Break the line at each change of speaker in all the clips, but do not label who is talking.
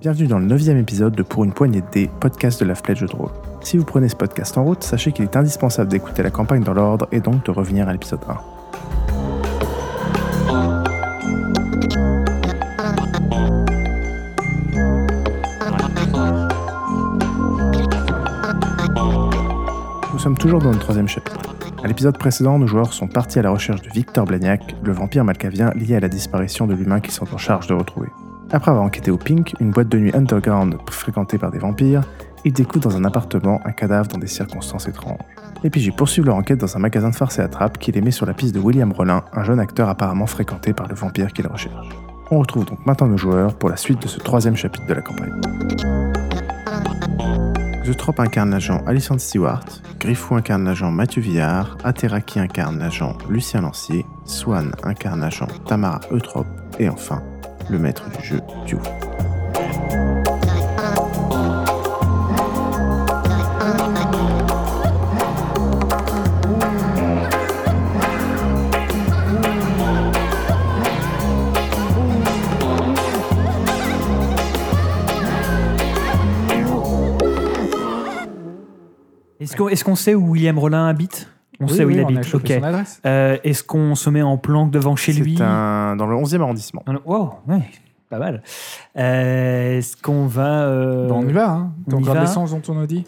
Bienvenue dans le 9 épisode de Pour une poignée de dés, podcast de l'AFPLAY Jeux de rôle. Si vous prenez ce podcast en route, sachez qu'il est indispensable d'écouter la campagne dans l'ordre et donc de revenir à l'épisode 1. Nous sommes toujours dans le troisième chapitre. À l'épisode précédent, nos joueurs sont partis à la recherche de Victor Blagnac, le vampire malcavien lié à la disparition de l'humain qu'ils sont en charge de retrouver. Après avoir enquêté au Pink, une boîte de nuit underground fréquentée par des vampires, ils découvrent dans un appartement un cadavre dans des circonstances étranges. Les Pigies poursuivent leur enquête dans un magasin de farce et attrape qui les met sur la piste de William Rollin, un jeune acteur apparemment fréquenté par le vampire qu'ils recherchent. On retrouve donc maintenant nos joueurs pour la suite de ce troisième chapitre de la campagne. Zotrop incarne l'agent Alison Stewart, Griffou incarne l'agent Mathieu Villard, Ateraki incarne l'agent Lucien Lancier, Swan incarne l'agent Tamara Eutrop, et enfin, le maître du jeu, Duo.
Est-ce qu'on est qu'on sait où William Rollin habite On
Oui,
sait où
oui,
il
on a
habite,
chopé
ok.
son adresse.
Euh, Est-ce qu'on se met en planque devant chez lui
C'est un- dans le 11e arrondissement.
Un- Wow, ouais, pas mal. Euh, Est-ce qu'on va. euh,
Bon, on y va, hein. T'as
on y
encore de
va.
l'essence dans ton Audi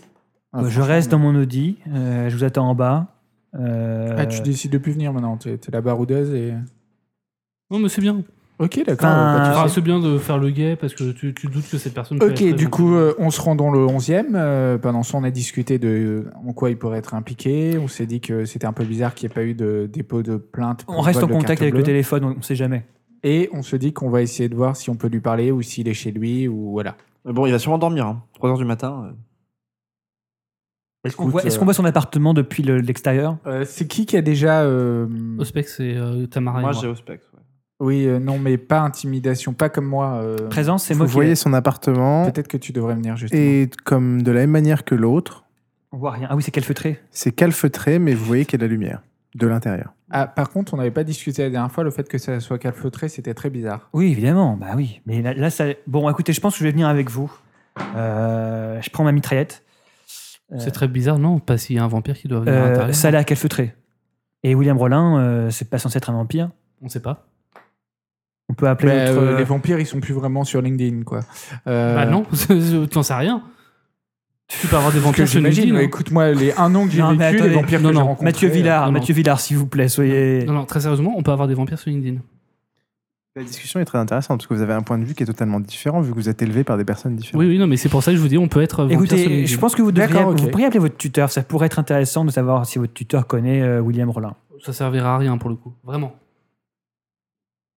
bah, je reste dans mon Audi, euh, je vous attends en bas. Euh,
Ah, tu décides de plus venir maintenant. T'es t'es la baroudeuse et.
Non, mais c'est bien.
Ok, d'accord.
Enfin,
pas de
Enfin,
souci.
c'est bien de faire le gay parce que tu, tu doutes que cette personne. peut
Ok,
être
du
très
coup,
gentille.
euh, on se rend dans le 11e. euh, pendant ça, on a discuté de euh, en quoi il pourrait être impliqué. On s'est dit que c'était un peu bizarre qu'il n'y ait pas eu de dépôt de plainte. pour
on reste en
vol de carte
contact avec le
bleue.
téléphone, on ne sait jamais.
Et on se dit qu'on va essayer de voir si on peut lui parler ou s'il est chez lui ou voilà.
Mais Bon, il va sûrement dormir. 3h du matin. euh.
Est-ce qu'on
Écoute,
voit, est-ce
euh,
qu'on voit son appartement depuis le- l'extérieur
Euh, c'est qui qui a déjà. euh,
Ospec, c'est euh, Tamara. et
Moi,
moi.
j'ai au spec. ouais.
Oui, euh, non, mais pas intimidation, pas comme moi. euh,
Présence, c'est
Vous
moi qui.
voyez son appartement,
Peut-être que tu devrais venir justement.
et comme de la même manière que l'autre,
On voit rien. Ah oui, c'est calfeutré.
c'est calfeutré, mais vous voyez qu'il y a de la lumière, de l'intérieur.
Ah, par contre, on n'avait pas discuté la dernière fois le fait que ça soit calfeutré, c'était très bizarre.
Oui, évidemment, bah oui. Mais là, là, ça. Bon, écoutez, je pense que je vais venir avec vous. Euh, je prends ma mitraillette. Euh,
C'est très bizarre, non Pas s'il y a un vampire qui doit venir à
Euh,
l'intérieur.
ça allait à calfeutré. Et William Rollin, euh, c'est pas censé être un vampire.
On sait pas.
On peut appeler
Bah,
notre.
euh, les vampires, ils sont plus vraiment sur LinkedIn, quoi. Euh,
Bah non, tu n'en sais rien. Tu peux avoir des
Que
vampires sur
j'imagine,
LinkedIn.
mais
hein.
écoute-moi, les un an que j'ai
Non, mais
vécu, les
attendez.
vampires
Non,
que j'ai
non,
rencontrés,
Mathieu Villard,
non, non.
Mathieu Villard, s'il vous plaît, soyez.
Non, non, très sérieusement, on peut avoir des vampires sur LinkedIn.
La discussion est très intéressante parce que vous avez un point de vue qui est totalement différent vu que vous êtes élevé par des personnes différentes.
Oui, oui, non, mais c'est pour ça que je vous dis, on peut être vampire sur
Écoutez,
LinkedIn.
je pense que vous devriez,
D'accord, ok.
vous pourriez appeler votre tuteur. Ça pourrait être intéressant de savoir si votre tuteur connaît euh, William Rollin.
Ça servira à rien pour le coup, vraiment.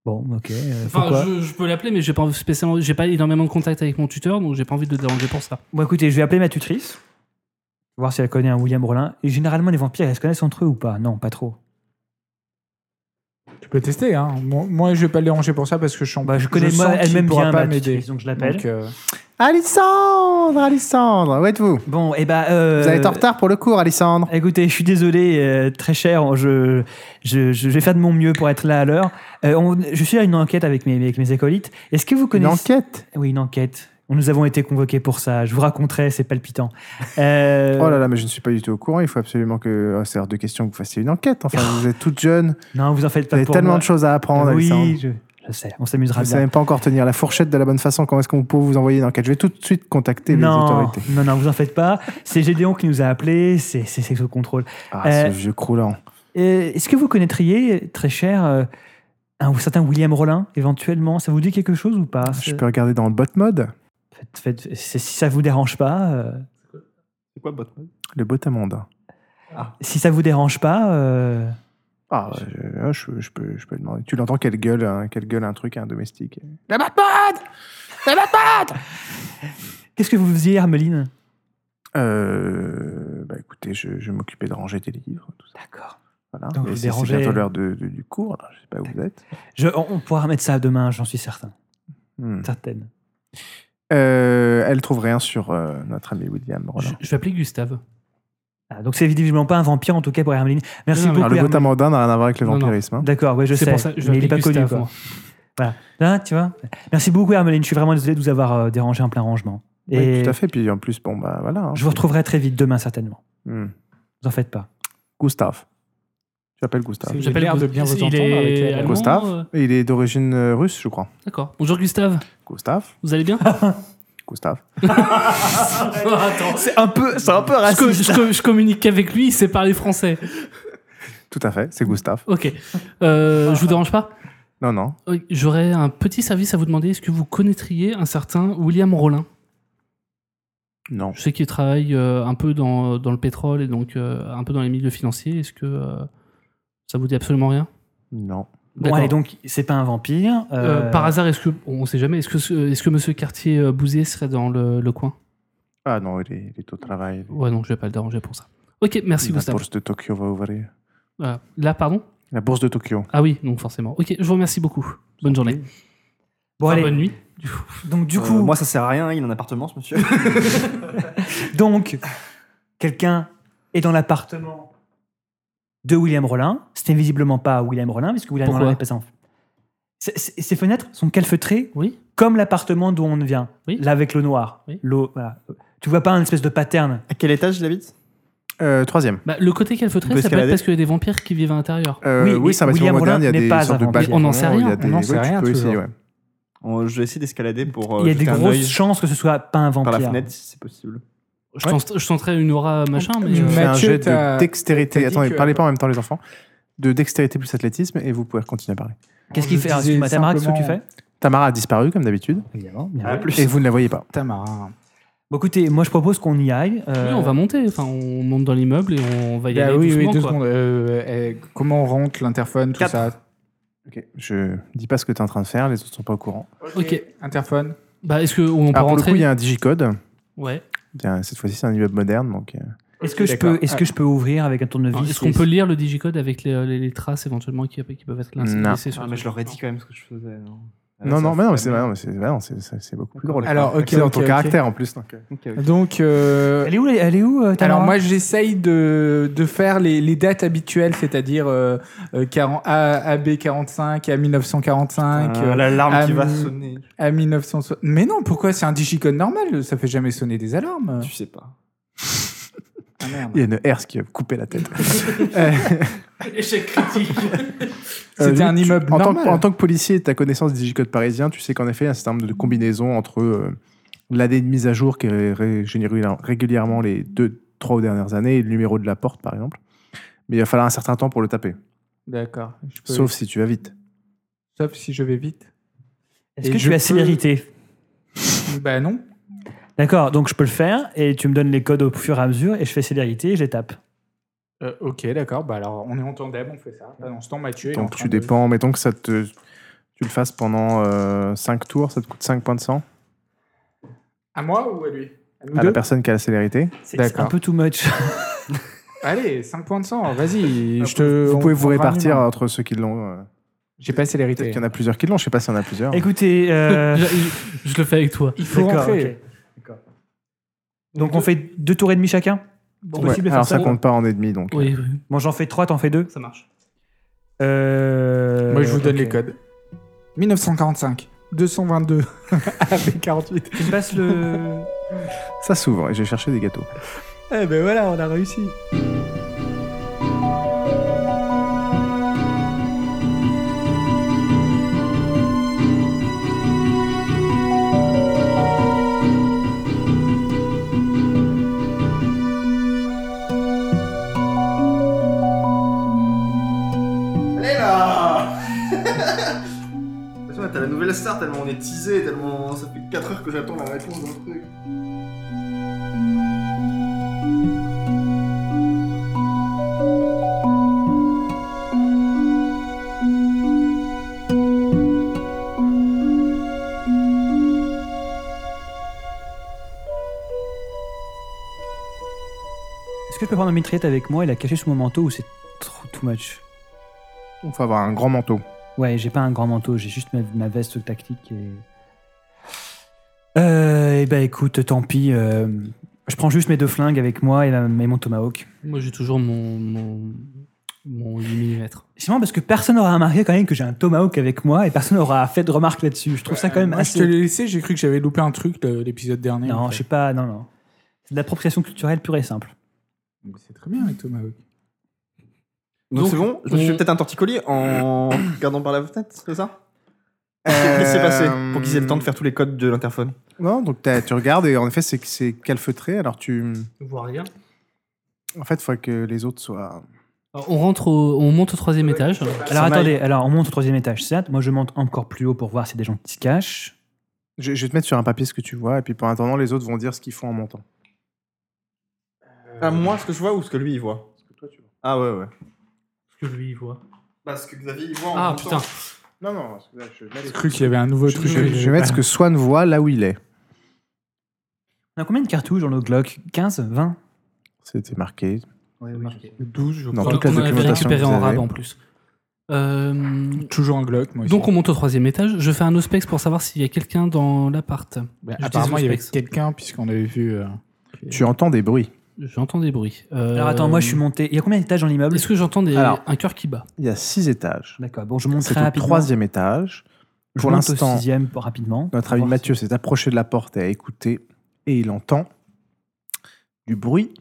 Bon, ok. euh, pourquoi
Enfin, je, je peux l'appeler, mais j'ai pas spécialement, j'ai pas énormément de contact avec mon tuteur, donc j'ai pas envie de le déranger pour ça.
Bon, écoutez, je vais appeler ma tutrice, voir si elle connaît un William Rollin. Et généralement, les vampires, elles se connaissent entre eux ou pas Non, pas trop.
Tu peux tester, hein. Moi, moi, je vais pas le déranger pour ça parce que je sens.
Bah, je connais
sens
moi
qu'il
elle-même
pourra
bien
pas
ma
m'aider.
tutrice, donc je l'appelle.
Donc, euh,
Alissandre, Alissandre, où êtes-vous
Bon, et bah. euh,
Vous allez en retard pour le cours, Alissandre.
Écoutez, je suis désolé, euh, très cher. Je, je, je vais faire de mon mieux pour être là à l'heure. Euh, on- je suis à une enquête avec mes, avec mes acolytes. Est-ce que vous
Une
connaissez
enquête
Oui, une enquête. Nous avons été convoqués pour ça. Je vous raconterai, c'est palpitant. Euh,
Oh là là, mais je ne suis pas du tout au courant. Il faut absolument que. ah, c'est hors de question que vous fassiez une enquête. Enfin, vous êtes toute jeune.
Non, vous en faites
Vous
pas
avez
pour
tellement
moi.
de choses à apprendre,
Oui,
Alissandre.
je, je sais. On
Vous
s'amusera
ne
bien.
savez même pas encore tenir la fourchette de la bonne façon. Comment est-ce qu'on peut vous envoyer une enquête Je vais tout de suite contacter les
Non,
autorités.
non, non, vous en faites pas. C'est Gédéon qui nous a appelés. C'est c'est c'est sous contrôle.
Ah,
Euh,
ce vieux croulant.
Euh, Est-ce que vous connaîtriez, très cher, euh, un ou certain William Rollin éventuellement Ça vous dit quelque chose ou pas
Je peux regarder dans le bot mode
Faites- faites- c'est- Si ça vous dérange pas. euh,
C'est quoi, Botman
Le bot amande.
Si ça vous dérange pas, euh,
Ah, je, je- je peux, je peux demander. Tu l'entends quelle gueule, hein, quelle gueule un truc à un domestique
qu'est-ce que vous faisiez, Hermeline
Euh, bah écoutez, je, je m'occupais de ranger des livres, tout ça.
D'accord.
Voilà.
Donc,
Et
vous
c'est-
dérangez-
C'est bientôt l'heure de- de- du cours, là, je sais pas où vous êtes.
Je, on, on pourra remettre ça demain, j'en suis certain.
Hmm.
Certaine.
Euh, elle trouve rien sur euh, notre ami William
Je,
Roland.
je vais appeler Gustave.
Ah, donc c'est visiblement pas un vampire en tout cas pour Hermeline. Merci
Non, non,
beaucoup.
Alors, le
Hermeline.
Gotamandin n'a rien à voir avec le
Non, non.
vampirisme. hein.
D'accord, ouais, je
c'est
sais.
pour ça que je vais
mais il
appeler
est pas
Gustave.
connu. quoi.
moi.
Là, tu vois. Merci beaucoup, Hermeline. Je suis vraiment désolé de vous avoir euh, dérangé en plein rangement.
Oui,
Et
tout à fait. Puis en plus, bon, bah voilà. hein.
je vous retrouverai très vite demain, certainement.
Hmm.
Vous en faites pas.
Gustave. Je l'appelle Gustave.
C'est- J'ai l'air de bien vous
Il
entendre
est
avec elle.
allemand,
Gustave.
euh,
Et Il est d'origine euh, russe, je crois.
D'accord. Bonjour Gustave,
Gustave.
vous allez bien
Gustave.
Attends.
C'est un peu, c'est un peu
Je, co- je co- je communique qu'avec lui, il sait parler français.
Tout à fait. C'est Gustave.
Ok. Euh, je vous dérange pas
Non, non.
Oui, J'aurais un petit service à vous demander. Est-ce que vous connaîtriez un certain William Rollin
Non.
Je sais qu'il travaille euh, un peu dans, dans le pétrole et donc euh, un peu dans les milieux financiers. Est-ce que euh, ça vous dit absolument rien
Non.
Bon, allez, donc, c'est pas un vampire.
Euh,
euh,
Par hasard, est-ce que on sait jamais Est-ce que ce- est-ce que Monsieur Cartier euh, Bouzier serait dans le, le coin
Ah non, il est, il est au travail.
Ouais, non, je vais pas le déranger pour ça. Ok, merci
La
Gustave.
bourse de Tokyo va ouvrir.
Voilà. Ah, là, pardon
La bourse de Tokyo.
Ah oui, donc forcément. Ok, je vous remercie beaucoup. Bonne journée.
Bon,
Enfin,
allez.
bonne nuit.
Donc, du
Euh,
coup,
moi, ça sert à rien. Il a un appartement, ce monsieur.
donc, quelqu'un est dans l'appartement de William Rollin. C'était visiblement pas William Rollin, puisque William
Pourquoi
Rollin est passé en. C'est- c'est- Ses fenêtres sont calfeutrées
Oui.
comme l'appartement d'où on vient.
Oui.
Là, avec l'eau noire.
Oui.
L'eau, voilà. Tu vois pas un espèce de pattern
À quel étage il habite
Euh, troisième.
Bah, le côté
On
calfeutré, ça
peut
peut être
escalader
parce qu'il y a des vampires qui vivent à l'intérieur.
Euh,
Oui,
oui,
mais
ça va être
William
moderne. Il y a
Rollin n'est
des
pas
sortes
un
de
vampire.
balcons.
On n'en
il y
sait
a
rien.
des-
On n'en
oui,
sait
tu
rien,
peux essayer,
toujours.
ouais.
On- Je vais essayer d'escalader pour. euh,
Il y a des
jeter un œil
grosses chances que ce soit pas hein. un vampire.
par la fenêtre, si c'est possible.
Je,
Ouais.
sens- je sentais une aura machin, mais. euh,
Tu me
Mathieu,
fais un jet de
t'as-
dextérité.
t'as dit
Attendez,
que-
parlez pas en même temps, les enfants. De dextérité plus athlétisme, et vous pouvez continuer à parler.
Qu'est-ce qu'il
Je
fait hein,
disais
Excuse-moi, Tamara, qu'est-ce que tu
simplement-
fais
Tamara a disparu, comme d'habitude,
Évidemment, bien
Ah, plus.
et vous ne la voyez pas.
Tamara.
Bon, écoutez, moi je propose qu'on y aille. euh,
Oui, on va monter, enfin, on monte dans l'immeuble et on va y
Bah
aller
oui, oui,
doucement,
deux
quoi.
secondes. Euh, euh, comment on rentre l'interphone, tout
Quatre.
ça
Ok, Je dis pas ce que tu es en train de faire, les autres sont pas au courant.
Ok.
Interphone.
Bah, est-ce qu'on peut
Ah, pour le
rentrer
coup, il y a un digicode.
Ouais.
Bien, cette fois-ci, c'est un immeuble moderne, donc euh,
Est-ce que, je
D'accord.
peux, est que je peux ouvrir avec un
Alors,
tournevis
Est-ce qu'on
et-
peut lire le digicode avec les, euh, les- les traces éventuellement qui, qui peuvent être laissées
Non.
sur
Ah,
le
mais je leur ai
truc
dit quand même ce que je faisais. Non,
Ah,
Ah,
non, non, mais non, mais c'est
vrai.
bah non, mais c'est- bah non, c'est- c'est- c'est beaucoup plus drôle.
Alors, ok.
c'est dans
ok,
ton
ok.
caractère en plus. donc, euh,
Donc, euh,
Elle est où, la- elle est où euh, Tamara
Alors moi j'essaye de, de faire les, les dates habituelles, c'est-à-dire euh, euh, 40 A- AB 45 à 1945,
Ah,
euh,
L'alarme qui
euh,
va
euh,
sonner.
à 1960. Mais non, pourquoi c'est un digicode normal Ça fait jamais sonner des alarmes.
Tu sais pas.
Ah, merde.
Il y a une herse qui a coupé la tête. Euh,
Échec critique.
Euh,
C'était
Louis,
un
tu-
immeuble
en tant,
normal.
que, en tant que policier, ta connaissance du digicode parisien, tu sais qu'en effet, il y a un certain nombre de combinaisons entre euh, l'AD de mise à jour qui est ré- généré régulièrement les deux, trois dernières années et le numéro de la porte, par exemple. Mais il va falloir un certain temps pour le taper,
D'accord. Je peux-
sauf si tu vas vite.
sauf si je vais vite.
Est-ce
et
que je
je
suis assez
peux-
mérité
Bah non.
D'accord, donc je peux le faire et tu me donnes les codes au fur et à mesure et je fais célérité et je les tape.
Euh, ok, d'accord. Bah alors on est en tandem, on fait ça. Pendant ce temps, Mathieu. est en
Donc
train
tu
de-
dépends, mettons que ça te, tu le fasses pendant 5 tours, ça te coûte 5 points de sang
À moi ou à lui À nous
à
deux
la personne qui a la célérité.
C'est c'est un
D'accord.
peu too much.
Allez, 5 points de sang. Vas-y. je
Ah, Vous-
te.
vous
on-
pouvez vous
on ramène.
répartir entre ceux qui l'ont. euh,
J'ai pas
Peut-être
célérité.
qu'il y en a plusieurs qui l'ont, je sais pas s'il y en a plusieurs.
Écoutez, euh,
je, je- je le fais avec toi.
Il faut
d'accord,
rentrer.
ok. donc on fait deux tours et demi chacun
Bon,
Ouais,
possible de faire
alors
ça,
ça compte pas en et demi, donc.
Oui, oui,
Bon, j'en fais trois, t'en fais deux
ça marche.
Euh,
Moi, je vous donne
ok.
les codes. 1945, 222, avec 48.
Tu me passes le.
Ça s'ouvre et j'ai cherché des gâteaux.
Eh ben voilà, on a réussi.
Allez là T'as la nouvelle star tellement on est teasé, tellement ça fait 4 heures que j'attends la réponse d'un truc.
Est-ce que je peux prendre ma mitraillette avec moi et la cacher sous mon manteau ou c'est trop too much
Il faut avoir un grand manteau.
Ouais, j'ai pas un grand manteau, j'ai juste ma, ma veste tactique et. Euh, eh ben écoute, tant pis. euh, je prends juste mes deux flingues avec moi et, la- et mon tomahawk.
Moi, j'ai toujours mon, mon, Bon, 8 mm.
C'est marrant parce que personne n'aura remarqué quand même que j'ai un tomahawk avec moi et personne n'aura fait de remarque là-dessus. Je trouve ça quand même
Euh, Moi,
assez.
Je te l'ai laissé, j'ai cru que j'avais loupé un truc le- l'épisode dernier.
Non,
en fait.
je sais pas, non, non. C'est de l'appropriation culturelle pure et simple.
Mais C'est très bien avec Tomahawk.
Donc,
Donc c'est bon, je me suis
on-
fait peut-être un torticolis en regardant par la fenêtre, c'est ça
Euh,
Qu'est-ce qui s'est passé pour qu'ils aient le temps de faire tous les codes de l'interphone
Non, donc t'as- tu regardes et en effet, c'est c'est calfeutré. Alors tu.
On voit rien.
En fait, il faudrait que les autres soient.
Alors, on, rentre au- on monte au troisième étage.
Alors
Ça m'a-
attendez, alors on monte au troisième étage, certes. Moi je monte encore plus haut pour voir si des gens qui se cachent.
Je, je vais te mettre sur un papier ce que tu vois, et puis pour attendant, les autres vont dire ce qu'ils font en montant.
Ah, Moi, ce que je vois ou ce que lui il voit Ah ouais, ouais.
que lui, il voit.
Bah, ce que Xavier il voit
Ah putain.
Non, non, je vais
J'ai cru qu'il y avait un nouveau truc.
Je vais mettre ce que Swan voit là où il est.
On a combien de cartouches dans nos Glock 15 20
C'était marqué.
Le 12, je
Non,
crois.
toute
on
la
avait
documentation
récupéré
que vous
en
avez.
rab en plus. Euh,
Toujours un Glock, moi aussi.
donc on monte au troisième étage. Je fais un ospex pour savoir s'il y a quelqu'un dans l'appart.
Bah,
je
apparemment, il y avait
suspecte.
quelqu'un, puisqu'on avait vu. euh,
Tu entends des bruits.
J'entends des bruits. Euh,
Alors attends, moi je suis monté. Il y a combien d'étages dans l'immeuble
Est-ce que j'entends des...
Alors.
un cœur qui bat
Il y a six étages.
D'accord, bon je monte
C'est
très
au
rapidement.
troisième étage.
Je
Pour
monte au
l'instant,
sixième pour- rapidement.
Notre ami
Voir
Mathieu s'est approché de la porte et a écouté, et il entend du bruit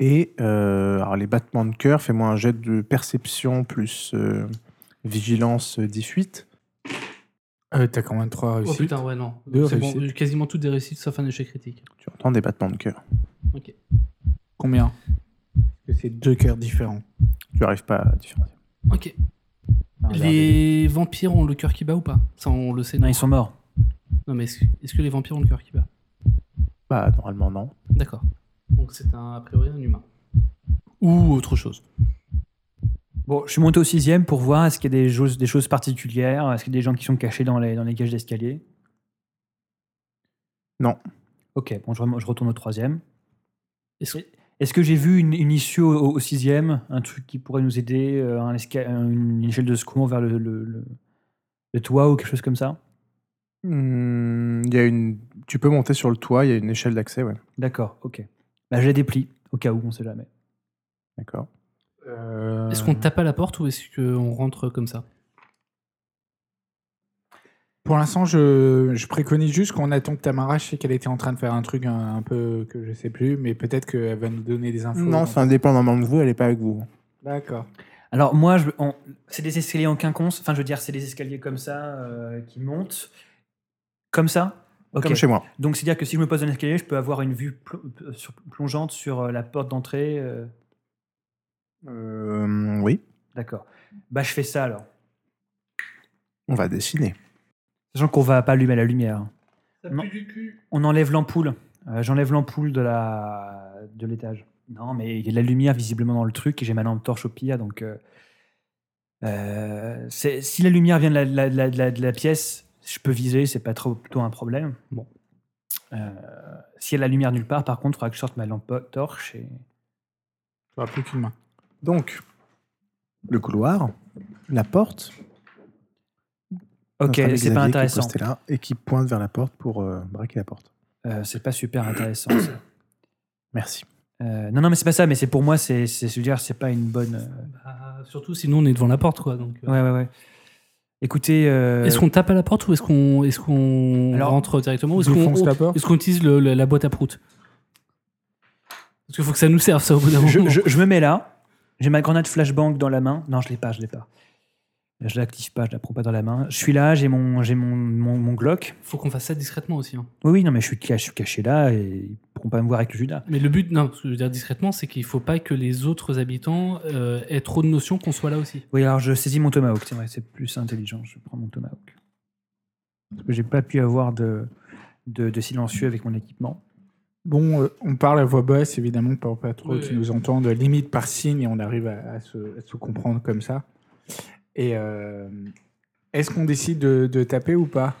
et euh, alors les battements de cœur. Fais-moi un jet de perception plus euh, vigilance 18.
euh, T'as quand même 3
Oh
réussites.
putain, ouais, non.
Deux
C'est bon,
réussites.
j'ai quasiment toutes des réussites sauf un échec critique.
Tu entends des battements de cœur.
Combien Parce que c'est deux cœurs différents.
Tu n'arrives pas à différencier.
Ok.
Ah, regardez.
Les vampires ont le cœur qui bat ou pas Ça, on le sait.
Non,
Non,
ils sont morts.
Non, mais est-ce est-ce que les vampires ont le cœur qui bat
Bah normalement non.
D'accord. Donc c'est un, a priori un humain. Ou autre chose.
Bon, je suis monté au sixième pour voir est-ce qu'il y a des choses, des choses particulières, est-ce qu'il y a des gens qui sont cachés dans les, dans les cages d'escalier
Non.
Ok, bon, je, rem- je retourne au troisième. Est-ce est-ce que j'ai vu une, une issue au, au- au sixième Un truc qui pourrait nous aider euh, un esca- un- Une échelle de secours vers le, le, le- le toit ou quelque chose comme ça
Hmm, Il y a une. Tu peux monter sur le toit. Il y a une échelle d'accès. Ouais.
D'accord, ok. Bah, je les déplie, au cas où, on sait jamais.
D'accord.
Euh,
Est-ce qu'on tape à la porte ou est-ce qu'on rentre comme ça
Pour l'instant, je, je préconise juste qu'on attend que Tamara, je sais qu'elle était en train de faire un truc un, un peu que je sais plus, mais peut-être qu'elle va nous donner des infos.
Non,
Donc-
c'est indépendamment de vous. Elle n'est pas avec vous.
D'accord.
Alors moi, je- on- c'est des escaliers en quinconce. Enfin, je veux dire, c'est des escaliers comme ça euh, qui montent, comme ça. Ok.
Comme chez moi.
Donc c'est à dire que si je me pose dans l'escalier, je peux avoir une vue plo- euh, sur- plongeante sur euh, la porte d'entrée. euh,
Euh, oui.
D'accord. Bah je fais ça alors.
On va dessiner.
Sachant qu'on va pas allumer la lumière.
Ça
pue On enlève l'ampoule. Euh, J'enlève l'ampoule de la de l'étage. Non, mais il y a de la lumière visiblement dans le truc et j'ai ma lampe torche au pire, donc. euh, euh, c'est- si la lumière vient de la, de la- de la- de la- de la pièce, je peux viser, c'est pas trop plutôt un problème. Bon. Euh, si y a de la lumière nulle part, par contre, il faudra que je sorte ma lampe torche. Et...
Tu n'auras plus qu'une main.
Donc le couloir, la porte.
Ok,
Notre ami
c'est
Xavier
pas
qui est
intéressant.
posté là et qui pointe vers la porte pour euh, braquer la porte.
Euh, c'est pas super intéressant. ça.
Merci.
Euh, non, non, mais c'est pas ça. Mais c'est pour moi, c'est, c'est, je veux dire, c'est pas une bonne. euh,
Bah, Surtout sinon on est devant la porte quoi. Donc, euh,
Ouais, ouais, ouais. Écoutez, euh,
Est-ce qu'on tape à la porte ou est-ce qu'on est qu'on
Alors,
rentre directement ou Est-ce
on
qu'on
fonce la porte
est-ce qu'on utilise le- le- la boîte à proutes Parce qu'il faut que ça nous serve ça au bout d'un
je,
moment.
je- je me mets là. J'ai ma grenade flashbang dans la main. Non, je l'ai pas, je l'ai pas. Je l'active pas, je la prends pas dans la main. Je suis là, j'ai mon, j'ai mon, mon, mon Glock.
Faut qu'on fasse ça discrètement aussi. hein.
Oui, oui, non, mais je suis, caché- je suis caché là et ils pourront pas me voir avec le Judas.
Mais le but, non, ce que je veux dire discrètement, c'est qu'il faut pas que les autres habitants euh, aient trop de notion qu'on soit là aussi.
Oui, alors je saisis mon tomahawk. C'est vrai, c'est plus intelligent. Je prends mon tomahawk. Parce que j'ai pas pu avoir de, de, de silencieux avec mon équipement.
Bon, euh, on parle à voix basse, évidemment, pour pas trop
Oui.
qu'ils nous entendent, limite par signe, et on arrive à, à se, à se comprendre comme ça. Et euh, est-ce qu'on décide de, de taper ou pas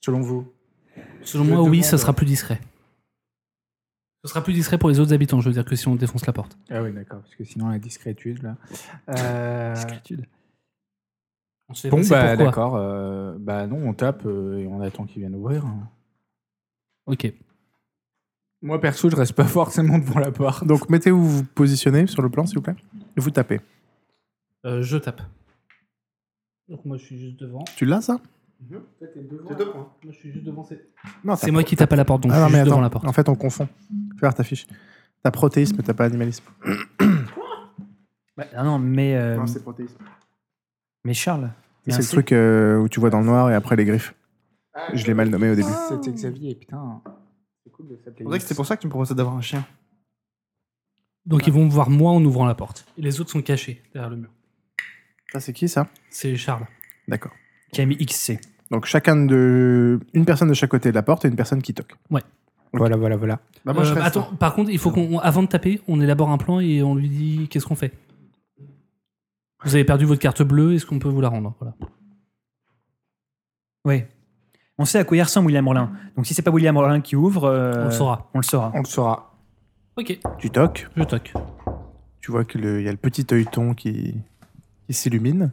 Selon vous
Selon
Je
moi, oui,
demande- euh,
ça sera plus discret. Ce sera plus discret pour les autres habitants, je veux dire, que si on défonce la porte.
Ah oui, d'accord, parce que sinon, la discrétude, là. Euh,
Discrétude.
On se fait
bon,
passer
bah
pourquoi
d'accord. euh, bah non, on tape euh, et on attend qu'ils viennent ouvrir. hein.
Ok.
Moi, perso, je reste pas forcément devant la porte.
Donc mettez où vous vous positionnez sur le plan, s'il vous plaît. Et vous tapez.
Euh, je tape. Donc moi je suis juste devant.
Tu l'as ça
C'est deux points.
Moi je suis juste devant.
Non,
C'est moi qui tape à la porte, donc
Ah
je
non,
suis
mais
juste devant
attends,
la porte.
en fait, on confond. Fais voir ta fiche. T'as protéisme, t'as pas animalisme.
Ouais, non, non, mais, euh,
protéisme.
mais Charles.
C'est
mais un
le
C.
truc euh, où tu vois dans le noir et après les griffes. Je l'ai mal nommé au début.
C'était Xavier, putain. C'est cool de s'appeler.
On dirait que c'était pour ça que tu me proposais d'avoir un chien.
Donc ils vont me voir moi en ouvrant la porte. Et les autres sont cachés derrière le mur.
Ça, c'est qui ça
C'est Charles.
D'accord.
Qui a mis XC.
Donc, chacun de. Une personne de chaque côté de la porte et une personne qui toque.
Voilà, voilà, voilà.
Ah,
Bah, moi, je
Euh,
reste.
attends, par contre, il faut qu'on, on- avant de taper, on élabore un plan et on lui dit qu'est-ce qu'on fait. Vous avez perdu votre carte bleue, est-ce qu'on peut vous la rendre Voilà.
Oui. On sait à quoi il ressemble William Orlin. Donc si c'est pas William Orlin qui ouvre, euh,
On le saura.
On le saura.
On le saura.
Ok,
Tu toques,
je toque.
tu vois qu'il y a le petit œilleton qui, qui s'illumine,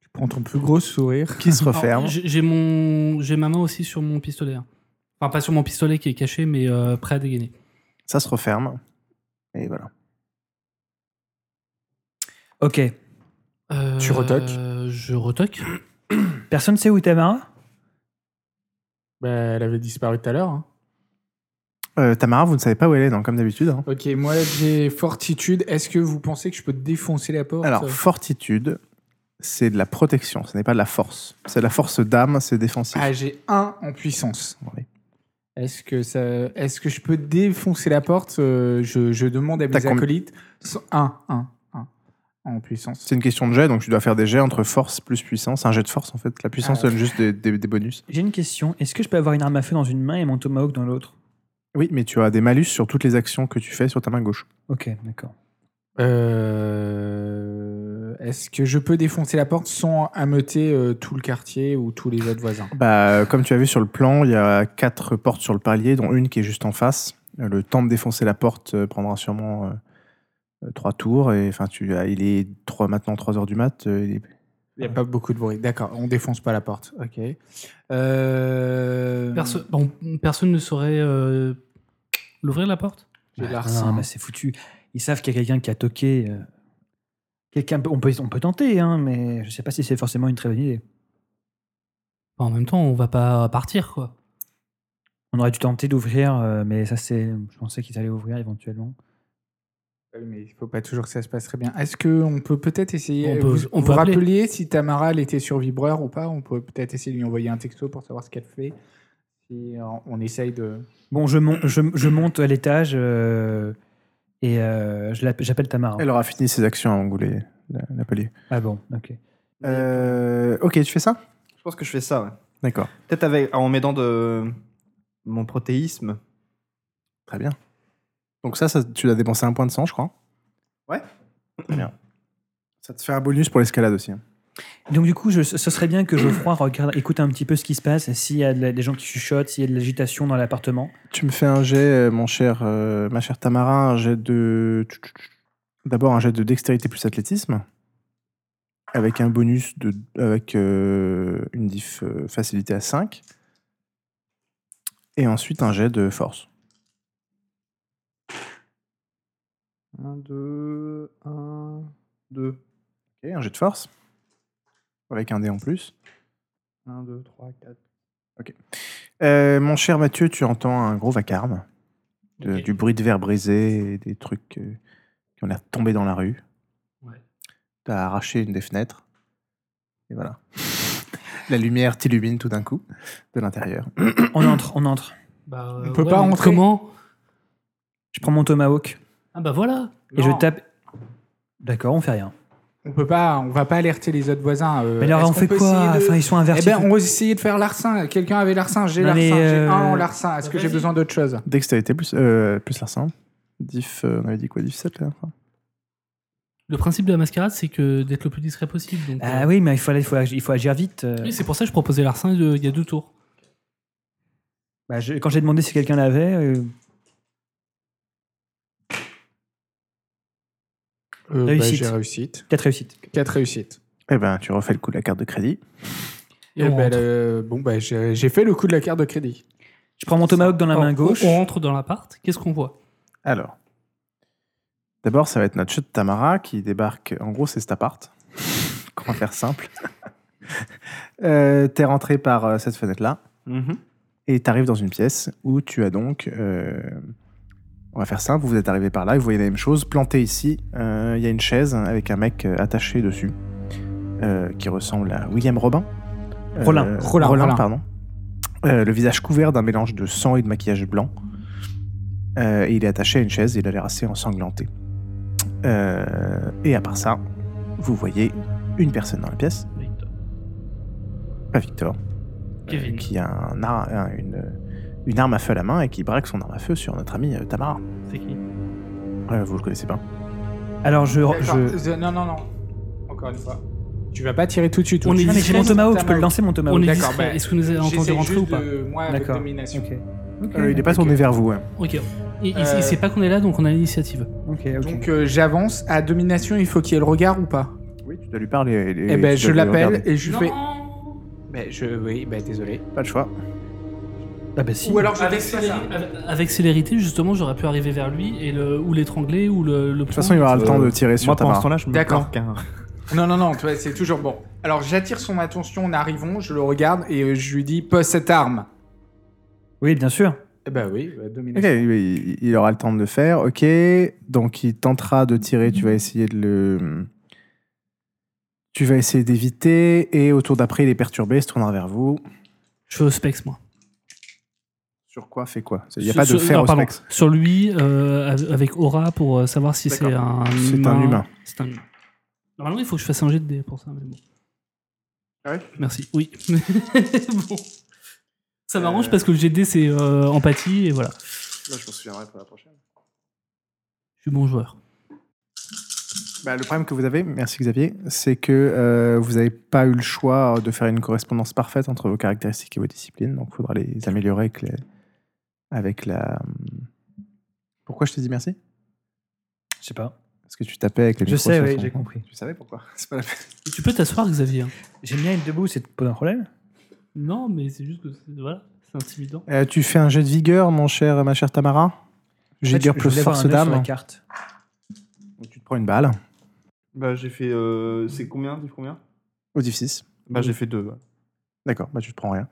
Tu prends ton plus gros sourire.
qui se referme.
Alors, J'ai j'ai mon, j'ai ma main aussi sur mon pistolet. hein. Enfin, pas sur mon pistolet qui est caché, mais euh, prêt à dégainer.
Ça se referme. Et voilà.
Ok.
Euh,
Tu retoques
Je retoque.
Personne sait où est Tamara
Bah, elle avait disparu tout à l'heure. hein.
Euh, Tamara, vous ne savez pas où elle est, donc, comme d'habitude. hein.
Ok, moi j'ai fortitude. Est-ce que vous pensez que je peux défoncer la porte
Alors, fortitude, c'est de la protection, ce n'est pas de la force. C'est de la force d'âme, c'est défensif.
Ah, j'ai un en puissance.
Ouais.
Est-ce que, ça... Est que je peux défoncer la porte Euh, je, je demande à
T'as
mes
combien
acolytes. So- Un, un, un. En puissance.
C'est une question de jet, donc tu dois faire des jets entre force plus puissance. Un jet de force, en fait. La puissance
Ah ouais.
donne juste des, des- des bonus.
J'ai une question. Est-ce que je peux avoir une arme à feu dans une main et mon tomahawk dans l'autre
Oui, mais tu as des malus sur toutes les actions que tu fais sur ta main gauche.
Ok, d'accord.
Euh, Est-ce que je peux défoncer la porte sans ameuter euh, tout le quartier ou tous les autres voisins
Bah, euh, comme tu as vu sur le plan, il y a quatre portes sur le palier, dont une qui est juste en face. Euh, Le temps de défoncer la porte euh, prendra sûrement euh, euh, trois tours. Et enfin, tu as- il est trois, maintenant 3 heures du mat. euh, il est-
Il n'y a pas beaucoup de bruit. D'accord, on défonce pas la porte. Ok. Euh,
Perso- bon, personne ne saurait euh, l'ouvrir la porte
J'ai
Ah,
l'arsen.
non, mais c'est foutu. Ils savent qu'il y a quelqu'un qui a toqué. euh, Quelqu'un, peut- on peut, on peut tenter, hein, mais je sais pas si c'est forcément une très bonne idée.
Enfin, En même temps, on va pas partir, quoi.
On aurait dû tenter d'ouvrir, euh, mais ça c'est, je pensais qu'ils allaient ouvrir éventuellement.
Ah Oui, Mais il faut pas toujours que ça se passe très bien. Est-ce qu'on peut peut-être essayer.
On peut-
vous
on
vous
peut appeler.
rappeliez si Tamara elle était sur vibreur ou pas On peut peut-être essayer de lui envoyer un texto pour savoir ce qu'elle fait. Si euh, on essaye de.
Bon, je, mon- je, je monte à l'étage euh, et euh, je l'app- j'appelle Tamara.
Elle aura fini ses actions avant que vous les- la- l'appeliez.
Ah bon, ok.
Euh, ok, tu fais ça
Je pense que je fais ça, ouais.
D'accord.
Peut-être avec... en m'aidant de mon protéisme.
Très bien. Donc ça, ça- tu as dépensé un point de sang, je crois.
Ouais.
Très bien. Ça te fait un bonus pour l'escalade aussi. hein.
Donc du coup, je- ce serait bien que Geoffroy regarde, écoute un petit peu ce qui se passe, s'il y a de la- des gens qui chuchotent, s'il y a de l'agitation dans l'appartement.
Tu me fais un jet, euh, mon cher, euh, ma chère Tamara, un jet de... D'abord un jet de dextérité plus athlétisme, avec un bonus de... avec euh, une diff euh, facilité à 5. Et ensuite un jet de force.
1, 2, 1, 2.
Ok, un jet de force, avec un dé en plus.
1, 2, 3, 4.
Euh, mon cher Mathieu, tu entends un gros vacarme, de-
Euh,
Ok.
du bruit de verre brisé, et des trucs euh, qui ont l'air de tomber dans la rue.
Ouais.
T'as arraché une des fenêtres. Et voilà. la lumière t'illumine tout d'un coup de l'intérieur.
On entre, on entre.
Bah,
On peut pas
mais
rentrer.
Comment
Je prends mon tomahawk
Ah bah voilà
et je
Non,
tape. D'accord, on fait rien.
On peut pas. On va pas alerter les autres voisins. euh,
Mais alors
est-ce
on
qu'on
fait
peut
quoi
essayer de-
Enfin, ils sont
Eh
inversés.
ben, on va essayer de faire l'arsen. Quelqu'un avait l'arsen. J'ai
Non,
l'arsen.
mais,
J'ai
euh,
un en l'arsen. Est-ce
bah,
que j'ai
vas-y.
besoin d'autre chose
Dextérité plus, euh, plus larcin. Diff, euh, on avait dit quoi Diff 7 la dernière fois
Le principe de la mascarade, c'est que d'être le plus discret possible. Donc,
Ah
euh,
oui, mais il faut, aller- il faut, agir, il faut agir vite. euh.
oui, c'est pour ça que je proposais l'arsen euh, il y a deux tours.
Bah, je- quand j'ai demandé si quelqu'un l'avait, euh,
Euh, bah,
Réussite.
J'ai réussite.
quatre réussites.
Quatre réussites.
Eh ben, tu refais le coup de la carte de crédit.
Et
Eh
on
ben,
rentre.
euh, bon, bah, j'ai j'ai fait le coup de la carte de crédit.
Je prends mon tomahawk dans la
Oh,
main
On-
gauche.
On, rentre dans l'appart. Qu'est-ce qu'on voit
Alors, d'abord, ça va être notre chute Tamara qui débarque. En gros, c'est cet appart. comment faire simple. Euh, T'es rentré par euh, cette fenêtre-là
Mhm.
et t'arrives dans une pièce où tu as donc. euh, on va faire simple, vous êtes arrivé par là et vous voyez la même chose. Planté ici, euh, il y a une chaise avec un mec euh, attaché dessus euh, qui ressemble à William Robin. Euh,
Rollin.
Rollin, Rollin.
pardon. Euh, le visage couvert d'un mélange de sang et de maquillage blanc. Euh, et il est attaché à une chaise et il a l'air assez ensanglanté. Euh, et à part ça, vous voyez une personne dans la pièce, pas Victor,
Kevin.
Euh,
Euh,
qui a un ar- un- une, une arme à feu à la main et qui braque son arme à feu sur notre ami euh, Tamara.
C'est qui
Euh, vous le connaissez pas.
Alors, je.
oh. D'accord,
je...
c'est- Non, non, non. Encore une fois. Tu vas pas tirer tout de suite.
On est
Non, mais j'ai mon
discret,
tomahawk, je peux
Tomahawk.
le lancer mon tomahawk.
On est
d'accord,
discret.
bah,
Est-ce que nous avez entendu
J'essaie
rentrer
juste
ou pas
de- Moi, avec
D'accord.
domination.
Ok,
Euh, il est pas
ok.
tourné vers vous. hein.
Ok. Il, il-
Euh,
il sait pas qu'on est là, donc on a l'initiative.
ok, ok.
Donc euh, j'avance. À domination, il faut qu'il y ait le regard ou pas
Oui, tu dois lui parler. et- et
Eh ben,
tu
je
dois lui
l'appelle
regarder.
et je fais. Ben, je. Oui, ben, désolé.
Pas le choix.
Ah, bah si.
Ou alors je
Avec,
laisse
célérité-
ça.
avec- avec célérité, justement, j'aurais pu arriver vers lui et le, ou l'étrangler ou le, le
De toute façon, il aura le temps de tirer sur
Moi, pendant ce
Tamara.
temps-là, je me
D'accord.
planque, hein.
Non, non, non, toi, c'est toujours bon. Alors j'attire son attention en arrivant, je le regarde et euh, je lui dis pose cette arme.
Oui, bien sûr.
Eh ben oui, bah, domination.
Ok, il, il aura le temps de le faire. Ok, donc il tentera de tirer. Tu vas essayer de le. Tu vas essayer d'éviter. Et au tour d'après, il est perturbé, il se tournera vers vous.
Je fais au specs, moi.
Sur quoi fait quoi Il n'y a
Sur-
pas de
sur-
fer
non,
au
pardon.
specs.
Sur lui, euh, av- avec Aura, pour euh, savoir si c'est
D'accord.
un
C'est un
humain.
humain.
C'est un humain. Normalement, il faut que je fasse un jet de dés pour ça. mais bon.
Ah ouais
Merci. Oui. Bon. Ça m'arrange parce que le jet de dés, c'est euh, empathie et voilà.
je m'en souviendrai pour la prochaine.
Je suis bon joueur.
Bah, le problème que vous avez, merci Xavier, c'est que euh, vous n'avez pas eu le choix de faire une correspondance parfaite entre vos caractéristiques et vos disciplines, donc il faudra les améliorer avec, les- avec la... hmm. Pourquoi je te dis merci
Je sais pas.
Parce que tu tapais avec les
Je
micros
sais,
sur
oui,
son-
j'ai compris.
Tu savais pourquoi C'est pas la peine.
Et tu peux t'asseoir, Xavier. hein.
J'aime bien être debout, c'est pas un problème.
Non, mais c'est juste que c'est- voilà, c'est intimidant.
Euh, tu fais un jet de vigueur, mon cher, ma chère Tamara Vigueur
En fait, je- je
plus
voulais avoir
force
un œil sur
d'âme.
la carte.
Tu te prends une balle.
Bah, j'ai fait. euh, C'est combien Div combien
Au diff 6.
Bah, j'ai fait deux. ouais.
D'accord, bah tu te prends rien.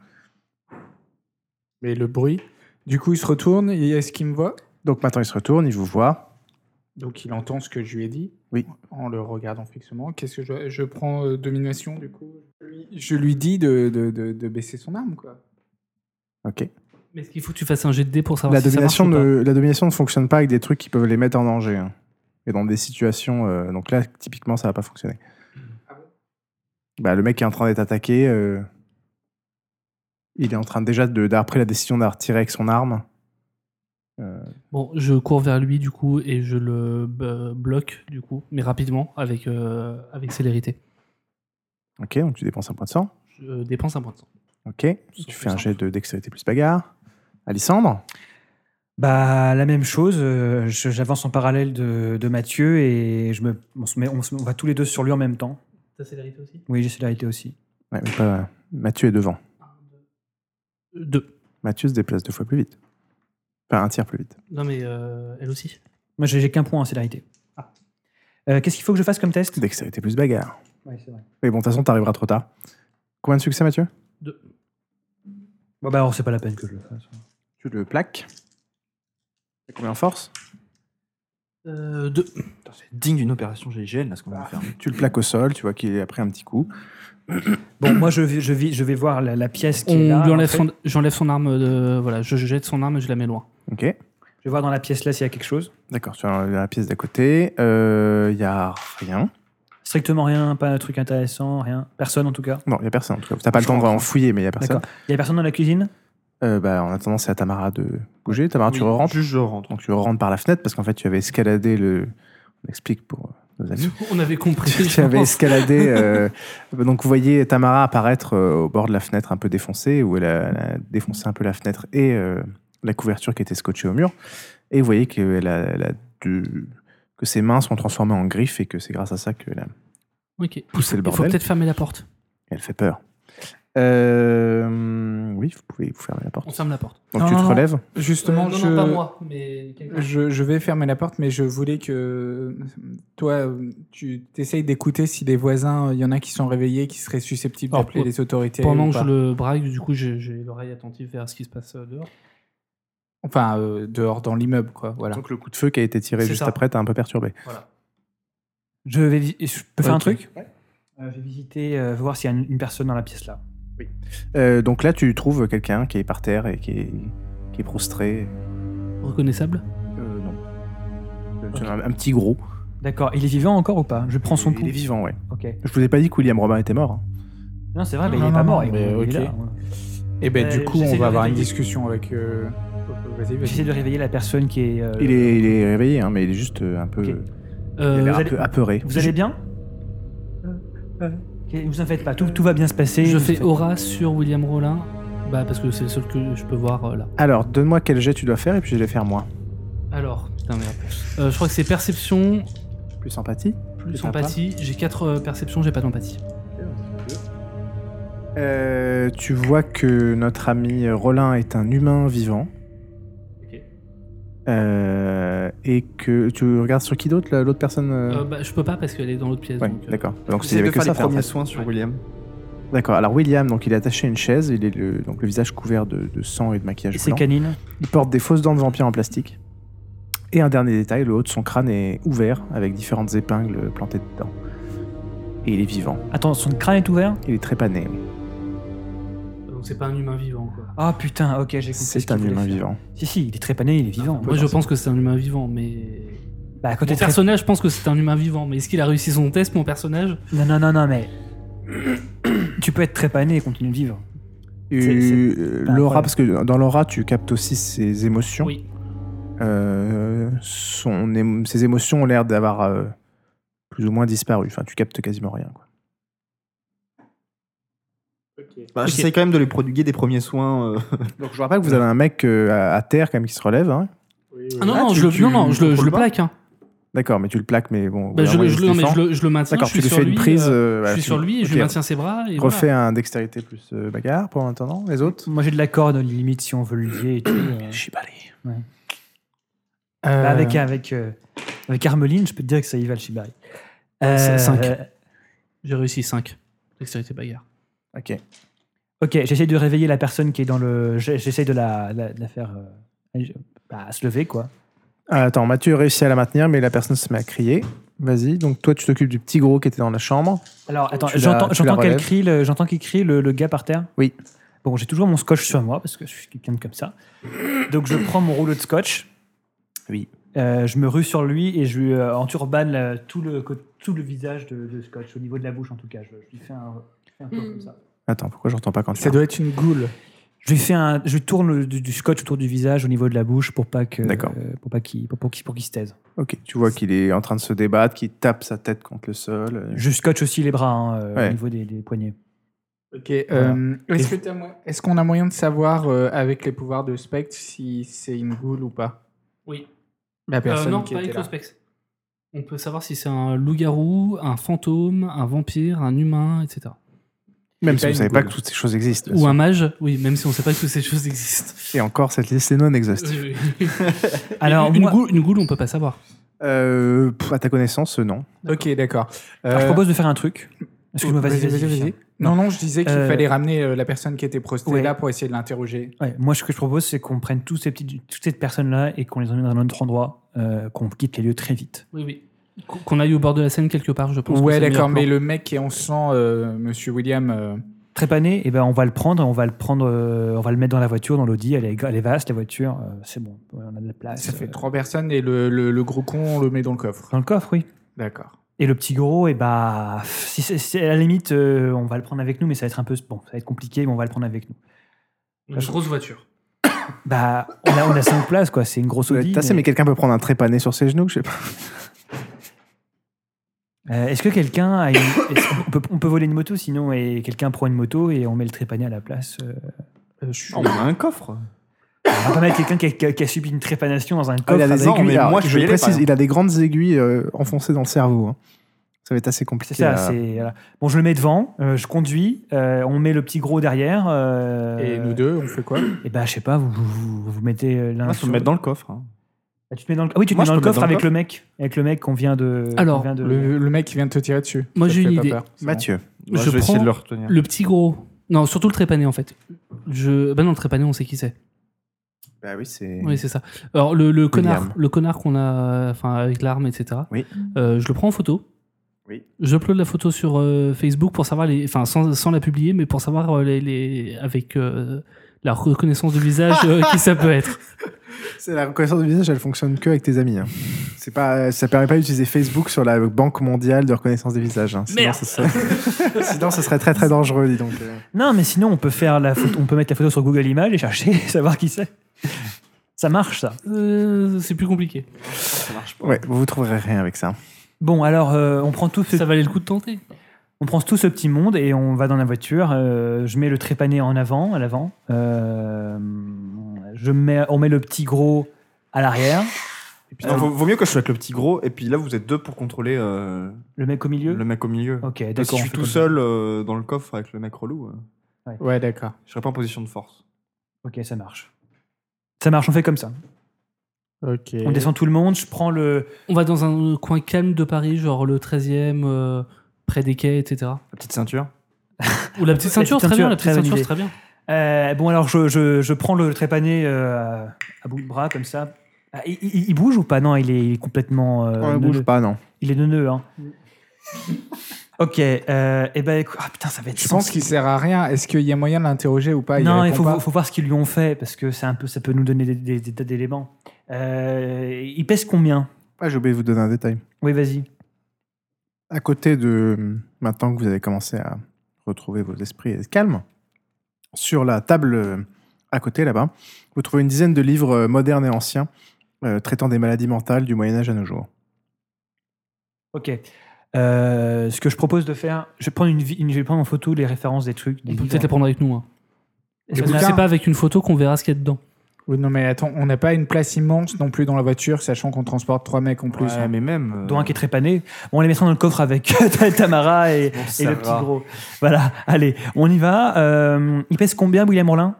Mais le bruit. Du coup, il se retourne et est-ce qu'il me voit
Donc maintenant il se retourne, il vous voit.
Donc il entend ce que je lui ai dit.
Oui.
En le regardant fixement. Qu'est-ce que je, je prends euh, domination du coup Je lui- Je lui dis de, de, de, de baisser son arme quoi.
Ok.
Mais est-ce qu'il faut que tu fasses un jet de dés pour
La
savoir si
domination,
ça marche ou pas
ne, la domination ne fonctionne pas avec des trucs qui peuvent les mettre en danger. hein. Et dans des situations. euh, donc là, typiquement, ça va pas fonctionner. bah, le mec qui est en train d'être attaqué. euh, il est en train déjà de. D'après la décision d'avoir tiré avec son arme. Euh,
Bon, je cours vers lui du coup et je le b- bloque du coup, mais rapidement avec, euh, avec célérité.
ok, donc tu dépenses un point de sang.
Je euh, dépense un point de sang.
Ok. Tu fais un jet de dextérité plus bagarre. Alissandre
Bah, la même chose. euh, je- J'avance en parallèle de, de Mathieu et je me, on, se met, on, se- on va tous les deux sur lui en même temps.
T'as célérité aussi
Oui, j'ai célérité aussi.
Ouais, mais pas- Mathieu est devant.
2.
Mathieu se déplace deux fois plus vite. Enfin, un tir plus vite.
Non mais euh, elle aussi.
Moi, j'ai j'ai qu'un point en célérité.
Ah.
Euh, Qu'est-ce qu'il faut que je fasse comme test
Dextérité plus bagarre.
Oui, c'est vrai.
Mais bon, de toute façon, t'arriveras trop tard. Combien de succès, Mathieu
Deux.
Bon, bah, alors, c'est pas la peine que je le fasse.
Tu le plaques. T'as combien en force
Euh, deux.
Putain, C'est digne d'une opération GIGN là ce qu'on va faire.
Ah. Tu le plaques au sol, tu vois qu'il a pris un petit coup.
Bon, moi, je, vais- je, vais- je vais voir la, la pièce qui
On
est là.
lui enlève
en fait.
son- J'enlève son arme. De... Voilà, je, je jette son arme et je la mets loin.
Ok.
Je vais voir dans la pièce là s'il y a quelque chose.
D'accord, tu as la pièce d'à côté. Euh, Il y a rien.
Strictement rien, pas un truc intéressant, rien. Personne en tout cas.
Non, il y a personne en tout cas. T'as pas le temps de en fouiller, mais il y a personne.
D'accord. Il y a personne dans la cuisine
Euh, bah, en attendant, c'est à Tamara de bouger. Tamara, Ah, tu
Oui,
rentres.
Juste, je rentre.
Donc tu rentres par la fenêtre parce qu'en fait, tu avais escaladé le. On explique pour euh, nos amis.
On avait compris. je
tu avais
pense.
escaladé. euh, donc vous voyez Tamara apparaître euh, au bord de la fenêtre un peu défoncée, où elle a, elle a défoncé un peu la fenêtre et euh, la couverture qui était scotchée au mur. Et vous voyez qu'elle a, elle a deux- que ses mains sont transformées en griffes et que c'est grâce à ça qu'elle a
Ok.
poussé le
Il faut
bordel.
peut-être fermer la porte.
Elle fait peur. Euh, oui, vous pouvez vous fermer la porte.
On ferme la porte.
Donc
Non,
tu te
non, non.
relèves.
Justement,
Euh, non,
je...
non, pas moi, mais quelqu'un.
Je, je vais fermer la porte, mais je voulais que euh, toi, tu t'essayes d'écouter si les voisins, euh, il y en a qui sont réveillés, qui seraient susceptibles
Alors,
d'appeler les autorités.
Pendant
ou
que je
pas.
le brague, du coup, j'ai j'ai l'oreille attentive vers ce qui se passe euh, dehors.
Enfin, euh, dehors, dans l'immeuble, quoi. Voilà.
Donc le coup de feu qui a été tiré
C'est
juste
ça.
après t'a un peu perturbé.
Je vais vi- je peux faire un
Ok.
truc Euh, Je vais visiter, euh, voir s'il y a une, une personne dans la pièce là.
Euh, donc là, tu trouves quelqu'un qui est par terre et qui est, qui est prostré.
Reconnaissable
Euh, non. C'est Un, un petit gros.
D'accord. Il est vivant encore ou pas Je prends son pouls.
Il est vivant, ouais.
Ok.
Je vous ai pas dit que William Robin était mort. hein.
Non, c'est vrai, mais
Non,
il est
non,
pas
non,
mort. il-
mais
il est
ok.
là. hein.
Et ben,
Euh,
du coup,
j'essaie
on
de
va avoir une
réveiller.
discussion avec. euh, Vas-y, vas-y.
J'essaie de réveiller la personne qui est. euh,
Il, est, il est réveillé, hein, mais il est juste euh, un peu,
Ok.
il a
Euh,
l'air
vous
un
allez-
peu apeuré.
Vous allez bien Ne vous en faites pas, tout, tout va bien se passer.
Je
vous
fais
faites-
aura sur William Rollin, bah, parce que c'est le seul que je peux voir euh, là.
Alors, donne-moi quel jet tu dois faire et puis je vais faire moi.
Alors, putain, merde. Euh, je crois que c'est perception
Plus empathie.
plus
C'est
empathie. J'ai 4 perceptions, j'ai pas d'empathie.
Euh, tu vois que notre ami Rollin est un humain vivant. Euh, et que tu regardes sur qui d'autre la- l'autre personne euh
Euh, bah, je peux pas parce qu'elle est dans l'autre pièce.
Ouais,
donc, euh,
d'accord. Donc il y
J'essaie
avait que
de faire
ça
les
à faire, en
premiers
fait.
soins sur William.
D'accord. Alors William, donc il est attaché à une chaise, il est le, donc le visage couvert de, de sang et de maquillage
C'est
blanc.
canine.
Il porte des fausses dents de vampire en plastique. Et un dernier détail, le haut de son crâne est ouvert avec différentes épingles plantées dedans. Et il est vivant.
Attends, son crâne est ouvert
Il est trépané.
donc c'est pas un humain vivant, quoi.
Ah putain, ok, j'ai compris. ce
C'est
qu'il
un
voulait
humain
faire.
vivant.
Si, si, il est trépané, il est vivant.
Moi, je pense que c'est un humain vivant, mais.
Bah, quand
Mon
t'es trépé-
personnage pense que c'est un humain vivant, mais est-ce qu'il a réussi son test, mon personnage
Non, non, non, non, mais. tu peux être trépané et continuer de vivre. C'est- c'est
Euh,
pas un
L'aura,
problème.
parce que dans l'aura, tu captes aussi ses émotions.
Oui.
Euh, son émo- ses émotions ont l'air d'avoir euh, plus ou moins disparu. Enfin, tu captes quasiment rien. quoi.
Bah, J'essaie quand même de lui prodiguer des premiers soins. euh,
Donc je vois pas que vous avez un mec euh, à, à terre quand même qui se relève. hein.
Ah non,
Ah,
non,
tu-
je le,
tu
non, non, je le, je
contrôles
le
pas
plaque. Hein.
D'accord, mais tu le plaques, mais bon.
Bah, je,
vraiment,
le-
il
je
se
le, non, mais
défend.
je, le, je le maintiens.
D'accord,
je
tu lui
suis sur
fais une
lui,
prise.
euh,
euh, voilà,
je suis
tu-
sur lui et je
ok.
lui maintiens ses bras. Et
Refais
voilà.
un dextérité plus euh, bagarre pour maintenant. Les autres
Moi, j'ai de la corde, limite, si on veut le lier et tout. euh.
Euh,
Bah, avec, avec, euh, avec Armeline, je peux te dire que ça y va le Shibari.
C'est
Euh,
cinq.
euh,
J'ai réussi 5. Dextérité bagarre. Euh,
Ok. Euh,
Ok, j'essaie de réveiller la personne qui est dans le. j'ai- J'essaie de la, la- de la faire. euh, bah, se lever, quoi.
Ah, Attends, Mathieu réussit à la maintenir, mais la personne se met à crier. Vas-y, donc toi tu t'occupes du petit gros qui était dans la chambre.
Alors, attends,
Tu la-
j'entends
tu
j'entends
la
qu'elle
relèves
crie, le, j'entends qu'il crie le, le gars par terre.
Oui.
Bon, j'ai toujours mon scotch sur moi parce que je suis quelqu'un de comme ça. Donc, je prends mon rouleau de scotch.
Oui.
Euh, je me rue sur lui et je lui euh, enturbane euh, tout, le, co- tout le visage de, de scotch, au niveau de la bouche en tout cas. Je, je lui fais un, je fais un tour comme ça.
Attends, pourquoi j'entends pas quand tu
Ça doit être une goule.
Je lui fais un, je lui tourne le- du, du scotch autour du visage, au niveau de la bouche, pour pas que,
D'accord.
euh, pour pas qu'il, pour, pour qu'il- pour qu'il se taise.
Ok, tu vois qu'il est en train de se débattre, qu'il tape sa tête contre le sol. euh,
Je scotche aussi les bras hein, euh,
Ouais.
au niveau des, des poignets.
Ok. euh, Est-ce que t'as mo- est-ce qu'on a moyen de savoir euh, avec les pouvoirs de Spectre si c'est une goule ou pas
Oui.
La personne
Euh, non,
qui
pas
était
avec le
là.
specs. On peut savoir si c'est un loup-garou, un fantôme, un vampire, un humain, etc.
Même
C'est
si
pas
vous
une
savez pas
boule.
que toutes ces choses existent.
Ou un mage, oui, même si on sait pas que toutes ces choses existent.
Et encore, cette liste est non exhaustive.
Oui, oui.
Alors,
une,
moi,
goule, une goule, on peut pas savoir.
Euh, pff, à ta connaissance, euh, non.
Ok, d'accord.
alors, Ah, je
Euh,
propose de faire un truc. Excuse-moi, vas-y, vas-y.
vas-y, vas-y,
viens.
vas-y. Non, non, je disais qu'il
Euh,
fallait ramener euh, la personne qui était prostrée
ouais.
là pour essayer de l'interroger.
Ouais, moi, ce que je propose, c'est qu'on prenne tous ces petites, toutes ces personnes-là et qu'on les emmène dans un autre endroit, euh, qu'on quitte les lieux très vite.
Oui, oui. Qu'on- Qu'on aille au bord de la scène quelque part, je pense. que
Ouais,
c'est le
d'accord, mais
meilleur
le mec qui est en sang, euh, monsieur William, euh,
Trépané, eh ben, on va le prendre, on va le prendre, euh, on va le mettre dans la voiture, dans l'Audi. Elle est, elle est vaste, la voiture. euh, c'est bon, ouais, on a de la place.
ça fait
euh,
trois personnes et le, le- le gros con, on le met dans le coffre.
Dans le coffre, oui.
D'accord.
Et le petit gros, et bah, pff, si c'est- si à la limite, euh, on va le prendre avec nous, mais ça va être un peu bon, ça va être compliqué, mais on va le prendre avec nous.
plan. Une grosse voiture.
Bah, on a, on a cinq places, quoi. C'est une grosse Audi.
T'as assez, mais,
mais-
quelqu'un peut prendre un trépané sur ses genoux, je sais pas.
Euh, Est-ce que quelqu'un a une- est-ce qu'on peut, on peut voler une moto, sinon, et quelqu'un prend une moto et on met le trépané à la place. euh,
On a Oh, un coffre.
On va pas mettre quelqu'un qui, a- qui a- qui a subi une trépanation dans un
Ah, il
coffre.
a des
raison,
aiguilles.
mais
alors,
moi, je
je
vais y aller,
précise,
par
il a des grandes aiguilles euh, enfoncées dans le cerveau. hein. va être assez compliqué.
C'est ça.
à-
c'est- voilà. Bon, je le mets devant, euh, je conduis, euh, on met le petit gros derrière. euh,
Et nous deux, on fait quoi
Et ben, je sais pas, vous, vous, vous- vous mettez euh, l'un
Ah, faut
sur
le mettre dans le coffre. hein.
Ah, tu te mets dans le... ah oui, tu te
Moi,
mets
je
dans le
peux me mettre
coffre
dans le
avec
coffre.
le mec, avec le mec qu'on vient de. qu'on
Alors,
vient de-
le, le mec qui vient de te tirer dessus.
Moi,
Ça
j'ai
te
une
fait pas
idée.
peur, c'est bon.
Mathieu,
Moi,
Je
je, vais essayer
prends
de le retenir.
Le petit gros. Non, surtout le trépané en fait. Je... Ben non, le trépané, on sait qui c'est.
bah oui, c'est.
Oui, c'est ça. Alors, le, le
William.
connard, le connard qu'on a, enfin, avec l'arme, etc.
Oui.
Euh, je le prends en photo.
Oui.
J'upload la photo sur euh, Facebook pour savoir les, enfin, sans, sans la publier, mais pour savoir euh, les, les- avec euh, la reconnaissance de visage euh, qui ça peut être.
C'est la reconnaissance de visage, elle fonctionne que avec tes amis. hein. C'est pas, ça permet pas d'utiliser Facebook sur la Banque mondiale de reconnaissance des visages. hein. Sinon,
Merde.
ce serait... Sinon, ce serait très très dangereux, dis donc. euh.
Non, mais sinon, on peut, faire la photo- on peut mettre la photo sur Google Images et chercher, savoir qui c'est. Ça marche, ça.
Euh, c'est plus compliqué.
Ouais, vous vous trouverez rien avec ça.
Bon, alors, euh, on, prend tout ce,
Ça valait le coup de tenter.
on prend tout ce petit monde et on va dans la voiture. euh, je mets le trépané en avant, à l'avant. Euh, je mets, on met le petit gros à l'arrière.
Et puis, non, vaut, vaut mieux que je sois avec le petit gros, et puis là, vous êtes deux pour contrôler euh,
Le mec au milieu
le mec au milieu.
Ok,
Parce que
d'accord.
si
on
je suis
fait
tout
comme ça.
seul euh, dans le coffre avec le mec relou, euh,
Ouais, d'accord.
je serais pas en position de force.
Ok, ça marche. Ça marche, on fait comme ça.
Ok.
On descend tout le monde, je prends le,
On va dans un coin calme de Paris, genre le 13e, euh, près des quais, etc.
La petite ceinture.
Ou
La
la petite
petite
ceinture, très
ceinture,
bien. La petite
très bonne
ceinture,
idée.
c'est très bien.
Euh, bon, alors je, je- je prends le trépané euh, à bout de bras comme ça. Ah, il, il- il bouge ou pas Non, il est, il est complètement. euh,
on ne bouge
neuneux.
pas, non. Mm.
Il est neuneux. Hein. ok. Euh, et ben, écou- ah putain, ça va être.
Je pense qu'il sert à rien. Est-ce qu'il y a moyen de l'interroger ou pas
Non, il
répond
faut,
Ah, pas.
faut voir ce qu'ils lui ont fait parce que c'est un peu, ça peut nous donner des, des- des tas d'éléments. Euh, il pèse combien
Ah, J'ai oublié de vous donner un détail.
Oui, vas-y.
À côté de. Maintenant que vous avez commencé à retrouver vos esprits et être calme, sur la table euh, à côté là-bas, vous trouvez une dizaine de livres euh, modernes et anciens euh, traitant des maladies mentales du Moyen-Âge à nos jours.
Ok. Euh, ce que je propose de faire, je vais prendre, une, vi- une- je vais prendre en photo les références des trucs. des
On peut
livres.
peut-être la prendre avec nous. hein.
Est-ce
Écoute,
qu'on a-
là-
C'est pas avec une photo qu'on verra ce qu'il y a dedans.
Oui, non, mais attends, on n'a pas une place immense non plus dans la voiture, sachant qu'on transporte trois mecs en plus. hein.
Ouais, mais même. euh,
dont un qui est trépané. Bon, on les mettra dans le coffre avec euh, Tamara et,
bon,
et
ça
le petit
va.
gros. Voilà, allez, on y va. Euh, il pèse combien, William Orlin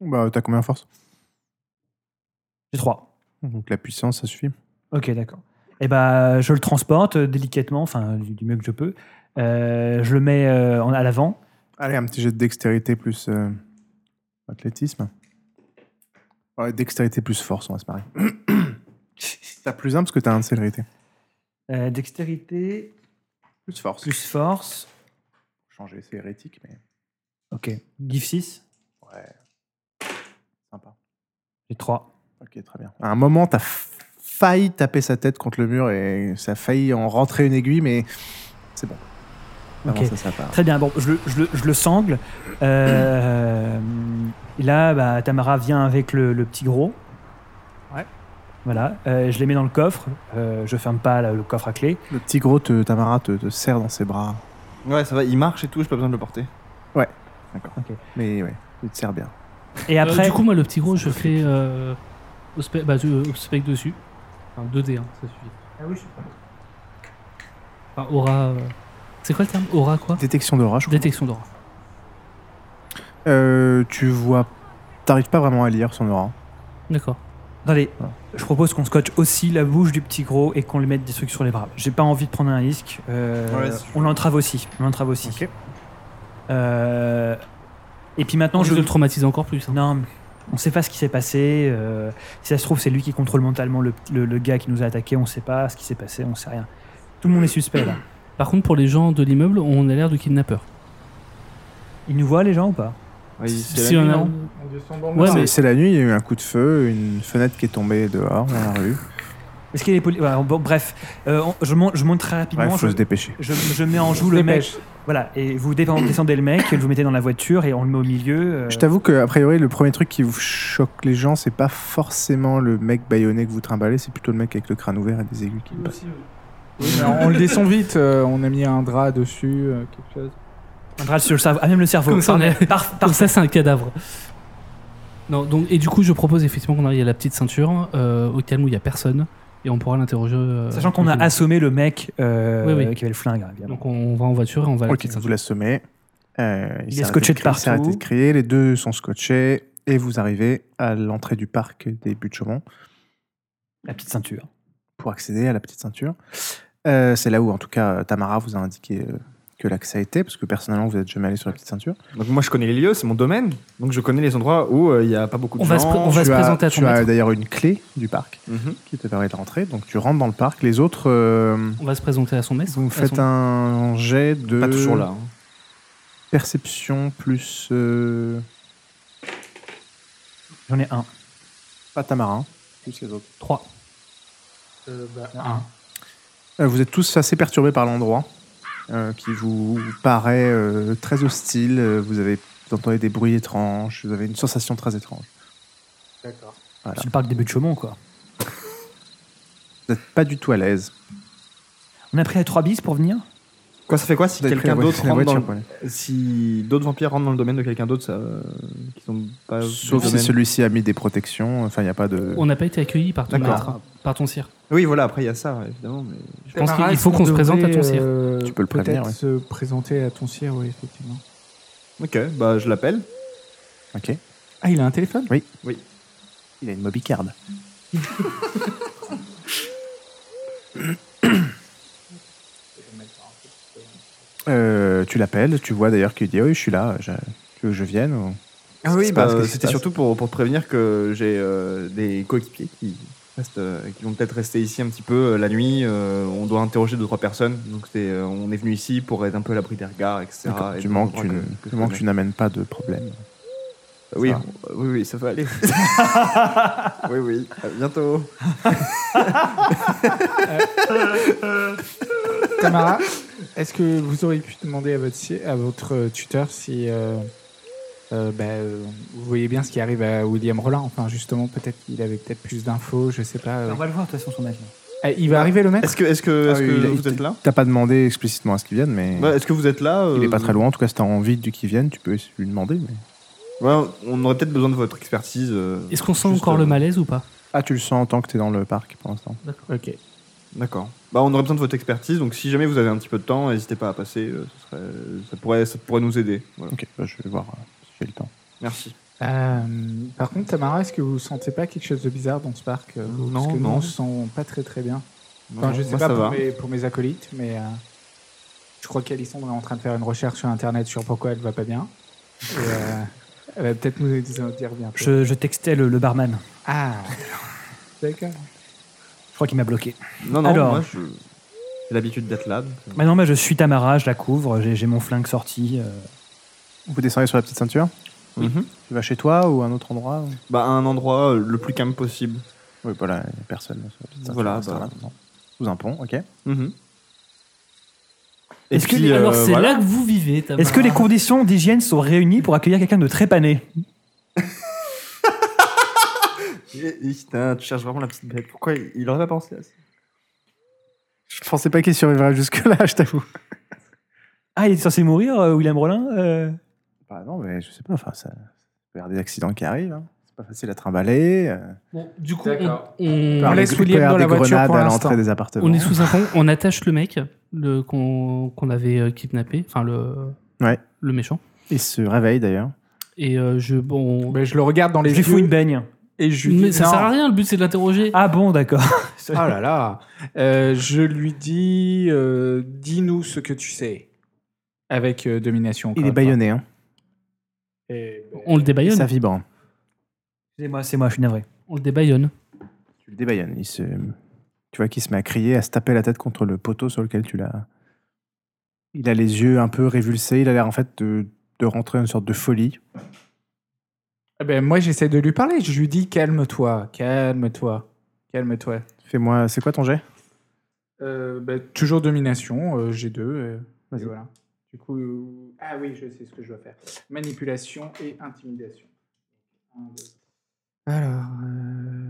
Bah, t'as combien de force
J'ai 3.
Donc la puissance, ça suffit.
Ok, d'accord. Et ben, je le transporte euh, délicatement, enfin, du, du mieux que je peux. Euh, je le mets euh, en- à l'avant.
Allez, un petit jet de dextérité plus euh, athlétisme. Ouais, dextérité plus force, on va se marrer. t'as plus un parce que t'as un de célérité.
Euh, dextérité,
Plus force.
plus force.
Changer, c'est hérétique, mais
Ok, div 6.
ouais. Sympa.
J'ai 3.
Ok, très bien. À un moment, t'as f- failli taper sa tête contre le mur et ça a failli en rentrer une aiguille, mais c'est bon. Vraiment,
Ok.
ça, ça part.
Très bien, bon, je le, je le- je le sangle. Euh, et là, bah, Tamara vient avec le, le petit gros.
Ouais.
Voilà, euh, je les mets dans le coffre. Euh, je ferme pas la- le coffre à clé.
Le petit gros te, Tamara te, te serre dans ses bras.
Ouais, ça va, il marche et tout, j'ai pas besoin de le porter.
Mais ouais, il te serre bien.
Et
Euh,
après,
du coup, moi, le petit gros, je fais euh, obspe- bah, du- euh, obspec dessus. Enfin, 2D, hein, ça suffit. Enfin, aura. euh, C'est quoi le terme Aura quoi
Détection d'aura, je crois.
Détection d'aura.
Euh, tu vois. T'arrives pas vraiment à lire son aura.
D'accord.
attendez, je propose qu'on scotche aussi la bouche du petit gros et qu'on lui mette des trucs sur les bras. J'ai pas envie de prendre un risque. Euh,
Ouais, c'est-
on l'entrave aussi. On l'entrave aussi.
Ok.
Euh, et puis maintenant,
Non, je
je
vais le traumatiser encore plus. hein.
Non, mais on sait pas ce qui s'est passé. euh, si ça se trouve, c'est lui qui contrôle mentalement le, le- le gars qui nous a attaqué. On sait pas ce qui s'est passé, on sait rien. Tout le monde est suspect là.
Par contre, pour les gens de l'immeuble, on a l'air de kidnappeurs.
Ils nous voient les gens ou pas
Ouais, il- c'est
Si
la
on
nuit,
a-
non
On descend dans le
Ouais,
bar.
C'est-
mais-
C'est la nuit, il y a eu un coup de feu, une fenêtre qui est tombée dehors dans la rue.
Est-ce qu'il est poli- voilà, bon, Bref, euh, on- je, monte, je monte très
Bref,
rapidement.
faut
je,
se dépêcher.
je- je mets en joue le mec.
Dépêche.
Voilà, et vous dé- descendez le mec, vous mettez dans la voiture et on le met au milieu. euh,
Je t'avoue que, a priori, le premier truc qui vous choque les gens, c'est pas forcément le mec baïonné que vous trimballez, c'est plutôt le mec avec le crâne ouvert et des aiguilles qui passent.
Oui, mais on le descend vite, euh, on a mis un drap dessus, euh, quelque chose.
on drap sur le cerveau. Ah, même le cerveau.
Comme ça, on est-
Par- par-
Par Oh, ça, c'est un cadavre. Non, donc, et du coup, je propose effectivement qu'on arrive à la petite ceinture, euh, au calme où il n'y a personne, et on pourra l'interroger. euh,
Sachant qu'on a
tranquillement.
assommé le mec euh,
Oui, oui.
qui avait le flingue, hein, évidemment.
Donc on va en voiture et on va.
Ok, vous l'assommez. Euh,
Il
s'est
est
arrêté
scotché de
crier, il s'est arrêté
partout.
de crier, les deux sont scotchés et vous arrivez à l'entrée du parc des Buttes Chaumont
La petite ceinture.
pour accéder à la petite ceinture. Euh, c'est là où, en tout cas, Tamara vous a indiqué euh, que l'accès était, parce que personnellement, vous n'êtes jamais allé sur la petite ceinture.
Donc moi je connais les lieux, c'est mon domaine. Donc je connais les endroits où euh, il y a pas beaucoup de
On
gens.
va se pr- on va-
tu
se
as,
présenter à ton
tu as
maître.
d'ailleurs une clé du parc
Mhm.
qui te permet de rentrer, donc tu rentres dans le parc. Les autres, euh,
On va se présenter à son maître.
vous me
à
faites
son-
un jet de
Pas toujours là. hein.
perception plus euh,
J'en ai un.
pas Tamara, hein, plus les autres.
Trois.
Euh, Vous êtes tous assez perturbés par l'endroit euh, qui vous paraît euh, très hostile. Euh, Vous avez vous entendez des bruits étranges, vous avez une sensation très étrange. Voilà.
C'est le parc des Buttes Chaumont, quoi.
Vous n'êtes pas du tout à l'aise.
On a pris la 3 bis pour venir
Quoi, ça fait quoi si
Vous avez pris
quelqu'un
la voiture-
d'autre
la
rentre dans
voiture,
le-
quoi.
si d'autres vampires rentrent dans le domaine de quelqu'un d'autre, ça, euh, qui sont pas
Sauf
du
si
domaine.
celui-ci a mis des protections. Enfin, il n'y a pas de.
On n'a pas été accueillis par ton
D'accord.
maître, hein, par ton sire.
Oui, voilà. Après, il y a ça évidemment. Mais...
Je pense qu'il faut qu'on se présente à ton sire.
Tu peux le prévenir,
Peut-être
ouais.
se présenter à ton sire, oui, effectivement.
Ok, bah je l'appelle.
Ok.
Ah, il a un téléphone
Il a une mobicard. Euh, tu l'appelles, tu vois d'ailleurs qu'il dit Oui, je suis là, je- tu veux que je vienne ou-
Ah
oui, bah, qu'est-ce qui se
c'était
passe
surtout pour, pour te prévenir que j'ai euh, des coéquipiers qui, restent, euh, qui vont peut-être rester ici un petit peu euh, la nuit. euh, on doit interroger deux trois personnes, donc c'est, euh, on est venu ici pour être un peu à l'abri des regards, etc.
D'accord,
Et
Tu
donc,
manques,
on
tu,
voit
ne-
que- que
tu
je
manques,
connais.
tu n'amènes pas de problème.
Oui,
Ça
on- oui, oui, ça va aller. oui, oui, à bientôt.
Tamara, est-ce que vous auriez pu demander à votre, si- à votre euh, tuteur si euh, euh, bah, euh, vous voyez bien ce qui arrive à William Rollin Enfin, justement, peut-être qu'il avait peut-être plus d'infos, je sais pas. euh.
On va le voir, de toute façon, son avis.
Eh, il va arriver le maître
Est-ce que, est-ce que,
Ah
est-ce
oui,
que
il a-
vous êtes là
T'as pas demandé explicitement à ce qu'il vienne, mais
Ouais, Bah, Est-ce que vous êtes là
il est pas
euh,
très loin. En tout cas, si t'as envie de qu'il vienne, tu peux lui demander. mais-
ouais, bah, on aurait peut-être besoin de votre expertise. euh,
Est-ce qu'on sent
juste,
encore
euh,
le malaise ou pas
Ah, tu le sens tant que t'es dans le parc pour l'instant.
Ok.
D'accord. Bah, on aurait besoin de votre expertise, donc si jamais vous avez un petit peu de temps, n'hésitez pas à passer. euh, ce serait- ça, pourrait, ça pourrait nous aider. Voilà.
Ok, bah, je vais voir euh, si j'ai le temps.
Merci.
Euh, par contre, Tamara, est-ce que vous sentez pas quelque chose de bizarre dans ce parc euh,
Non,
parce que
non.
Nous, on se sent pas très très bien. Enfin, je sais
Moi,
pas
ça
pour
va.
mes, pour mes acolytes, mais euh, je crois qu'Alissandre est en train de faire une recherche sur Internet sur pourquoi elle va pas bien. Et, euh, elle va peut-être nous dire bien.
Je, je textais le, le barman.
Ah, d'accord.
Je crois qu'il m'a bloqué.
Non, non,
Alors.
moi, je... j'ai l'habitude d'être là. donc, euh,
Maintenant, bah, je suis Tamara, je la couvre, j'ai j'ai mon flingue sorti. euh,
Vous descendez sur la petite ceinture
mhm.
Tu vas chez toi ou à un autre endroit ou-
Bah, à un endroit euh, le plus calme possible.
Oui, voilà, il n'y a personne sur la petite ceinture.
Voilà,
on sera
bah.
là, non. Sous un pont, ok.
Mhm. Et
Est-ce que
puis,
alors
euh,
c'est
voilà.
là que vous vivez Tamara
Est-ce que les conditions d'hygiène sont réunies pour accueillir quelqu'un de très pané
Eh, eh, Putain, tu cherches vraiment la petite bête. Pourquoi il il aurait pas pensé à ça
Je pensais pas qu'il survivrait jusque-là, je t'avoue.
Ah, il est censé mourir, euh, William Rollin euh,
Bah non, mais je sais pas, enfin, ça. Il y a des accidents qui arrivent, hein. c'est pas facile à trimballer. euh.
Bon, du coup, on,
D'accord.
on-
Il peut y avoir
laisse
des- il peut y
William
avoir
dans
des
la voiture
grenades
pour
à
l'instant.
l'entrée des appartements.
on est sous un pont, on attache le mec le qu'on qu'on avait euh, kidnappé, enfin le
Ouais.
le méchant.
Il se réveille d'ailleurs.
Et euh, je bon,
Mais je le regarde dans
Je
les
lui fous
yeux
une baigne.
et je lui dis
mais ça
non.
sert à rien. Le but c'est de l'interroger.
Ah bon, d'accord.
Ah là là. Euh, je lui dis euh, dis-nous ce que tu sais. Avec euh, domination. encore
Il est
une fois.
baïonné, hein.
Et, euh,
On le débaillonne.
ça vibre.
Excusez-moi, c'est moi, je suis navré.
On le débaillonne.
Tu le débaillonnes. Il se... Tu vois qu'il se met à crier, à se taper la tête contre le poteau sur lequel tu l'as. Il a les yeux un peu révulsés. Il a l'air en fait de, de rentrer dans une sorte de folie.
eh ben, moi j'essaie de lui parler. Je lui dis calme-toi, calme-toi, calme-toi.
Fais-moi. C'est quoi ton jet
Euh, bah, toujours domination, euh, j'ai deux. euh, et
Vas-y.
voilà. Du coup, euh, ah oui, je sais ce que je dois faire. Manipulation et intimidation. Un, deux. Alors,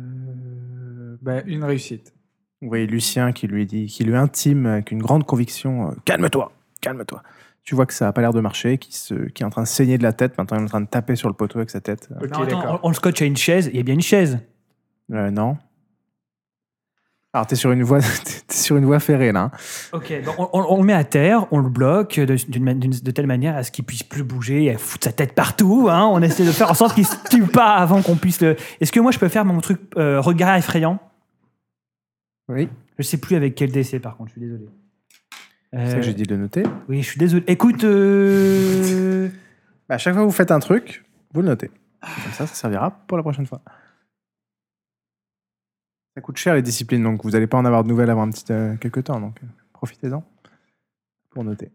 euh, bah, une réussite.
Vous voyez Lucien qui lui dit, qui lui intime avec une grande conviction euh, Calme-toi, calme-toi. Tu vois que ça n'a pas l'air de marcher, qu'il se... qu'il est en train de saigner de la tête. Maintenant, il est en train de taper sur le poteau avec sa tête.
Ok,
Non, attends,
d'accord.
on, on le scotche à une chaise, il y a bien une chaise.
Euh, non. Euh, Alors, t'es sur une voie, t'es sur une voie ferrée là. hein.
Ok, donc on, on- on le met à terre, on le bloque de, d'une ma- d'une- de telle manière à ce qu'il puisse plus bouger et à foutre sa tête partout. hein. On essaie de faire en sorte qu'il se tue pas avant qu'on puisse le. Est-ce que moi je peux faire mon truc euh, regard effrayant
Oui.
Je sais plus avec quel décès par contre, je suis désolé.
C'est ça
Euh,
que j'ai dit de le noter.
Oui, je suis désolé. Écoute, euh,
Bah, À chaque fois que vous faites un truc, vous le notez. Comme ça, ça servira pour la prochaine fois. Ça coûte cher les disciplines, donc vous n'allez pas en avoir de nouvelles avant un petit euh, quelques temps, donc euh, profitez-en pour noter.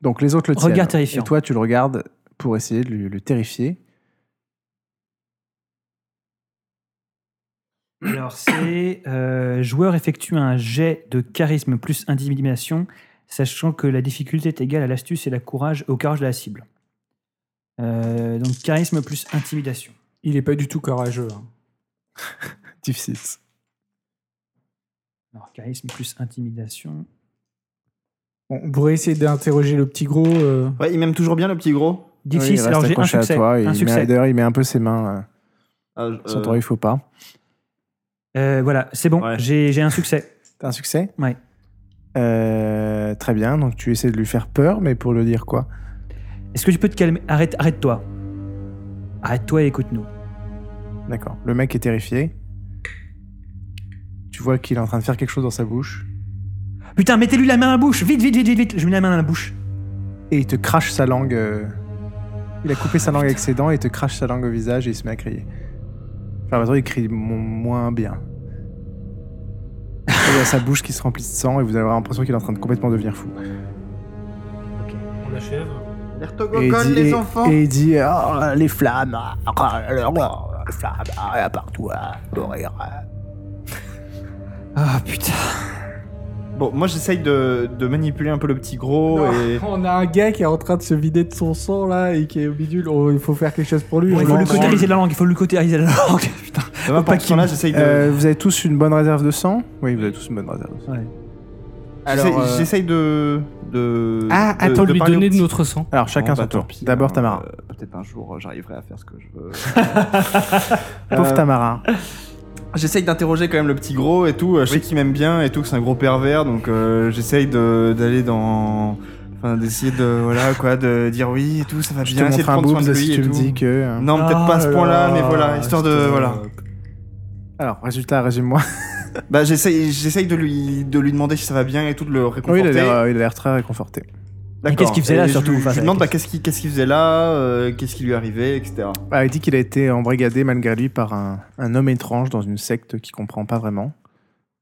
Donc les autres le tiennent.
Regard terrifiant.
Et toi, tu le regardes pour essayer de le, le terrifier.
alors c'est euh, joueur effectue un jet de charisme plus intimidation, sachant que la difficulté est égale à l'astuce et la courage au courage de la cible. Euh, donc charisme plus intimidation.
Il est pas du tout courageux. hein.
Diff 6.
Alors, charisme plus intimidation.
Bon, on pourrait essayer d'interroger le petit gros. euh,
Ouais, il m'aime toujours bien le petit gros.
Oui, il
Difficile,
reste
alors j'ai un
accroché
succès.
à toi. et
un
il, met,
succès.
d'ailleurs, il met un peu ses mains
Ah, je-
euh, sur
euh,
toi, il faut pas.
Euh, voilà, c'est bon,
Ouais.
j'ai j'ai un succès.
T'as un succès
Ouais.
Euh, très bien, donc tu essaies de lui faire peur, mais pour le dire quoi
Est-ce que tu peux te calmer Arrête, arrête-toi. Arrête-toi et écoute-nous.
D'accord. Le mec est terrifié. Tu vois qu'il est en train de faire quelque chose dans sa bouche.
Putain, mettez-lui la main à la bouche Vite, vite, vite, vite, vite Je mets la main à la bouche.
Et il te crache sa langue. euh, Il a coupé sa langue avec ses dents et il te crache sa langue au visage et il se met à crier. Enfin, maintenant, il crie mo- moins bien. Et il a sa bouche qui se remplit de sang et vous avez l'impression qu'il est en train de complètement devenir fou.
On achève.
Et il dit, et- et il dit, Ah, les flammes, ah, ah, les flammes, ah, partout, ah, mourir.
Ah putain.
Bon, moi j'essaye de, de manipuler un peu le petit gros
non,
Oh, et.
On a un gars qui est en train de se vider de son sang là et qui est au bidule. Oh, il faut faire quelque chose pour lui. hein.
il faut
on
lui
le branle.
cautériser la langue, il faut lui cautériser la langue. Putain.
Non, mais
pas
pendant ce temps-là, j'essaye de.
Euh, vous avez tous une bonne réserve de sang Oui, vous avez tous une bonne réserve de sang.
j'essaye-
Alors, euh,
J'essaye de, de.
Ah,
de-
Attends,
de
lui
parler au
donner de
petit-
notre sang.
Alors, chacun
Bon,
son
bah, tant
tour.
pis,
D'abord,
hein,
Tamara.
euh, Peut-être un jour euh, j'arriverai à faire ce que je veux.
Pauvre
Euh,
Tamara.
J'essaye d'interroger quand même le petit gros et tout. euh, Je sais qu'il m'aime bien et tout, que c'est un gros pervers, donc euh, j'essaye de- d'aller dans. Enfin, d'essayer de. Voilà, quoi, de dire oui et tout, ça va
Je te
bien, essayer de
montre un
prendre soin
boobs
de
si
lui
tu
et
me
tout.
dis que. euh,
Non, peut-être
Ah
pas à ce
là
point-là,
là,
mais voilà, histoire de.
putain.
Voilà.
Alors, résultat, résume-moi.
Bah, j'essaye j'essaye de lui, de lui demander si ça va bien et tout, de le réconforter.
Oui, il a l'air, euh, il a l'air très réconforté.
D'accord.
qu'est-ce qu'il faisait là,
Et je
surtout,
lui- Je
face
lui
à-
demande bah, qu'est-ce qu'il qu'est-ce qu'il faisait là, euh, qu'est-ce qui lui arrivait, etc.
Ah, il dit qu'il a été embrigadé malgré lui par un, un homme étrange dans une secte qu'il comprend pas vraiment.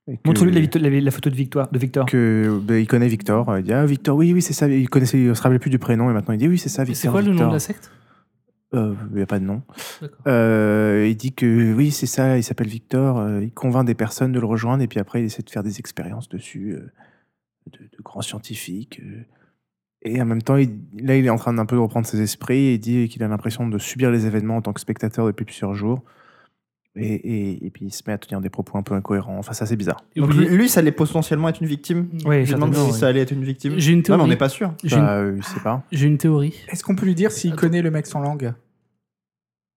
Et que-
Montre-lui la, vito- la- la photo de Victoire, de Victor.
que ben, il connaît Victor. euh, Il dit ah Victor, oui oui c'est ça. Il connaissait, il se rappelait plus du prénom et maintenant il dit oui c'est ça Victor.
C'est quoi le nom
Victor.
de la secte
Euh, Il n'y a pas de nom.
D'accord.
Euh, il dit que oui c'est ça. Il s'appelle Victor. euh, il convainc des personnes de le rejoindre et puis après il essaie de faire des expériences dessus euh, de, de grands scientifiques. euh. et en même temps il- là il est en train d'un peu reprendre ses esprits. Et il dit qu'il a l'impression de subir les événements en tant que spectateur depuis plusieurs jours. Et, et- et puis il se met à tenir des propos un peu incohérents. Enfin, ça c'est bizarre.
Et
Donc,
oubliez-
lui, lui, ça allait potentiellement être une victime.
Oui,
Je me demande
certainement,
si
oui.
ça allait être une victime.
J'ai une
Non, mais
théorie.
on n'est pas sûr.
J'ai une-
Bah, euh, je sais pas.
j'ai une théorie.
Est-ce qu'on peut lui dire s'il
Attends.
connaît le mec sans langue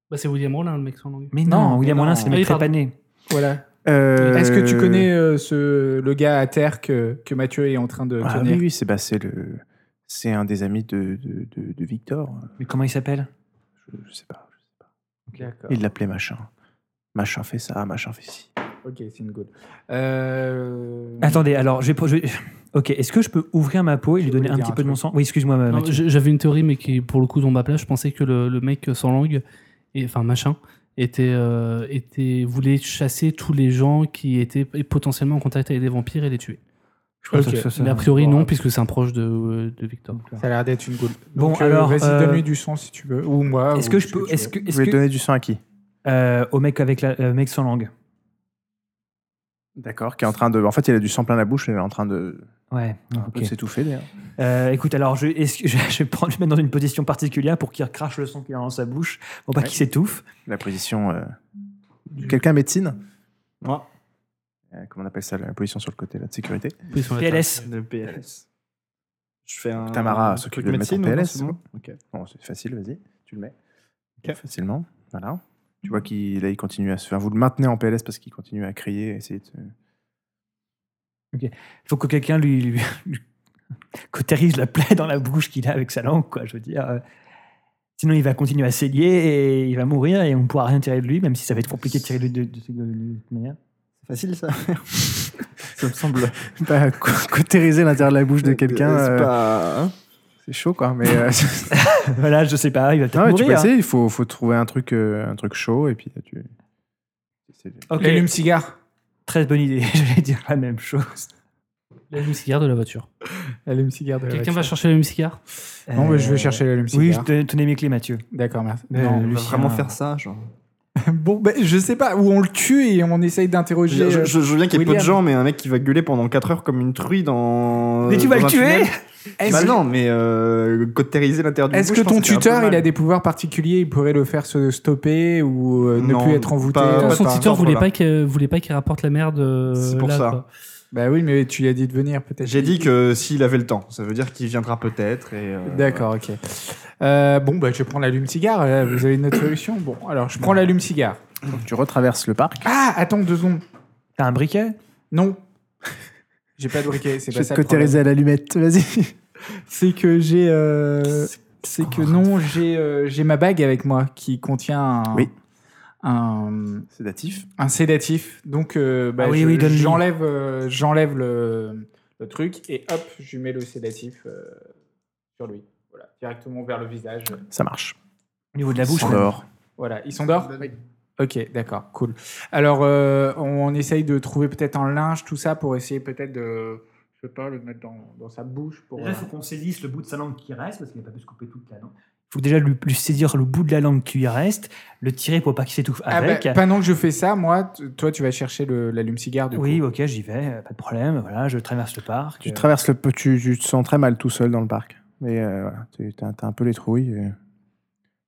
Bah, c'est William Rollin, le mec sans langue.
Mais non,
Non,
William
non.
Molin, c'est le mec
Oui, pardon.
trépané.
Voilà.
Ah,
Euh,
Est-ce que tu connais euh, ce, le gars à terre que, que Mathieu est en train de
Ah
tenir
oui, oui, c'est bah, c'est le, c'est un des amis de, de, de- de Victor.
Mais comment il s'appelle
Je, je sais pas.
D'accord.
Il l'appelait machin. Machin fait ça, machin fait ci.
Ok, c'est une goule. Euh...
Attendez, alors, je vais. je vais- Ok, est-ce que je peux ouvrir ma peau et lui
Je
donner
voulais
un
dire
petit
un
peu de mon
truc.
sang Oui, excuse-moi,
Non,
Bah, Mathieu.
j'- J'avais une théorie, mais qui, pour le coup, dans ma place, je pensais que le, le mec sans langue, et, enfin machin, était, euh, était, voulait chasser tous les gens qui étaient potentiellement en contact avec des vampires et les tuer.
Je pense
ok.
que Ah, ça, ça-
Mais a priori,
bon,
non,
ouais.
puisque c'est un proche de, euh, de Victor.
Ça a l'air d'être une goule.
Bon,
Donc, euh,
alors,
Vas-y,
euh,
donne-lui du sang si tu veux. Ou moi.
Est-ce
ou
que je
ce
peux.
tu
Est-ce
veux.
que.
Vous
Est-ce
voulez
que
donner du sang à qui
Euh, au mec avec la, euh, mec sans langue.
D'accord. Qui est en train de. En fait, il a du sang plein la bouche, mais il est en train de,
Ouais.
un peu de s'étouffer d'ailleurs.
Euh, écoute, alors je, est-ce que- je, je vais prendre, je vais mettre dans une position particulière pour qu'il crache le son qu'il a dans sa bouche, pour pas
Ouais.
qu'il s'étouffe.
La position. euh, Quelqu'un médecine
Moi.
Euh, Comment on appelle ça La position sur le côté là, de sécurité.
Oui, sur la table.
PLS.
Le PLS. Je fais un.
Tamara
un
s'occupe
truc
de le mettre en
hein. médecine, ou non,
PLS,
c'est bon Ok.
Bon, c'est facile, vas-y, tu le mets.
Ok.
Facilement. Voilà. Tu vois qu'il là, il continue à se faire. Vous le maintenez en PLS parce qu'il continue à crier. à essayer de-
faut que quelqu'un lui, lui, lui- cautérise la plaie dans la bouche qu'il a avec sa langue, quoi. Je veux dire, euh, sinon il va continuer à saigner et il va mourir et on ne pourra rien tirer de lui, même si ça va être compliqué de tirer de lui de, de- de- de toute manière.
C'est facile ça. ça me semble.
Bah, co- cautériser l'intérieur de la bouche de quelqu'un,
C'est
euh,
pas. hein
c'est chaud quoi. Mais euh,
voilà, je sais pas, il va
non,
Ah
peut-être
mais tu peux
mourir.
essayer. Il faut, faut trouver un truc, euh, un truc chaud et puis tu. c'est-
Ok,
L'allume-cigare.
très bonne idée. J'allais dire la même chose.
L'allume-cigare de la voiture.
L'allume-cigare de la
Quelqu'un va
voiture.
chercher l'allume-cigare
Non, mais je
Euh,
vais chercher
Oui, je
l'allume-cigare.
te- tenez mes clés, Mathieu.
D'accord, merci.
Euh,
Non,
On va
Lucien.
vraiment faire ça, genre.
Bon, ben, je sais pas, ou on le tue et on essaye
Je,
d'interroger.
je-
euh,
je- je veux bien qu'il y ait peu de
William.
gens, mais un mec qui va gueuler pendant 4 heures comme une truie dans.
Mais tu vas
dans
le
un
tuer
tunnel.
Est-ce
Bah non, mais euh, cautériser l'intérieur du
est-ce que ton tuteur, il a des pouvoirs particuliers Il pourrait le faire se stopper ou euh, ne
Non,
plus être envoûté
pas-
euh,
pas
Son
par-
par-
tuteur
par-
voulait
voilà.
pas qu'il voulait pas qu'il rapporte la merde. euh,
C'est pour
là,
ça.
quoi.
Bah oui, mais tu lui as dit de venir peut-être.
J'ai dit que s'il avait le temps, ça veut dire qu'il viendra peut-être. et, euh,
D'accord, ok. Euh, bon, bah je prends l'allume-cigare. euh, Vous avez une autre solution Bon, alors je prends l'allume-cigare.
Donc, tu retraverses le parc.
Ah, attends deux secondes.
T'as un briquet
Non. J'ai pas de briquet, c'est
Je
pas
vais te
ça. le problème.
cautériser à l'allumette. Vas-y.
C'est que j'ai. euh, c'est que non, j'ai euh, j'ai ma bague avec moi qui contient un.
Oui.
Un,
Sédatif.
un sédatif. Donc, euh, bah,
Ah oui,
je-
oui, donne-lui.
j'enlève euh, j'enlève le, le truc et hop, je lui mets le sédatif euh, sur lui. Voilà, directement vers le visage.
Ça marche.
au niveau de la bouche.
Sans dehors.
Voilà, ils sont dehors Ok, d'accord, cool. Alors, euh, on essaye de trouver peut-être un linge, tout ça, pour essayer peut-être de, je sais pas, le mettre dans, dans sa bouche. Pour,
Déjà, il faut qu'on saisisse le bout de sa langue qui reste, parce qu'il n'a pas pu se couper toute la langue. Il faut déjà lui, lui saisir le bout de la langue qui lui reste, le tirer pour pas qu'il s'étouffe
Ah
avec.
bah, pendant que je fais ça, moi, t- toi, tu vas chercher le- l'allume-cigare, du
oui,
coup.
ok, j'y vais, euh, pas de problème. Voilà, je traverse le parc.
Tu
euh,
traverses le. pe- Tu, tu te sens très mal tout seul dans le parc. Mais euh, voilà, tu- t'as t'as un peu les trouilles. euh,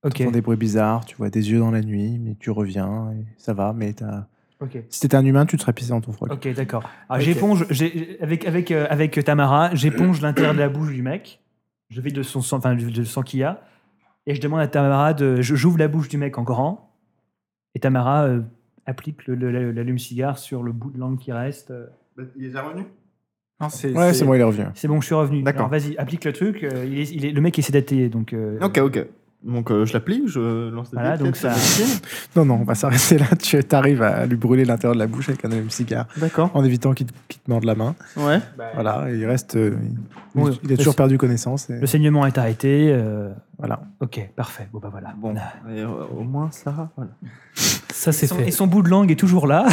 Ok.
T'entends des bruits bizarres, tu vois des yeux dans la nuit, mais tu reviens, et ça va, mais t'as...
Ok.
si t'étais un humain, tu te serais pissé dans ton froc.
Ok, d'accord. Alors,
Ok.
J'éponge, j'ai- avec, avec, euh, avec Tamara, j'éponge l'intérieur de la bouche du mec. Je vais de son sang, enfin, du- du sang qu'il y a. Et je demande à Tamara de. je- J'ouvre la bouche du mec en grand. Et Tamara euh, applique le- le- le- l'allume-cigare sur le bout de langue qui reste. euh.
Bah, Il est déjà revenu
Non, c'est-
Ouais,
c'est-
c'est moi, il est revenu.
C'est bon, je suis revenu.
D'accord.
Alors, Vas-y, applique le truc. euh, il est, il est- le mec est sédaté, donc. euh,
Ok, ok. Donc euh, je l'applie ou je lance des
Voilà,
dés,
donc
peut-être,
ça-
Non, non, on va s'arrêter là, tu arrives à lui brûler l'intérieur de la bouche avec un allume-cigare,
D'accord.
en évitant qu'il te, qu'il te morde la main.
Ouais.
bah,
Voilà, et il reste... euh, il,
Oui,
il a toujours
le-
perdu connaissance, et
Le saignement est arrêté. euh,
voilà.
ok, parfait. Bon, bah voilà.
Bon, et, euh, au moins ça. Voilà.
Ça,
Et
c'est
son,
fait.
et son bout de langue est toujours là.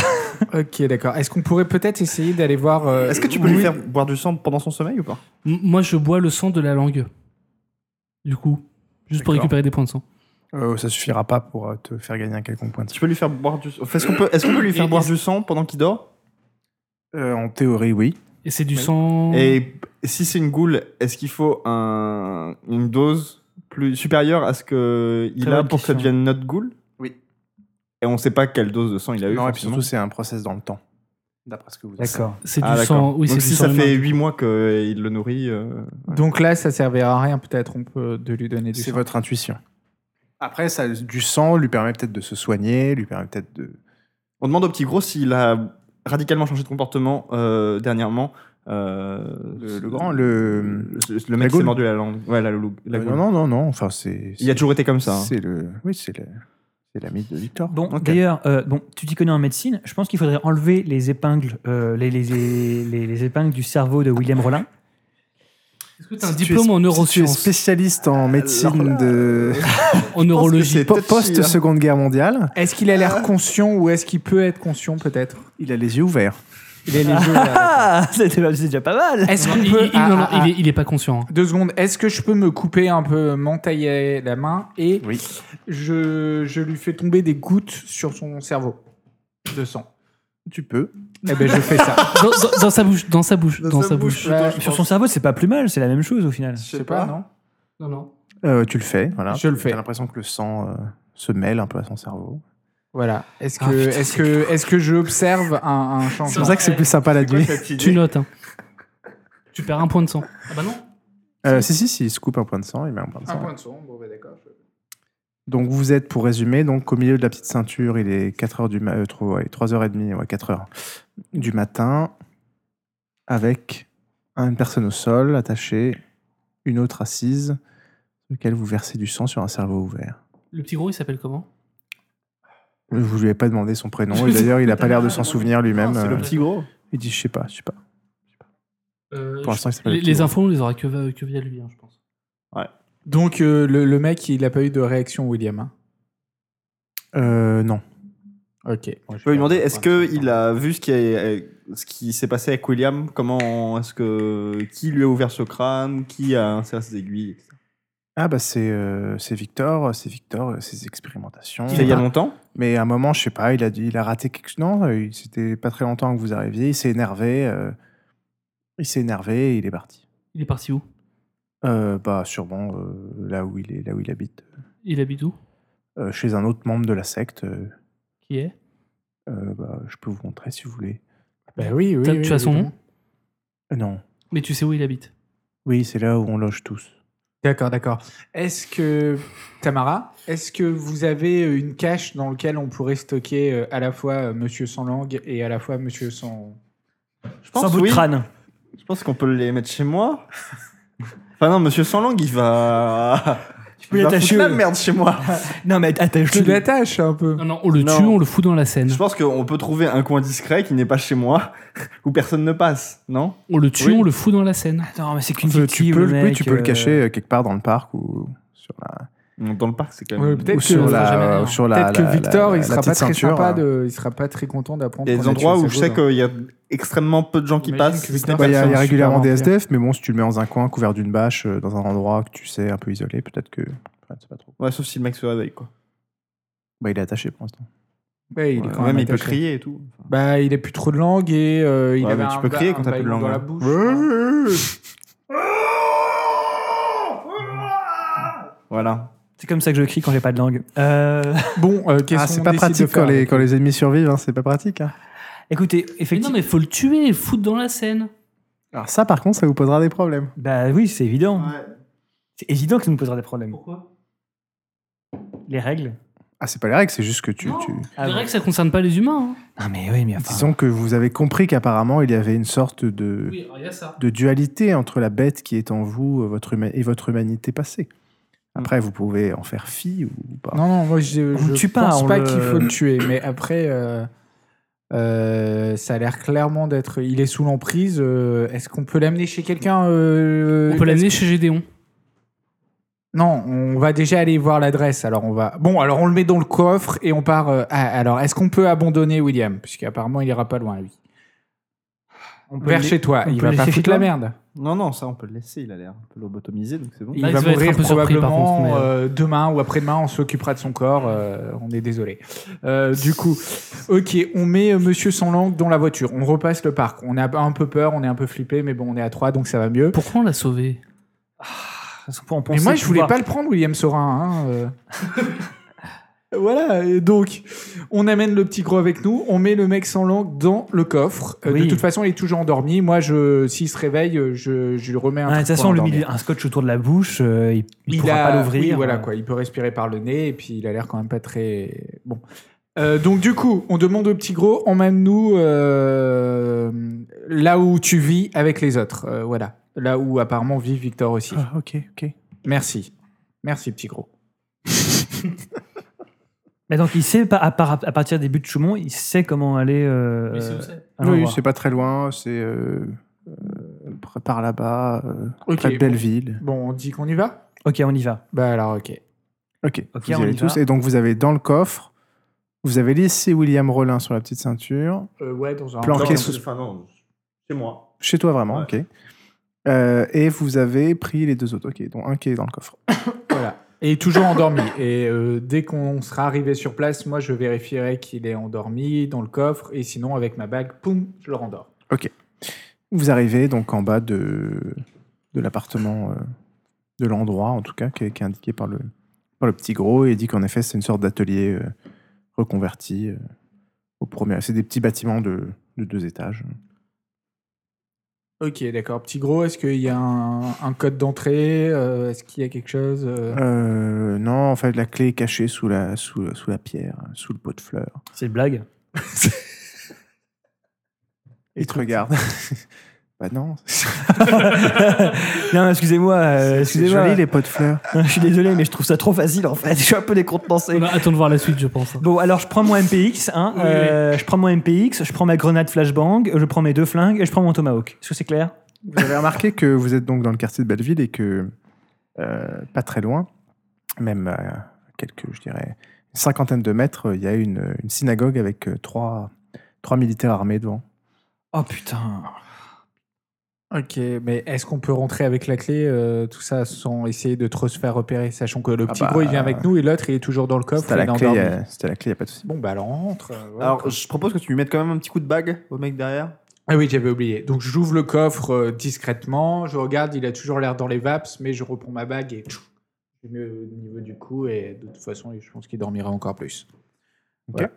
Ok, d'accord. Est-ce qu'on pourrait peut-être essayer d'aller voir... euh,
Est-ce que tu peux lui faire boire du sang pendant son sommeil ou pas
M- Moi, je bois le sang de la langue. Du coup, juste pour
D'accord.
récupérer des points de sang.
Euh, ça suffira pas pour euh, te faire gagner un quelconque point de
Tu peux lui faire boire du. Est-ce qu'on peut, est-ce qu'on peut lui faire
Et-
boire
et-
du sang pendant qu'il dort
Euh, en théorie, oui.
Et c'est du sang.
Et si c'est une goule, est-ce qu'il faut un- une dose plus supérieure à ce que il
Très
a
bonne
pour que ça
question.
devienne notre goule
Oui.
Et on sait pas quelle dose de sang il a eu.
non, et puis
forcément.
surtout, c'est un process dans le temps, d'après ce que vous dites.
D'accord.
C'est
Ah,
du
d'accord.
sang. Oui, c'est
Donc
du
si
sang.
ça
humain.
fait 8 mois qu'il le nourrit. euh,
Donc là, ça servira à rien, peut-être, on peut euh, de lui donner du
C'est
sang.
votre intuition. Après, ça, du sang lui permet peut-être de se soigner, lui permet peut-être de...
On demande au petit gros s'il a radicalement changé de comportement euh, dernièrement. Euh,
Le- le grand, le-
le, le mec qui
goule.
s'est mordu la langue. Ouais, la, loulou- la
Euh,
goule.
non, non, non, non, enfin, c'est...
Il a
c'est-
toujours été comme ça. hein.
C'est le, oui, c'est le- c'est l'ami de Victor.
Bon,
Ok.
d'ailleurs, euh, bon, tu t'y connais en médecine. Je pense qu'il faudrait enlever les épingles, euh, les, les, les- les- les épingles du cerveau de William Rollin.
Est-ce que t'as un
Si tu es-
diplôme
si
en
tu es
neurosciences,
spécialiste en médecine de
euh,
en neurologie
c'est
po-
peut-être si, hein.
post-seconde guerre mondiale,
Est-ce qu'il a l'air conscient ou est-ce qu'il peut être conscient, peut-être
il a les yeux ouverts.
Il a les yeux, là.
Ah, c'est déjà c'est déjà pas mal.
Est-ce
Non,
qu'on
il-
peut...
il-
ah,
non, non,
ah, ah.
il est- il est pas conscient. hein.
Deux secondes. Est-ce que je peux me couper un peu, euh, m'entailler la main et
Oui.
je, je lui fais tomber des gouttes sur son cerveau de sang
Tu peux.
Eh ben, je fais ça.
Dans, dans- dans sa bouche, dans sa bouche, dans, sa bouche.
Ouais,
Sur son cerveau, c'est pas plus mal. C'est la même chose au final.
Je
Je sais pas, non
Non, non.
Euh, tu le fais, voilà.
Je le
T'as
fais.
l'impression que le sang euh, se mêle un peu à son cerveau.
Voilà. Est-ce que,
Ah, putain,
est-ce
c'est
que, est-ce que j'observe un, un
C'est
changement
pour ça que c'est plus sympa la nuit.
Tu notes. hein. Tu perds un point de sang. Ah bah non.
Euh, si, si, si, il se coupe un point de sang, il met un point de
Un
sang.
point de son, bon, ben, d'accord.
Donc vous êtes, pour résumer, donc au milieu de la petite ceinture, il est 4 heures du ma- euh, trop, ouais, 3h30, ouais, 4 heures du matin, avec une personne au sol attachée, une autre assise, sur laquelle vous versez du sang sur un cerveau ouvert.
Le petit gros, il s'appelle comment
Vous lui avez pas demandé son prénom, et d'ailleurs, il n'a pas l'air de s'en souvenir lui-même.
Non, c'est le
euh,
petit
gros.
Il dit, je sais pas, je sais pas.
Euh,
Pour l'instant, il s'appelle
Les,
le petit
les
gros.
infos, on les aura que, va- que via lui, hein, je pense.
Donc euh, le, le mec, il a pas eu de réaction, William. hein.
Euh, non.
Ok.
Je peux lui demander, est-ce qu'il a vu ce qui, est- ce qui s'est passé avec William Comment est-ce que qui lui a ouvert ce crâne Qui a inséré ses aiguilles etc.
Ah bah c'est euh, c'est Victor, c'est Victor, euh, ses expérimentations.
C'était il y a longtemps
Mais à un moment, je sais pas, il a dit, il a raté quelque chose. Non, euh, il- c'était pas très longtemps que vous arriviez. Il s'est énervé. euh, il s'est énervé et il est parti.
Il est parti où
Euh, bah sûrement euh, là où il est, là où il habite,
Il habite où
Euh, chez un autre membre de la secte. euh,
Qui est
euh, bah, je peux vous montrer si vous voulez.
Bah oui, oui.
T'as-
oui,
Tu as son
évidemment.
nom
Euh, non.
Mais tu sais où il habite
Oui, c'est là où on loge tous.
D'accord, d'accord. Est-ce que, Tamara, est-ce que vous avez euh, une cache dans laquelle on pourrait stocker euh, à la fois euh, Monsieur sans langue et à la fois Monsieur sans...
Je
Sans
pense,
bout
oui.
de crâne.
Je pense qu'on peut les mettre chez moi. enfin non, Monsieur Sans Langue, il va. Tu
peux l'attacher
la
au-
merde chez moi.
Non, mais attache
Tu l'attaches un peu.
Non, non, on le
Non.
tue, on le fout dans la Seine.
Je pense qu'on peut trouver un coin discret qui n'est pas chez moi, où personne ne passe, non
On le tue,
Oui.
on le fout dans la Seine.
Attends, mais c'est qu'une
Tu peux,
victime,
le-
le
oui,
mec,
tu peux le
euh,
cacher euh, quelque part dans le parc ou sur la,
Dans le parc, c'est quand
Ouais,
même.
peut-être
ou
que-
sur
ça sera jamais
la,
rien.
ou sur la.
Peut-être
la-
que
la-
Victor,
la-
il
la
sera pas
petite
très
ceinture,
sympa,
hein.
de... il sera pas très content d'apprendre.
Il y a
qu'on
des
a tué
endroits
sa
où je sais
cause, hein.
qu'il y a extrêmement peu de gens qui
J'imagine
passent.
que
si ce
Victor
n'est
Bah,
pas
Il y a,
le
il y a
seul.
régulièrement des
super vampire.
SDF, mais bon, si tu le mets dans un coin couvert d'une bâche, euh, dans un endroit que tu sais un peu isolé, peut-être que. Enfin, je sais pas trop.
Ouais, sauf si le mec se réveille, quoi.
Bah, il est attaché pour l'instant.
Ouais, il est
Ouais,
quand
même,
même
il peut
attaché.
crier et tout.
Bah, il a plus trop de langue et euh, il
Ouais,
avait
mais tu
un
peux
ba-
crier
un
quand t'as plus de
bâillon dans
langue,
la
hein.
bouche. hein.
Voilà.
C'est comme ça que je crie quand j'ai pas de langue. Euh,
Bon, euh, qu'est-ce
Ah,
qu'on
c'est pas
décide de
pratique
faire
quand les, quand les ennemis survivent, hein, c'est pas pratique. hein.
écoutez,
Mais non,
effectivement.
mais faut le tuer, le foutre dans la Seine.
Alors, ça, par contre, ça vous posera des problèmes.
Bah oui, c'est évident.
Ouais.
C'est évident que ça nous posera des problèmes.
Pourquoi
Les règles.
Ah, c'est pas les règles, c'est juste que tu.
Non.
tu-
Ah
C'est
bon.
vrai que ça concerne pas les humains. hein.
Ah, mais oui, mais enfin.
Disons que vous avez compris qu'apparemment, il y avait une sorte de,
Oui, alors il y a ça.
de dualité entre la bête qui est en vous euh, votre huma- et votre humanité passée. Après, vous pouvez en faire fi ou pas.
Hmm. Non, non, moi je,
On
je
le tue pas,
pense
on
pas
le-
qu'il faut le tuer, mais après, euh, euh, ça a l'air clairement d'être. Il est sous l'emprise. euh, Est-ce qu'on peut l'amener chez quelqu'un euh,
On peut l'amener
est-ce-
chez Gédéon.
Non, on va déjà aller voir l'adresse. Alors on va. Bon, alors on le met dans le coffre et on part. euh, ah, alors, est-ce qu'on peut abandonner William Puisqu'apparemment, il ira pas loin, lui.
on peut
Vers
le-
chez toi.
on
Il
peut
va
le
pas
laisser chez
foutre la
toi
merde.
Non, non, ça, on peut le laisser. Il a l'air un peu lobotomisé, donc c'est bon.
Il
Là, Hein. Bah, il
va
va être
mourir
un peu surpris, par
probablement
contre, mais,
euh, demain ou après-demain. On s'occupera de son corps. euh, on est désolé. Euh, du coup, ok, on met euh, Monsieur sans langue dans la voiture. On repasse le parc. On a un peu peur, on est un peu flippé, mais bon, on est à trois, donc ça va mieux.
Pourquoi on l'a sauvé
Parce qu'on
Mais
pensait
moi, je voulais
pouvoir-
pas le prendre, William Sorin. hein, euh. voilà. et Donc, on amène le petit gros avec nous. On met le mec sans langue dans le coffre. Euh, De
Oui.
toute façon, il est toujours endormi. Moi, je, s'il se réveille, euh, je, je lui remets un.
Ah, de
truc
toute
pour
façon, le
l'endormir.
milieu- un scotch autour de la bouche, euh, il, il, pourra
a-
pas l'ouvrir.
oui, voilà
Euh,
quoi. Il peut respirer par le nez et puis il a l'air quand même pas très bon. Euh, donc du coup, on demande au petit gros, emmène-nous euh, là où tu vis avec les autres. Euh, voilà, là où apparemment vit Victor aussi.
Ah, ok, ok.
Merci, merci petit gros.
Mais donc, il sait, pas- à, par- à partir des buts de Choumont, il sait comment aller. euh, euh, à
oui,
l'endroit.
c'est pas très loin, c'est euh, euh, par là-bas, euh,
Ok.
près de Belleville.
Bon, on dit qu'on y va.
Ok, on y va.
Bah alors ok.
Ok,
Ok,
vous y
on
allez
y
tous.
va.
Et donc, vous avez dans le coffre, vous avez laissé William Rollin sur la petite ceinture,
Euh, ouais, dans un
Planqué
dans un-
sous-
Enfin, non, chez moi.
chez toi vraiment,
Ouais.
ok. Euh, et vous avez pris les deux autres, ok, dont un qui est dans le coffre.
Voilà. Et toujours endormi. Et euh, dès qu'on sera arrivé sur place, moi je vérifierai qu'il est endormi dans le coffre et sinon avec ma bague, poum, je le rendors.
Vous arrivez donc en bas de, de l'appartement, euh, de l'endroit en tout cas, qui est, qui est indiqué par le, par le petit gros, et il dit qu'en effet, c'est une sorte d'atelier euh, reconverti euh, au premier. C'est des petits bâtiments de, de deux étages.
Ok, d'accord. Petit gros, est-ce qu'il y a un, un code d'entrée euh, Est-ce qu'il y a quelque chose euh,
Euh, non, en fait, la clé est cachée sous la, sous, sous la pierre, hein, sous le pot de fleurs.
C'est une blague.
Il te regarde. bah non, c'est
non, excusez-moi. euh,
c'est
excusez-moi.
joli les pots de fleurs.
Je suis désolé, mais je trouve ça trop facile en fait. Je suis un peu décontenancé.
On attend de voir la suite, je pense. hein.
Bon, alors je prends mon MPX, hein,
Oui,
euh, je prends mon MPX, je prends ma grenade flashbang, je prends mes deux flingues et je prends mon tomahawk. Est-ce que c'est clair
Vous avez remarqué que vous êtes donc dans le quartier de Belleville et que euh, pas très loin, même à quelques, je dirais, une cinquantaine de mètres, il y a une, une synagogue avec euh, trois, trois militaires armés devant.
Oh putain.
Ok, mais est-ce qu'on peut rentrer avec la clé, euh, tout ça, sans essayer de trop se faire repérer, sachant que le
Ah
petit
bah,
gros, il vient avec nous et l'autre, il est toujours dans le coffre.
C'était à la
il est
clé, euh. il y
endormi.
a- c'était à la clé, il n'y a pas de souci.
Bon, bah alors on rentre. euh, voilà,
Alors,
quoi.
je propose que tu lui mettes quand même un petit coup de bague au mec derrière.
Ah oui, j'avais oublié. Donc j'ouvre le coffre euh, discrètement, je regarde, il a toujours l'air dans les vapes, mais je reprends ma bague et tchou, je lui mets au niveau du cou et de toute façon, je pense qu'il dormira encore plus.
Ok.
Voilà.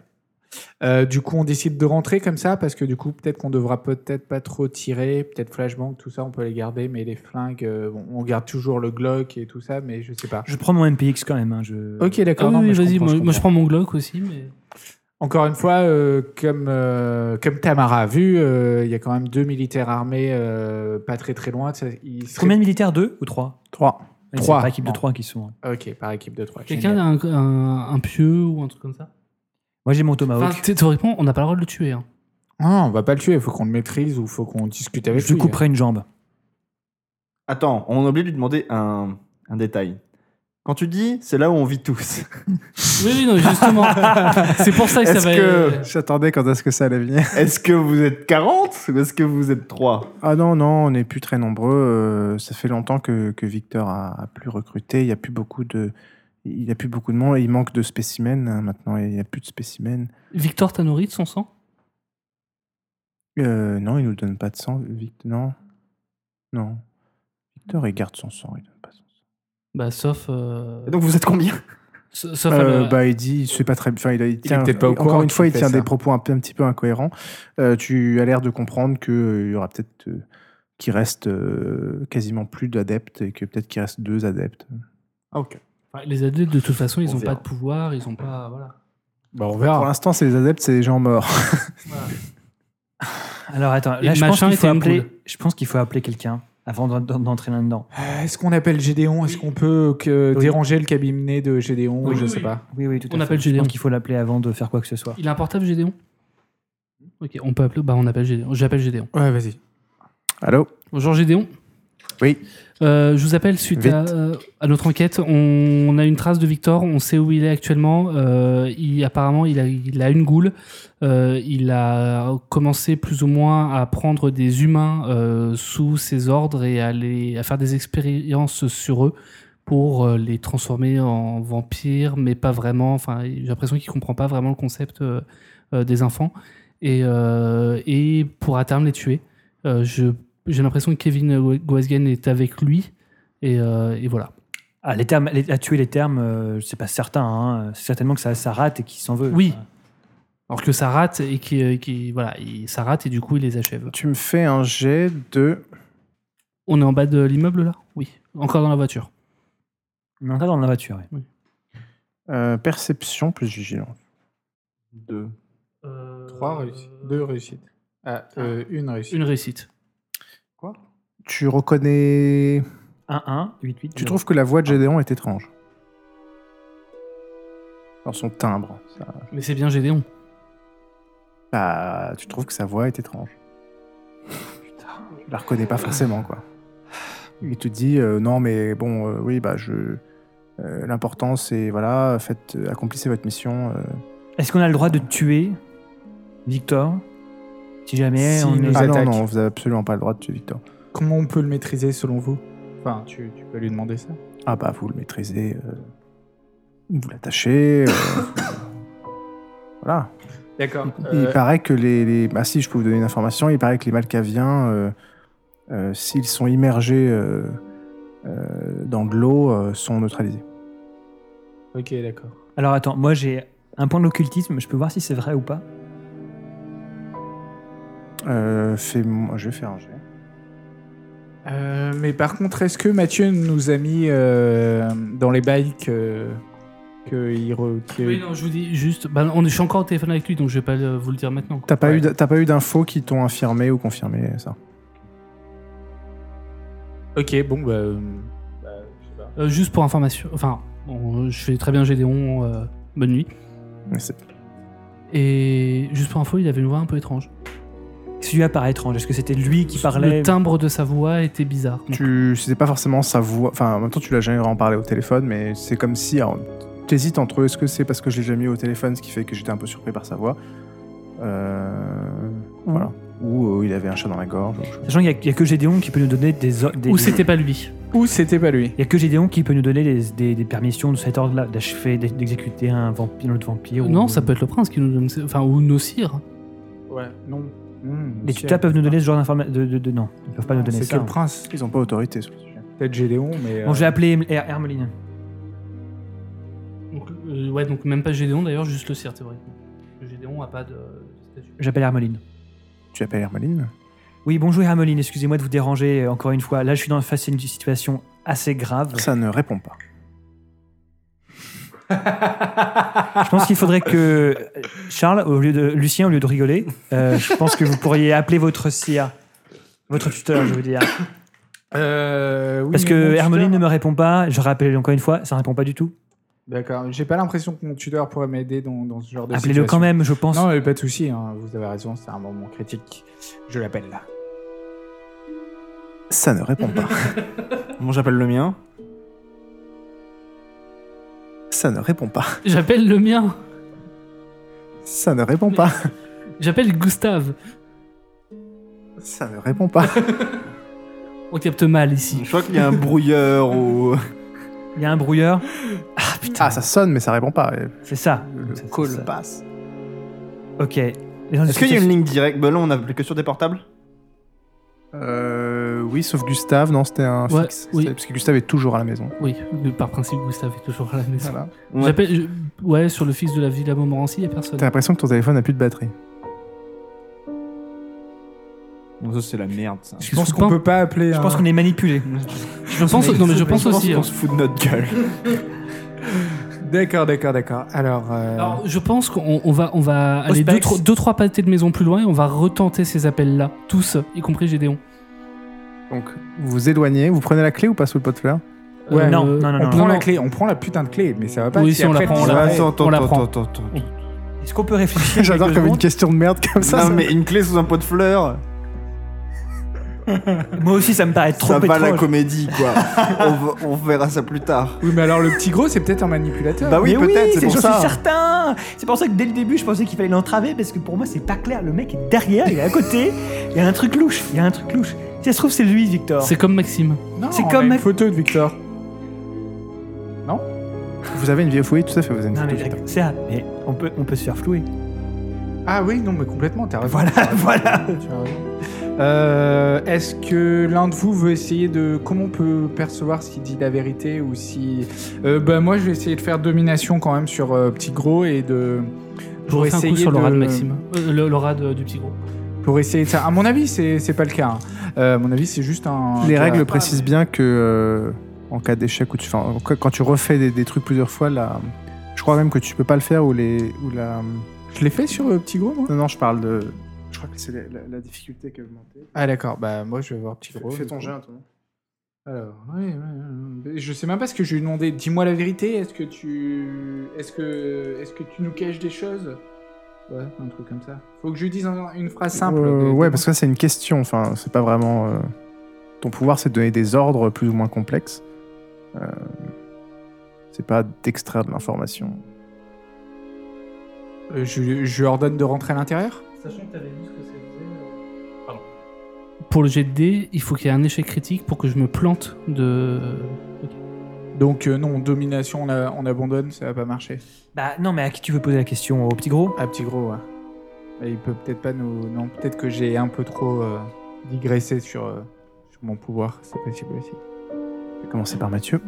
Euh, du coup, on décide de rentrer comme ça parce que du coup, peut-être qu'on devra peut-être pas trop tirer, peut-être flashbang, tout ça, on peut les garder, mais les flingues, euh, bon, on garde toujours le Glock et tout ça, mais je sais pas.
Je prends mon MPX quand même. hein, je...
Ok,
Ah
d'accord.
oui,
non,
oui,
mais je
vas-y,
comprends,
moi,
je
moi, je
comprends.
prends mon Glock aussi. Mais...
Encore une fois, euh, comme, euh, comme Tamara a vu, euh, il y a quand même deux militaires armés euh, pas très très loin. Ça- Ils seraient-
Combien de militaires Deux ou trois
Trois.
Ouais,
Trois.
C'est pas équipe de
Non.
trois qui sont. hein.
Ok, par équipe de trois.
Quelqu'un a
génial.
un, un, un pieu ou un truc comme ça
Moi j'ai mon
Enfin,
tomahawk.
t- théoriquement, on n'a pas le droit de le tuer. hein.
Non, on va pas le tuer, il faut qu'on le maîtrise ou faut qu'on discute avec
je lui
lui.
couperai une jambe.
Attends, on a oublié de lui demander un, un détail. Quand tu dis, c'est là où on vit tous.
Oui, oui, non, justement. c'est pour ça que ça
Est-ce
va. euh,
que-
J'attendais quand est-ce que ça allait venir.
Est-ce que vous êtes 40 ou est-ce que vous êtes 3
Ah non, non, on n'est plus très nombreux. euh, ça fait longtemps que, que Victor a, a plus recruté. Il n'y a plus beaucoup de... Il y a plus beaucoup de monde. Il manque de spécimens hein, maintenant. Il n'y a plus de spécimens.
Victor t'a nourri de son sang
Euh, non, il nous donne pas de sang, Victor. Non. Non. Victor, il garde son sang. Il donne pas son sang.
Bah, sauf. euh,
Et Donc vous êtes combien
sa- sauf à
Euh,
la-
bah, il dit, il se fait pas très bien. Enfin, il, il tient,
peut-être pas au
encore
courant
une
qu'il
fois, il
fait
tient
ça.
des propos un, peu- un petit peu incohérents. Euh, tu as l'air de comprendre que euh, il y aura peut-être euh, qu'il reste euh, quasiment plus d'adeptes et que peut-être qu'il reste deux adeptes.
Ah, ok.
enfin, Les adultes, de toute façon, ils
On
n'ont
verra.
pas de pouvoir, ils n'ont pas. Voilà.
Bah, on
Pour
verra.
l'instant, c'est les adeptes, c'est les gens morts.
Alors attends,
Et
là je pense,
machin
qu'il faut
était une
appeler,
poule.
je pense qu'il faut appeler quelqu'un avant d'en- d'en- d'entrer là-dedans.
Euh, Est-ce qu'on appelle Gédéon Est-ce qu'on peut euh, que
Oui.
déranger le cabinet de Gédéon
Oui,
Je
oui,
sais
oui.
pas.
Oui, oui, tout
On
à fait.
appelle
Je
Gédéon.
pense qu'il faut l'appeler avant de faire quoi que ce soit.
Il a un portable, Gédéon Ok, on peut appeler. Bah, on appelle Gédéon. J'appelle Gédéon.
Ouais, vas-y.
Allô
Bonjour Gédéon
Oui.
Euh, je vous appelle suite à,
Vite.
euh, à notre enquête. On, on a une trace de Victor, on sait où il est actuellement. Euh, il, apparemment, il a, il a une goule. Euh, il a commencé plus ou moins à prendre des humains euh, sous ses ordres et à, les- à faire des expériences sur eux pour euh, les transformer en vampires, mais pas vraiment. Enfin, j'ai l'impression qu'il comprend pas vraiment le concept euh, euh, des enfants. Et, euh, et pour à terme les tuer. Euh, je j'ai l'impression que Kevin Goasgen est avec lui. Et, euh, et voilà.
Ah, les termes, les- à tuer les termes, euh, c'est pas certain. hein. C'est certainement que ça, ça rate et qu'il s'en veut. Euh,
Oui. Alors que ça rate et qui, euh, qui voilà, il- ça rate et du coup il les achève.
Tu me fais un jet de.
On est en bas de l'immeuble là Oui. Encore dans la voiture.
On est encore dans la voiture. oui.
euh, perception plus vigilance.
Deux.
Trois réussites. Deux réussites. Ah, euh, une réussite.
Une réussite.
Tu reconnais.
1-1, 8-8.
Tu trouves que la voix de Gédéon est étrange. Dans son timbre. ça-
Mais c'est bien Gédéon.
Bah, tu trouves que sa voix est étrange. Je la reconnais pas forcément, quoi. Il te dit euh, non, mais bon, euh, oui, bah, je. euh, L'important, c'est voilà, faites, euh, accomplissez votre mission. euh.
Est-ce qu'on a le droit de tuer Victor Si jamais
Si,
on
nous-
est.
Ils
Ah non,
attaquent.
non, vous avez absolument pas le droit de tuer Victor.
Comment on peut le maîtriser selon vous Enfin, tu, tu peux lui demander ça.
Ah bah, vous le maîtrisez, euh, vous l'attachez. euh, voilà.
D'accord.
Il paraît que les, les- Bah si, je peux vous donner une information. Il paraît que les Malkaviens, euh, euh, s'ils sont immergés euh, euh, dans de l'eau, euh, sont neutralisés.
ok, d'accord.
Alors attends, moi j'ai un point de l'occultisme, je peux voir si c'est vrai ou pas.
Euh, fais... moi- Je vais faire un jet.
Euh, mais par contre, est-ce que Mathieu nous a mis euh, dans les bails que, que il re- que-
Oui, non, je vous dis juste. bah, on est, je suis encore au téléphone avec lui, donc je vais pas le- vous le dire maintenant. quoi.
T'as pas,
Ouais.
eu d- t'as pas eu d'infos qui t'ont affirmé ou confirmé ça
Ok, bon, bah, euh, bah, je sais pas.
Euh, juste pour information. Enfin, bon, euh, je fais très bien Gédéon. euh, bonne nuit.
Mais c'est-
Et juste pour info, il avait une voix un peu étrange.
Celui-là paraît étrange. Est-ce que c'était lui qui parlait
Le timbre de sa voix était bizarre. Donc,
tu c'était pas forcément sa voix enfin en même temps tu l'as jamais en parlé au téléphone mais c'est comme si alors, t'hésites entre est-ce que c'est parce que je l'ai jamais eu au téléphone ce qui fait que j'étais un peu surpris par sa voix Euh,
Mhm.
voilà ou euh, il avait un chat dans la gorge ou je-
Sachant qu'il n'y a, que Gédéon qui peut nous donner des. o- des-
Ou
des-
c'était pas lui.
Ou c'était pas lui.
Il n'y a que Gédéon qui peut nous donner les- des, des permissions de cet ordre-là, d'achever, d'ex- d'exécuter un, vampire, un autre vampire.
Non,
ou-
ça peut être le prince qui nous donne. ses- Enfin, ou Nocir.
Ouais, non. Mmh,
Les tuteurs peuvent nous donner ce genre d'informations. De, de- de- non, ils peuvent pas nous donner
Ah, C'est que
ça. hein.
le prince.
ils ont pas autorité sur le sujet
Peut-être Gédéon, mais.
Bon,
euh,
je vais appeler Herm- Her- Hermeline.
Donc, euh, ouais, donc même pas Gédéon d'ailleurs, juste le Sir théoriquement. Parce que Gédéon a pas de de statut.
J'appelle Hermeline.
tu appelles Hermeline
Oui, bonjour Hermeline, excusez-moi de vous déranger euh, encore une fois. Là, je suis dans face à une situation assez grave.
ça ne répond pas
Je pense qu'il faudrait que euh, Charles, au lieu de Lucien, au lieu de rigoler, euh, je pense que vous pourriez appeler votre SIA, votre tuteur, je veux dire.
euh, oui,
Parce
mais
que
mon
Hermeline ne
tuteur-
me répond pas. Je rappelle encore une fois, ça ne répond pas du tout.
D'accord, j'ai pas l'impression que mon tuteur pourrait m'aider dans, dans ce genre de
Appelez-le quand
situation.
même, je pense.
Bah, Non, mais pas de souci, hein, vous avez raison, c'est un moment critique. Je l'appelle là.
ça ne répond pas
Bon, j'appelle le mien.
ça ne répond pas
J'appelle le mien.
ça ne répond pas
J'appelle Gustave.
ça ne répond pas
On capte mal ici.
Je crois qu'il y a un brouilleur ou.
Il y a un brouilleur,
ah ça sonne mais ça répond pas Et
c'est ça.
le
Ça,
call
ça, ça.
passe
Ok.
Est-ce qu'il y a une ligne directe Ben là, on appelait que sur des portables.
euh, oui sauf Gustave non c'était un
Ouais,
fixe
oui.
C'était- parce que Gustave est toujours à la maison
Oui, de- par principe, Gustave est toujours à la maison.
voilà.
Ouais.
J'appelle. je- Ouais, sur le fils de la villa Montmorency, il a personne.
t'as l'impression que ton téléphone n'a plus de batterie
Bon, ça, c'est la merde, ça.
Je
Ils
pense
sont
qu'on
pas-
peut pas appeler.
Je pense qu'on est manipulé.
Je pense. Non, mais je pense aussi.
On
hein.
se fout de notre gueule.
D'accord, d'accord, d'accord. Alors. euh,
Alors, je pense qu'on on va, on va aller
Auspex.
deux, trois, deux, trois pâtés de maison plus loin et on va retenter ces appels-là, tous, y compris Gédéon.
Donc, vous vous éloignez, vous prenez la clé ou pas sous le pot de fleurs
Ouais, non,
euh,
non, non,
on
non,
prend
non.
la clé, on prend la putain de clé, mais ça va pas.
Euh, Oui, si on la
après,
prend, on
tu vas-
la prend. on la prend.
attends, attends, attends.
Est-ce qu'on peut réfléchir
J'adore
quelques
comme une
secondes
question de merde comme ça.
non,
ça-
mais une clé sous un pot de fleurs,
Moi aussi, ça me paraît trop
ça va la
étrange.
comédie, quoi. on, va- on verra ça plus tard.
Oui, mais alors le petit gros, c'est peut-être un manipulateur.
Bah oui,
Mais
peut-être, c'est
j'en
pour
suis
ça.
certain. C'est pour ça que dès le début, je pensais qu'il fallait l'entraver parce que pour moi, c'est pas clair. Le mec est derrière, il est à côté. Il y a un truc louche. Il y a un truc louche. Si ça se trouve, c'est lui, Victor.
C'est comme Maxime.
Non,
C'est
on
comme-
a une photo de Victor.
Vous avez une vieille fouille, tout à fait, vous avez une
Non mais
photo.
d'accord, c'est ça. Mais on peut, on peut se faire flouer.
Ah oui, non, mais complètement, t'as raison.
Voilà, voilà.
Tu as raison. Euh, Est-ce que l'un de vous veut essayer de. Comment on peut percevoir s'il dit la vérité ou si. Euh, bah, moi, je vais essayer de faire domination quand même sur euh, Petit Gros et de.
Je refais un coup
essayer
sur l'aura de
de-
Maxime. Euh, le- l'aura de- du petit gros.
Pour essayer de ça. À mon avis, c'est c'est pas le cas. hein. Euh, à mon avis, c'est juste un.
Les
cas-
règles précisent bien que euh, en cas d'échec ou tu, enfin, quand- quand tu refais des, des trucs plusieurs fois, là, je crois même que tu peux pas le faire ou les ou la.
Je l'ai fait sur euh, Petit Gros, moi
Non non, je parle de. Je crois que c'est la, la- la difficulté qui a augmenté.
Ah, d'accord. Bah, moi, je vais voir Petit
Fais,
Gros.
fais
du
ton
coup.
jeu, hein, toi.
Alors, oui, oui, oui. Je sais même pas ce que je lui ai demandé. Dis-moi la vérité, est-ce que tu. Est-ce que. Est-ce que tu nous caches des choses Ouais, un truc comme ça. Faut que je lui dise un- une phrase simple.
Euh,
de-
ouais,
de-
parce que là, c'est une question. Enfin, c'est pas vraiment. euh, Ton pouvoir, c'est de donner des ordres plus ou moins complexes. Euh, C'est pas d'extraire de l'information.
Euh, je, je lui ordonne de rentrer à l'intérieur
Sachant que t'avais vu ce que euh, Pardon. Pour le jet de dés, il faut qu'il y ait un échec critique pour que je me plante de.
Donc, euh, non, domination, on, a- on abandonne, ça va pas marcher.
Bah non, mais à qui tu veux poser la question Au petit gros
Ah, petit gros, ouais. Mais il peut peut-être pas nous. Non, peut-être que j'ai un peu trop euh, digressé sur, euh, sur mon pouvoir, c'est possible aussi.
Je vais commencer par Mathieu.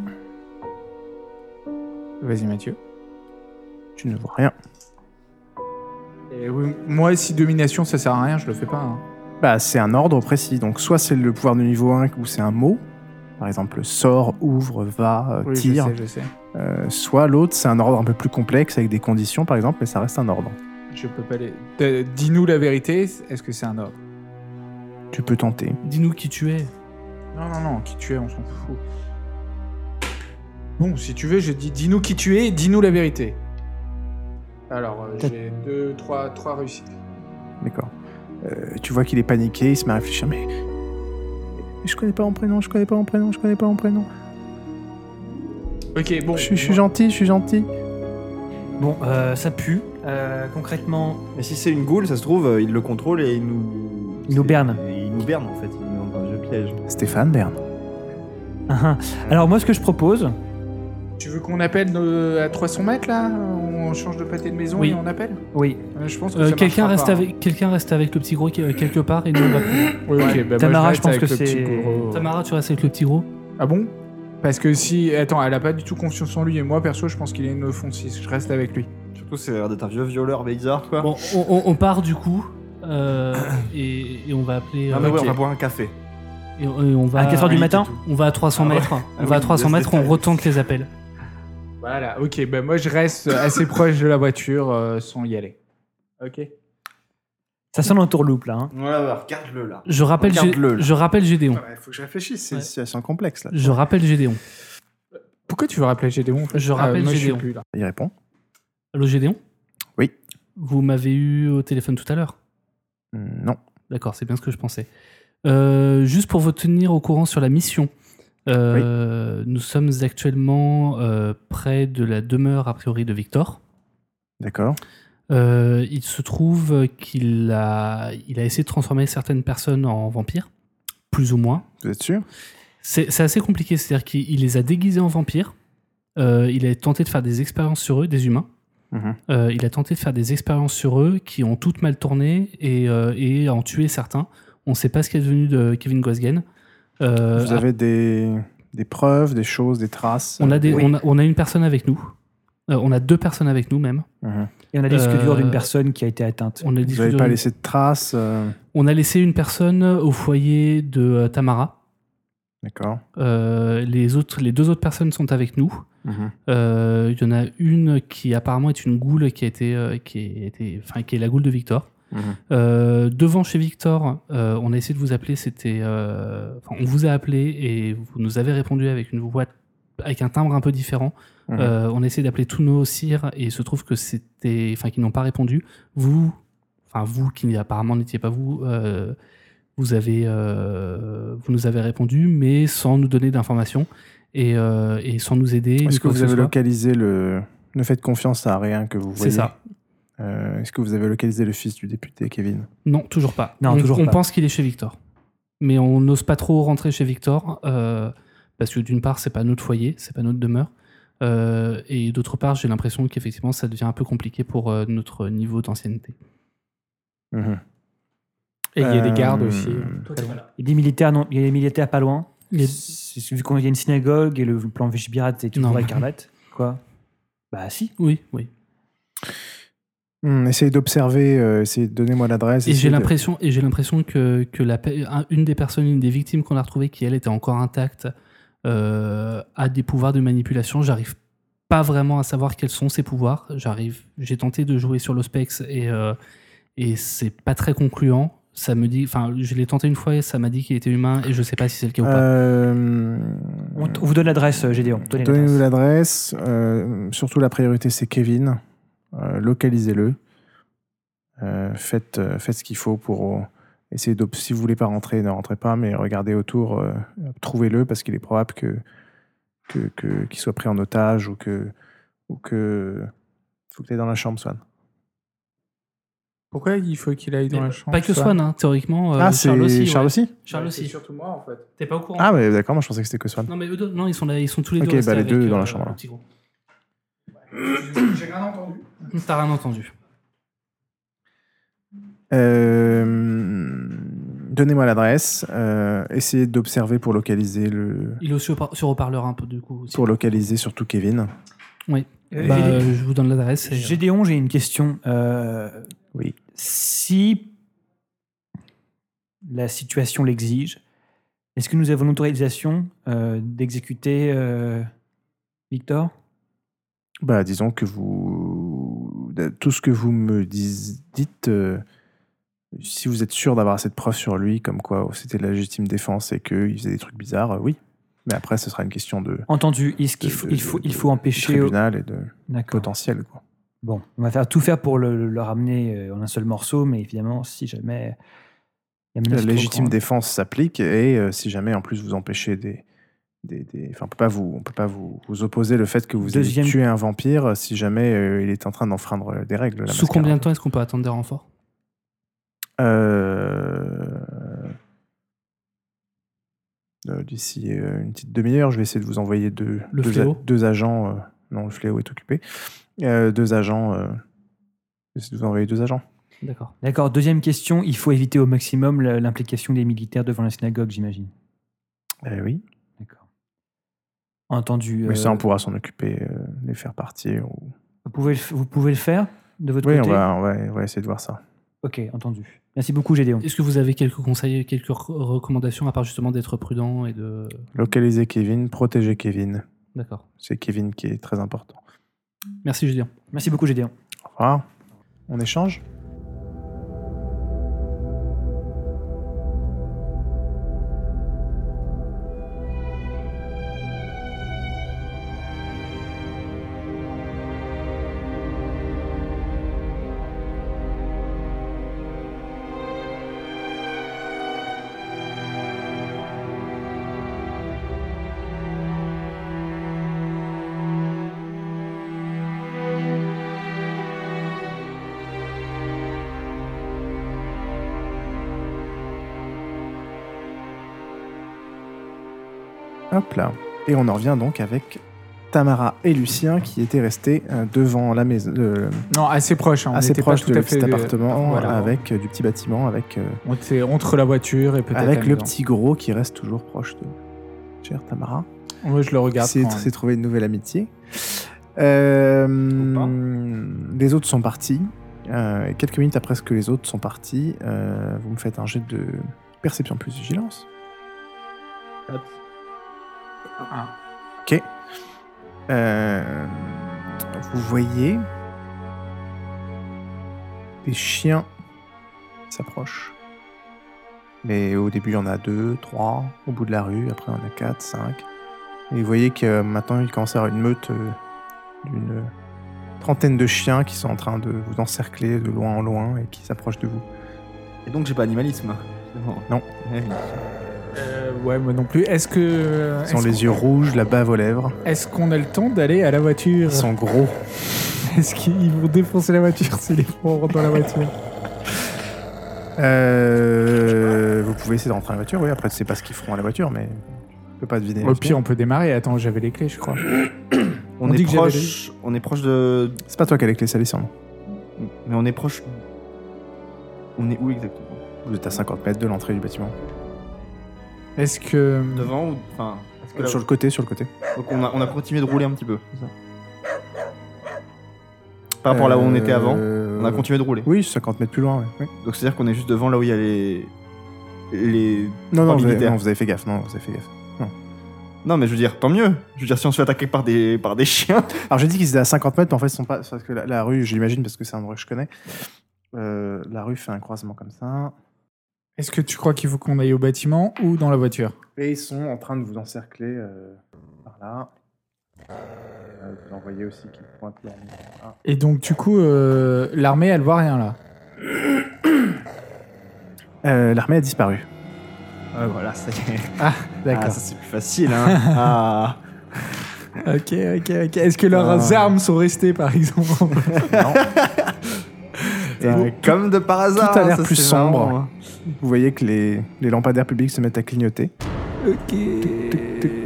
Vas-y, Mathieu.
Tu ne vois rien.
Et oui, moi, si domination ça sert à rien, je le fais pas. hein.
Bah, c'est un ordre précis. Donc, soit c'est le pouvoir de niveau 1 ou c'est un mot. Par exemple, sort, ouvre, va, euh,
Oui,
tire.
Je sais,
Euh, soit l'autre, c'est un ordre un peu plus complexe avec des conditions, par exemple, mais ça reste un ordre.
je sais. Je peux pas les. Euh, Dis-nous la vérité, est-ce que c'est un ordre
Tu peux tenter.
Dis-nous qui tu es. Euh,
Non, non, non, qui tu es, on s'en fout. Bon, si tu veux, je dis dis-nous qui tu es, dis-nous la vérité. Alors, euh,
T'as-
j'ai deux, trois, trois réussites.
D'accord. Euh, tu vois qu'il est paniqué, il se met à réfléchir, mais. Je connais pas mon prénom, je connais pas mon prénom, je connais pas mon prénom.
Ok, bon.
Je, suis- je suis gentil, je suis gentil.
Bon, euh, ça pue. Euh, concrètement,
Mais si c'est une goule, ça se trouve, euh, il le contrôle et il nous.
Il nous
c'est-
berne.
Il nous berne en fait, il nous met dans un jeu piège.
Stéphane Bern.
alors moi, ce que je propose,
Tu veux qu'on appelle nos- à 300 mètres là On change de pâté de maison
Oui.
et on appelle
oui,
Euh, Je pense que
Euh,
ça marchera
quelqu'un reste
pas, hein.
avec quelqu'un reste avec le petit gros qui- euh, quelque part et nous on va. plus loin.
Oui, ok, bah, moi,
Tamara, je
reste
pense
avec
que
le petit
c'est-
gros.
Tamara, tu restes avec le petit gros.
Ah bon Parce que si. Attends, elle a pas du tout confiance en lui et moi perso, je pense qu'il est une offensive. Je reste avec lui.
Surtout, c'est l'air d'être un vieux violeur bizarre quoi.
Bon, on, on- on part du coup euh, et, et on va appeler. euh,
non, Ah, mais ouais,
ok.
on va boire un café.
Et on- et on va
à 4h du
Bah, oui,
matin,
On va à 300
Ah ouais.
mètres.
Ah
On
oui,
va à 300
laisse
mètres. On
détailler.
retente les appels.
Voilà, ok, bah moi je reste assez proche de la voiture euh, sans y aller. Ok.
ça sonne en tourloupe là. hein.
Voilà, ouais, regarde-le là.
Je rappelle. Gé-
Regarde-le, là.
Je rappelle Gédéon.
faut que je réfléchisse, c'est
une Ouais.
situation complexe là.
Je rappelle Gédéon.
Pourquoi tu veux rappeler Gédéon en fait Euh,
Je rappelle
moi, je suis
Gédéon.
plus là.
Il répond.
Allô Gédéon.
Oui.
Vous m'avez eu au téléphone tout à l'heure.
Hmm, Non.
D'accord, c'est bien ce que je pensais. Euh, juste pour vous tenir au courant sur la mission, euh, nous sommes actuellement euh, près de la demeure a priori de Victor.
D'accord.
Euh, il se trouve qu'il a, il a essayé de transformer certaines personnes en vampires, plus ou moins.
Vous êtes sûr
C'est c'est assez compliqué, c'est-à-dire qu'il il les a déguisés en vampires, euh, il a tenté de faire des expériences sur eux, des humains.
Mhm.
Euh, il a tenté de faire des expériences sur eux qui ont toutes mal tourné et, euh, et en tué certains. On ne sait pas ce qui est devenu de Kevin Gosgen. Euh,
Vous avez des... des preuves, des choses, des traces
on, a des,
Oui.
on, a, on a une personne avec nous. Euh, on a deux personnes avec nous même.
Mhm.
Et on a le disque
Euh,
dur d'une personne qui a été atteinte.
On a,
Vous
discuté-
n'avez pas laissé de traces euh,
on a laissé une personne au foyer de euh, Tamara.
D'accord.
Euh, les, autres, les deux autres personnes sont avec nous.
Mm-hmm.
Euh, Il y en a une qui apparemment est une goule qui a été, euh, qui a été, enfin qui est la goule de Victor.
Mhm.
Euh, devant chez Victor, euh, on a essayé de vous appeler. C'était, euh, enfin, on vous a appelé et vous nous avez répondu avec une voix, avec un timbre un peu différent.
Mhm.
Euh, on a essayé d'appeler tous nos sires et il se trouve que c'était, enfin, qu'ils n'ont pas répondu. Vous, enfin vous qui apparemment n'étiez pas vous. euh, vous, avez, euh, vous nous avez répondu, mais sans nous donner d'informations et, euh, et sans nous aider. ni
Est-ce que
quoi
vous
ce
avez
soit.
localisé le. Ne faites confiance à rien que vous
C'est
voyez.
ça.
Euh, Est-ce que vous avez localisé le fils du député, Kevin
Non, toujours pas.
Non,
on,
toujours
on
pas.
pense qu'il est chez Victor. Mais on n'ose pas trop rentrer chez Victor, euh, parce que d'une part, c'est pas notre foyer, c'est pas notre demeure. euh, et d'autre part, j'ai l'impression qu'effectivement, ça devient un peu compliqué pour euh, notre niveau d'ancienneté.
Mm-hmm.
Et il y a des gardes
Euh,
aussi.
Il y a des militaires, non, il y a des militaires pas loin.
Il y a-
C'est- Vu qu'on il y a une synagogue et le plan Vigipirate est toujours
Non.
à écarlate. Quoi Bah si.
Oui, oui.
Hmm, essayez d'observer, euh, essayez de donnez-moi l'adresse.
Et
essayez
j'ai
de-
l'impression, et j'ai l'impression que, que la, pe- un- une des personnes, une des victimes qu'on a retrouvées, qui elle était encore intacte, euh, a des pouvoirs de manipulation. J'arrive pas vraiment à savoir quels sont ses pouvoirs. J'arrive, j'ai tenté de jouer sur l'ospex et euh, et c'est pas très concluant. Ça me dit, enfin, je l'ai tenté une fois et ça m'a dit qu'il était humain et je sais pas si c'est le cas ou pas.
Euh,
On, t- on vous donne l'adresse, euh, Gédéon. Donnez
Donnez-nous
l'adresse.
l'adresse. euh, surtout, la priorité, c'est Kevin. Euh, Localisez-le. Euh, faites, euh, faites ce qu'il faut pour euh, essayer de. Si vous voulez pas rentrer, ne rentrez pas, mais regardez autour, euh, trouvez-le parce qu'il est probable que que- que- qu'il soit pris en otage ou que ou que faut que tu dans la chambre, Swan.
Pourquoi il faut qu'il aille dans
Mais
la chambre
pas que
Swan
Swan, hein, théoriquement. euh,
ah, c'est
Charles aussi.
Charles
ouais.
aussi.
Charles
Ouais,
aussi.
c'est surtout moi en fait.
T'es pas au courant
Ah, mais d'accord, moi je pensais que c'était que Swan.
Non mais eux deux, non, ils sont là, ils sont tous les
Ok,
deux. restés
bah, les
avec,
deux dans la
euh,
chambre,
le
là.
petit groupe.
J'ai rien entendu.
T'as rien entendu.
Euh, Donnez-moi l'adresse. euh, essayez d'observer pour localiser le,
Il est aussi au par- sur haut-parleur un peu du coup. aussi.
pour localiser surtout Kevin.
Euh,
Bah,
Gédé-
euh, je vous donne l'adresse. et- euh,
Gédéon, j'ai une question. Euh,
Oui.
Si la situation l'exige. Est-ce que nous avons l'autorisation euh, d'exécuter euh, Victor
Bah, disons que vous. de- Tout ce que vous me dis- dites, euh, si vous êtes sûr d'avoir assez de preuves sur lui, comme quoi c'était de la légitime défense et qu'il faisait des trucs bizarres, euh, oui. Mais après, ce sera une question de.
Entendu, est-ce qu'il
de-
faut,
de-
il faut,
de-
il faut
de
empêcher...
tribunal et de
D'accord.
potentiel, quoi.
Bon, on va faire tout faire pour le, le- le ramener euh, en un seul morceau, mais évidemment, si jamais... il y a
La
menace trop
légitime
grande.
défense s'applique et euh, si jamais en plus vous empêchez des, des, des- enfin on peut pas vous, on peut pas vous, vous opposer le fait que vous
Deuxième-
ayez tué un vampire euh, si jamais euh, il est en train d'enfreindre euh, des règles. la
Sous
mascarade.
combien de temps est-ce qu'on peut attendre des renforts
Euh, euh, D'ici euh, une petite demi-heure, je vais essayer de vous envoyer deux,
Le
deux,
fléau
deux agents. euh, non, le fléau est occupé. Euh, deux agents. euh, je vais essayer de vous envoyer deux agents.
D'accord.
D'accord, deuxième question, il faut éviter au maximum la- l'implication des militaires devant la synagogue, j'imagine.
Eh oui.
D'accord. Entendu.
Mais ça,
euh,
on pourra s'en occuper, euh, les faire partir ou
vous, pouvez le, f- vous pouvez le faire de votre
Oui, on
côté
va, on, va, on va essayer de voir ça.
Ok, entendu. Merci beaucoup, Gédéon.
Est-ce que vous avez quelques conseils, quelques re- recommandations, à part justement d'être prudent et de.
Localiser Kevin, protéger Kevin.
D'accord.
C'est Kevin qui est très important.
Merci, Julien.
Merci beaucoup, Gédéon.
Au revoir. On échange Hop là. Et on en revient donc avec Tamara et Lucien qui étaient restés euh, devant la maison, euh,
Non, assez proche. hein, On
assez
était
proche
pas tout
de
à
le
fait
petit appartement,
voilà.
avec euh, du petit bâtiment, avec, euh,
On était entre la voiture et peut-être. la
avec le
maison.
petit gros qui reste toujours proche de chère Tamara.
Moi, je le regarde.
C'est
quand
c'est trouver une nouvelle amitié. Euh,
Ou pas.
les autres sont partis. Euh, et quelques minutes après ce que les autres sont partis, euh, vous me faites un jet de perception plus vigilance.
Un.
Ok. Euh, vous voyez des chiens qui s'approchent. Mais au début, il y en a deux, trois. Au bout de la rue, après, il y en a quatre, cinq. Et vous voyez que euh, maintenant, il commence à y avoir une meute euh, d'une trentaine de chiens qui sont en train de vous encercler de loin en loin et qui s'approchent de vous.
Et donc j'ai pas animalisme. finalement.
Non.
Ouais.
Euh, ouais, moi non plus. Est-ce que. euh,
Ils ont
est-ce
les yeux rouges, la bave aux lèvres.
qu'on- Est-ce qu'on a le temps d'aller à la voiture
Ils sont gros.
Est-ce qu'ils vont défoncer la voiture si les gens rentrent dans la voiture
Euh, vous pouvez essayer de rentrer à la voiture, oui. Après, tu sais pas ce qu'ils feront à la voiture, mais je peux pas deviner.
Au pire, on peut démarrer. Attends, j'avais les clés, je crois. On
On,
dit
est
que j'avais
proche, on est proche de,
C'est pas toi qui as les clés, c'est Alessandre.
mais on est proche. On est où exactement
Vous êtes à 50 mètres de l'entrée du bâtiment.
Est-ce que.
Devant ou enfin est-ce que là-
Sur le côté, sur le côté.
donc on a, on a continué de rouler un petit peu. c'est ça Par rapport à là où on était avant,
Euh,
on a continué de rouler.
Oui, 50 mètres plus loin, ouais. oui.
Donc c'est à dire qu'on est juste devant là où il y a les les
Non, non, vous avez,
militaires.
non, vous avez fait gaffe, non, vous avez fait gaffe.
Non mais je veux dire tant mieux. Je veux dire si on se fait attaquer par des par des chiens.
Alors j'ai dit qu'ils étaient à 50 mètres, mais en fait, ils sont pas. Parce que la, la rue, je l'imagine, parce que c'est un endroit que je connais. Euh, la rue fait un croisement comme ça.
Est-ce que tu crois qu'il faut qu'on aille au bâtiment ou dans la voiture
Et ils sont en train de vous encercler euh, par là. Euh, vous en voyez aussi qu'ils pointent là. Ah.
Et donc, du coup, euh, l'armée, elle voit rien là.
Euh, L'armée a disparu. Euh,
Ouais voilà ça y est. Ah,
D'accord.
ça c'est plus facile hein. Ah.
ok, ok, ok. Est-ce que leurs
Ah.
armes sont restées, par exemple
Et
Euh, comme de par hasard.
tout a l'air
ça,
plus
c'est
sombre.
marrant, hein.
Vous voyez que les, les lampadaires publics se mettent à clignoter.
Ok.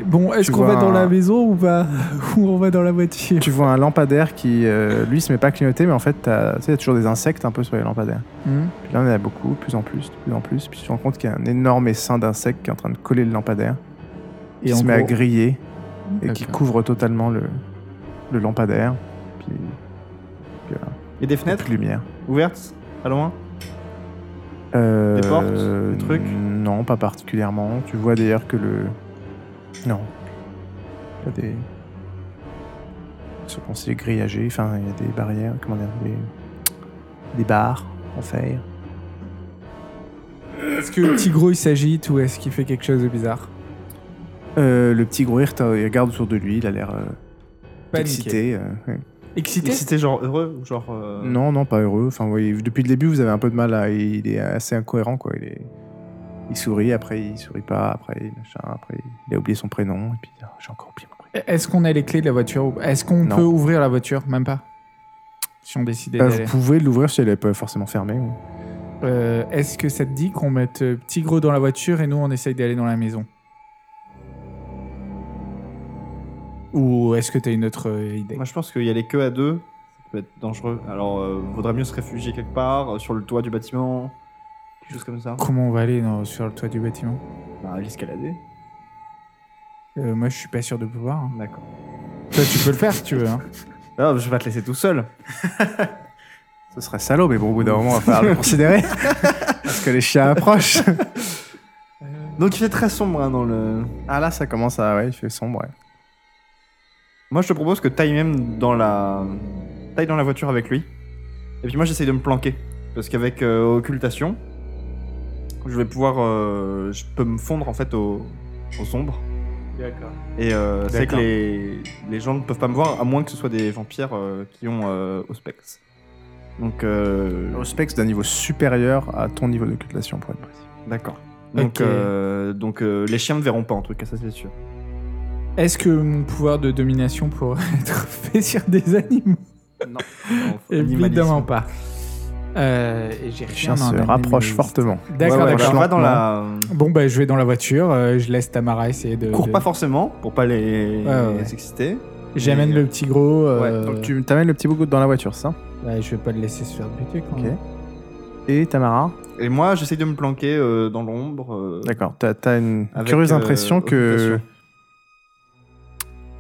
Bon, est-ce
Tu
qu'on va
vois
dans la
un-
maison ou pas Ou on va dans la voiture
Tu vois un lampadaire qui, euh, lui, se met pas à clignoter, mais en fait, t'as- tu sais, y a toujours des insectes un peu sur les lampadaires.
Hmm
Puis là, on en a beaucoup, de plus en plus, de plus en plus. Puis tu te rends compte qu'il y a un énorme essaim d'insectes qui est en train de coller le lampadaire, qui
en
se met à
gros-
griller et qui
D'accord.
couvre totalement le, le lampadaire. Puis
Il y a des
il n'y a
fenêtres
plus de lumière.
ouvertes à loin.
Euh,
Des portes, des trucs
Non, pas particulièrement. Tu vois d'ailleurs que le. Non. Il y a des. Ce qu'on s'est grillagé, enfin, il y a des barrières, comment dire, des. Des barres en fer.
Est-ce que le Tigro il s'agite ou est-ce qu'il fait quelque chose de bizarre
Euh, le petit grouir, il regarde autour de lui, il a l'air euh,
Paniqué.
excité. euh, ouais.
Excité
Excité, genre heureux ou genre. euh,
Non, non, pas heureux. Enfin, voyez, depuis le début, vous avez un peu de mal à. Il est assez incohérent, quoi. Il, est... il sourit, après il sourit pas, après il machin, après il a oublié son prénom, et puis ah, j'ai encore oublié mon prénom.
Est-ce qu'on a les clés de la voiture ou- Est-ce qu'on
Non.
peut ouvrir la voiture Même pas. Si on décidait
Euh,
d'aller.
vous pouvez l'ouvrir si elle n'est pas forcément fermée. oui.
Euh, Est-ce que ça te dit qu'on mette euh, Tigro dans la voiture et nous on essaye d'aller dans la maison Ou est-ce que t'as une autre euh, idée
Moi, je pense qu'il y a les queues à deux. Ça peut être dangereux. Alors, euh, vaudrait mieux se réfugier quelque part, euh, sur le toit du bâtiment, quelque chose comme ça.
Comment on va aller dans- sur le toit du bâtiment
Bah, l'escalader.
Euh, Moi je suis pas sûr de pouvoir. hein.
D'accord.
Toi tu peux le faire si tu veux. hein.
Ah, je vais pas te laisser tout seul.
Ce serait salaud, mais bon, au bout d'un moment, on va falloir le considérer. Parce que les chiens approchent.
Donc, il fait très sombre hein, dans le.
Ah là, ça commence à. Ouais, il fait sombre. ouais.
Moi, je te propose que t'ailles même dans la. T'ailles dans la voiture avec lui. Et puis moi, j'essaye de me planquer. Parce qu'avec euh, occultation, je vais pouvoir. euh, je peux me fondre en fait au, au sombre. Et euh, c'est que
D'accord.
les... les gens ne peuvent pas me voir, à moins que ce soit des vampires euh, qui ont euh, Auspex. Donc. euh,
Le specs d'un niveau supérieur à ton niveau d'occultation, pour être précis.
D'accord. Donc,
Ok.
euh, donc euh, les chiens ne verront pas en tout cas, ça c'est sûr.
Est-ce que mon pouvoir de domination pourrait être fait sur des animaux
Non.
Évidemment pas. Euh, et j'ai
Les
rien
chiens
en
se
animalisme.
rapprochent fortement.
D'accord, d'accord.
va dans la.
Bon, bah, je vais dans la voiture, euh, je laisse Tamara essayer de.
Cours
de-
pas forcément pour pas les
Ouais, ouais.
les exciter.
J'amène
Mais-
le petit gros. euh,
Donc tu t'amènes le petit bout dans la voiture, c'est ça
bah, je vais pas le laisser se faire buter quand
Ok.
même.
Et Tamara
Et moi, j'essaie de me planquer euh, dans l'ombre. euh,
D'accord. T'as as une
avec,
curieuse
euh,
impression que.
occultation.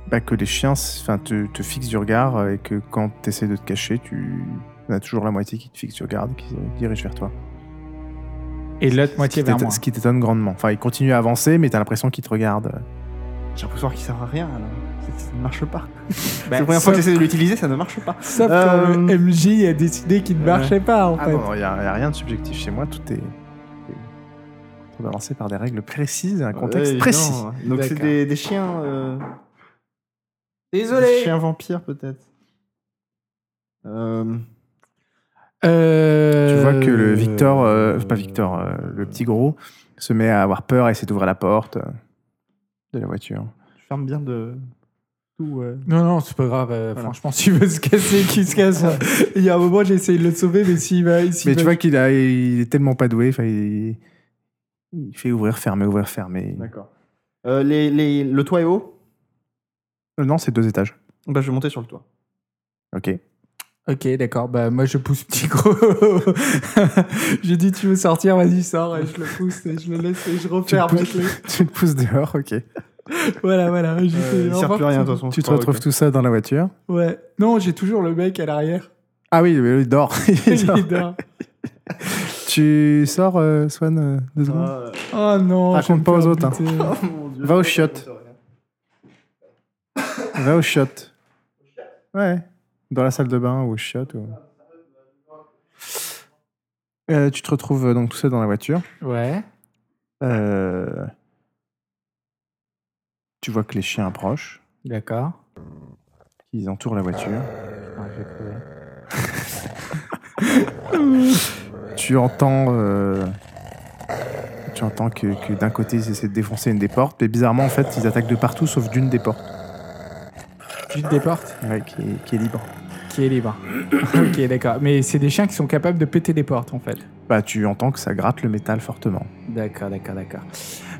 bah, que les chiens s- 'fin, te, te fixent du regard euh, et que quand tu essaies de te cacher, tu il y en as toujours la moitié qui te fixe du regard et qui se dirige vers toi.
Et l'autre moitié
Ce qui
vers
t'éton-
moi.
Ce qui t'étonne grandement. Enfin, ils continuent à avancer, mais t'as l'impression qu'ils te regardent.
J'ai un poussoir qui sert à rien. alors. Ça- Ça ne marche pas.
Bah,
c'est la première fois
sauf-
que j'essaie de l'utiliser, ça ne marche pas.
Sauf
Euh,
quand le MJ a décidé qu'il ne
euh,
marchait pas en
Ah
fait.
non, il n'y a, y a rien de subjectif chez moi, tout est, tout est contrebalancé par des règles précises, un contexte
Ouais, évident.
précis.
Donc c'est
D'accord.
des, des chiens. euh, Des
Désolé.
chiens vampires peut-être. Euh,
Euh,
Tu vois que le Victor, euh, pas Victor, euh, le petit gros, se met à avoir peur et essaie d'ouvrir la porte euh, de la voiture.
je ferme bien de. Tout. euh.
Non, non, c'est pas grave. euh,
Voilà.
Franchement, s'il veut se casser, qu'il se casse. Il y a un moment, j'ai essayé de le sauver, mais s'il va. s'il
Mais tu
va-
vois qu'il a, il est tellement pas doué, enfin, il, il fait ouvrir, fermer, ouvrir, fermer.
D'accord. Euh, les, les- le toit est haut.
Euh, Non, c'est deux étages.
Bah, je vais monter sur le toit.
Ok.
Ok, d'accord. Bah, moi, je pousse petit gros. J'ai dit, tu veux sortir, vas-y, sors. Et je le pousse et je le laisse et je referme.
pousses- tu le pousses dehors, ok.
voilà, voilà. j'ai fait,
Euh, il
au
ne sert
revoir,
plus à rien de
petit-
toute façon.
Tu te
Ah,
retrouves
ok.
tout ça dans la voiture.
Ouais. Non, j'ai toujours le mec à l'arrière.
Ah oui, mais il dort. Il
Il
dort.
dort.
tu sors, euh, Swan, euh, deux secondes.
Ah,
Oh non.
Raconte
je vais me
pas aux
faire
autres, hein.
buter.
euh, oh, mon Dieu.
Va aux chiottes. Va au shot. Ouais. Dans la salle de bain ou au shot. ou- Euh, tu te retrouves euh, donc tout seul dans la voiture.
Ouais.
Euh, Tu vois que les chiens approchent,
D'accord.
qu'ils entourent la voiture.
Ah,
Tu entends, euh, tu entends que, que d'un côté ils essaient de défoncer une des portes, mais bizarrement en fait ils attaquent de partout sauf d'une des portes
Tu te déportes
ouais, qui, est, qui est libre.
Qui est libre. ok, d'accord. Mais c'est des chiens qui sont capables de péter des portes, en fait.
Bah tu entends que ça gratte le métal fortement.
D'accord, d'accord, d'accord.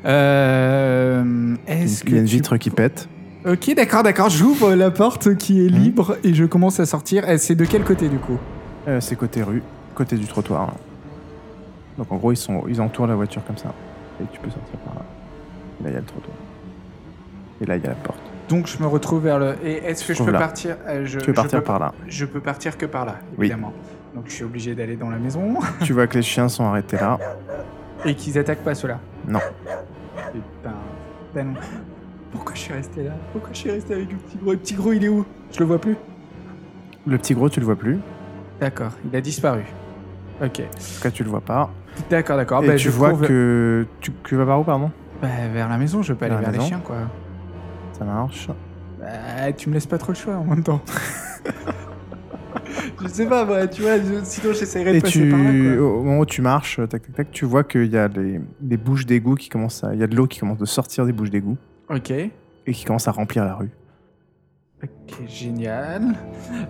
Euh,
Il
Est-ce que
y a une
tu-
vitre qui pète. Mmh.
Ok, d'accord, d'accord. J'ouvre la porte qui est libre et je commence à sortir. Eh, C'est de quel côté du coup
Euh, c'est côté rue, côté du trottoir. Donc en gros ils sont, ils entourent la voiture comme ça et tu peux sortir par là. Et là il y a le trottoir. Et là il y a la porte.
Donc je me retrouve vers le. Et est-ce que je
trouve
peux
là.
partir Euh, je,
Tu peux
je
partir
peux-
par là.
Je peux partir que par là,
Oui.
évidemment. Donc je suis obligé d'aller dans la maison
tu vois que les chiens sont arrêtés là.
et qu'ils attaquent pas ceux-là.
Non.
Putain. Ben non. Pourquoi je suis resté là Pourquoi je suis resté avec le petit gros Et le petit gros, il est où Je le vois plus.
Le petit gros, tu le vois plus.
D'accord, il a disparu. Ok.
En tout cas, tu le vois pas.
D'accord, d'accord.
Et
Bah,
tu
je
vois
cours ve-
que... Tu, tu vas par où, pardon
Bah, vers la maison, je veux pas aller
Vers la
vers les
maison.
chiens, quoi.
Ça marche.
Bah, tu me laisses pas trop le choix en même temps. je sais pas, moi, tu vois, je- sinon j'essaierai de
Et
passer par là,
tu,
quoi.
au moment où tu marches, euh, tac, tac, tac, tu vois qu'il y a des, des bouches d'égout qui commencent à... Il y a de l'eau qui commence à sortir des bouches d'égout
Ok.
et qui commence à remplir la rue.
Ok, génial.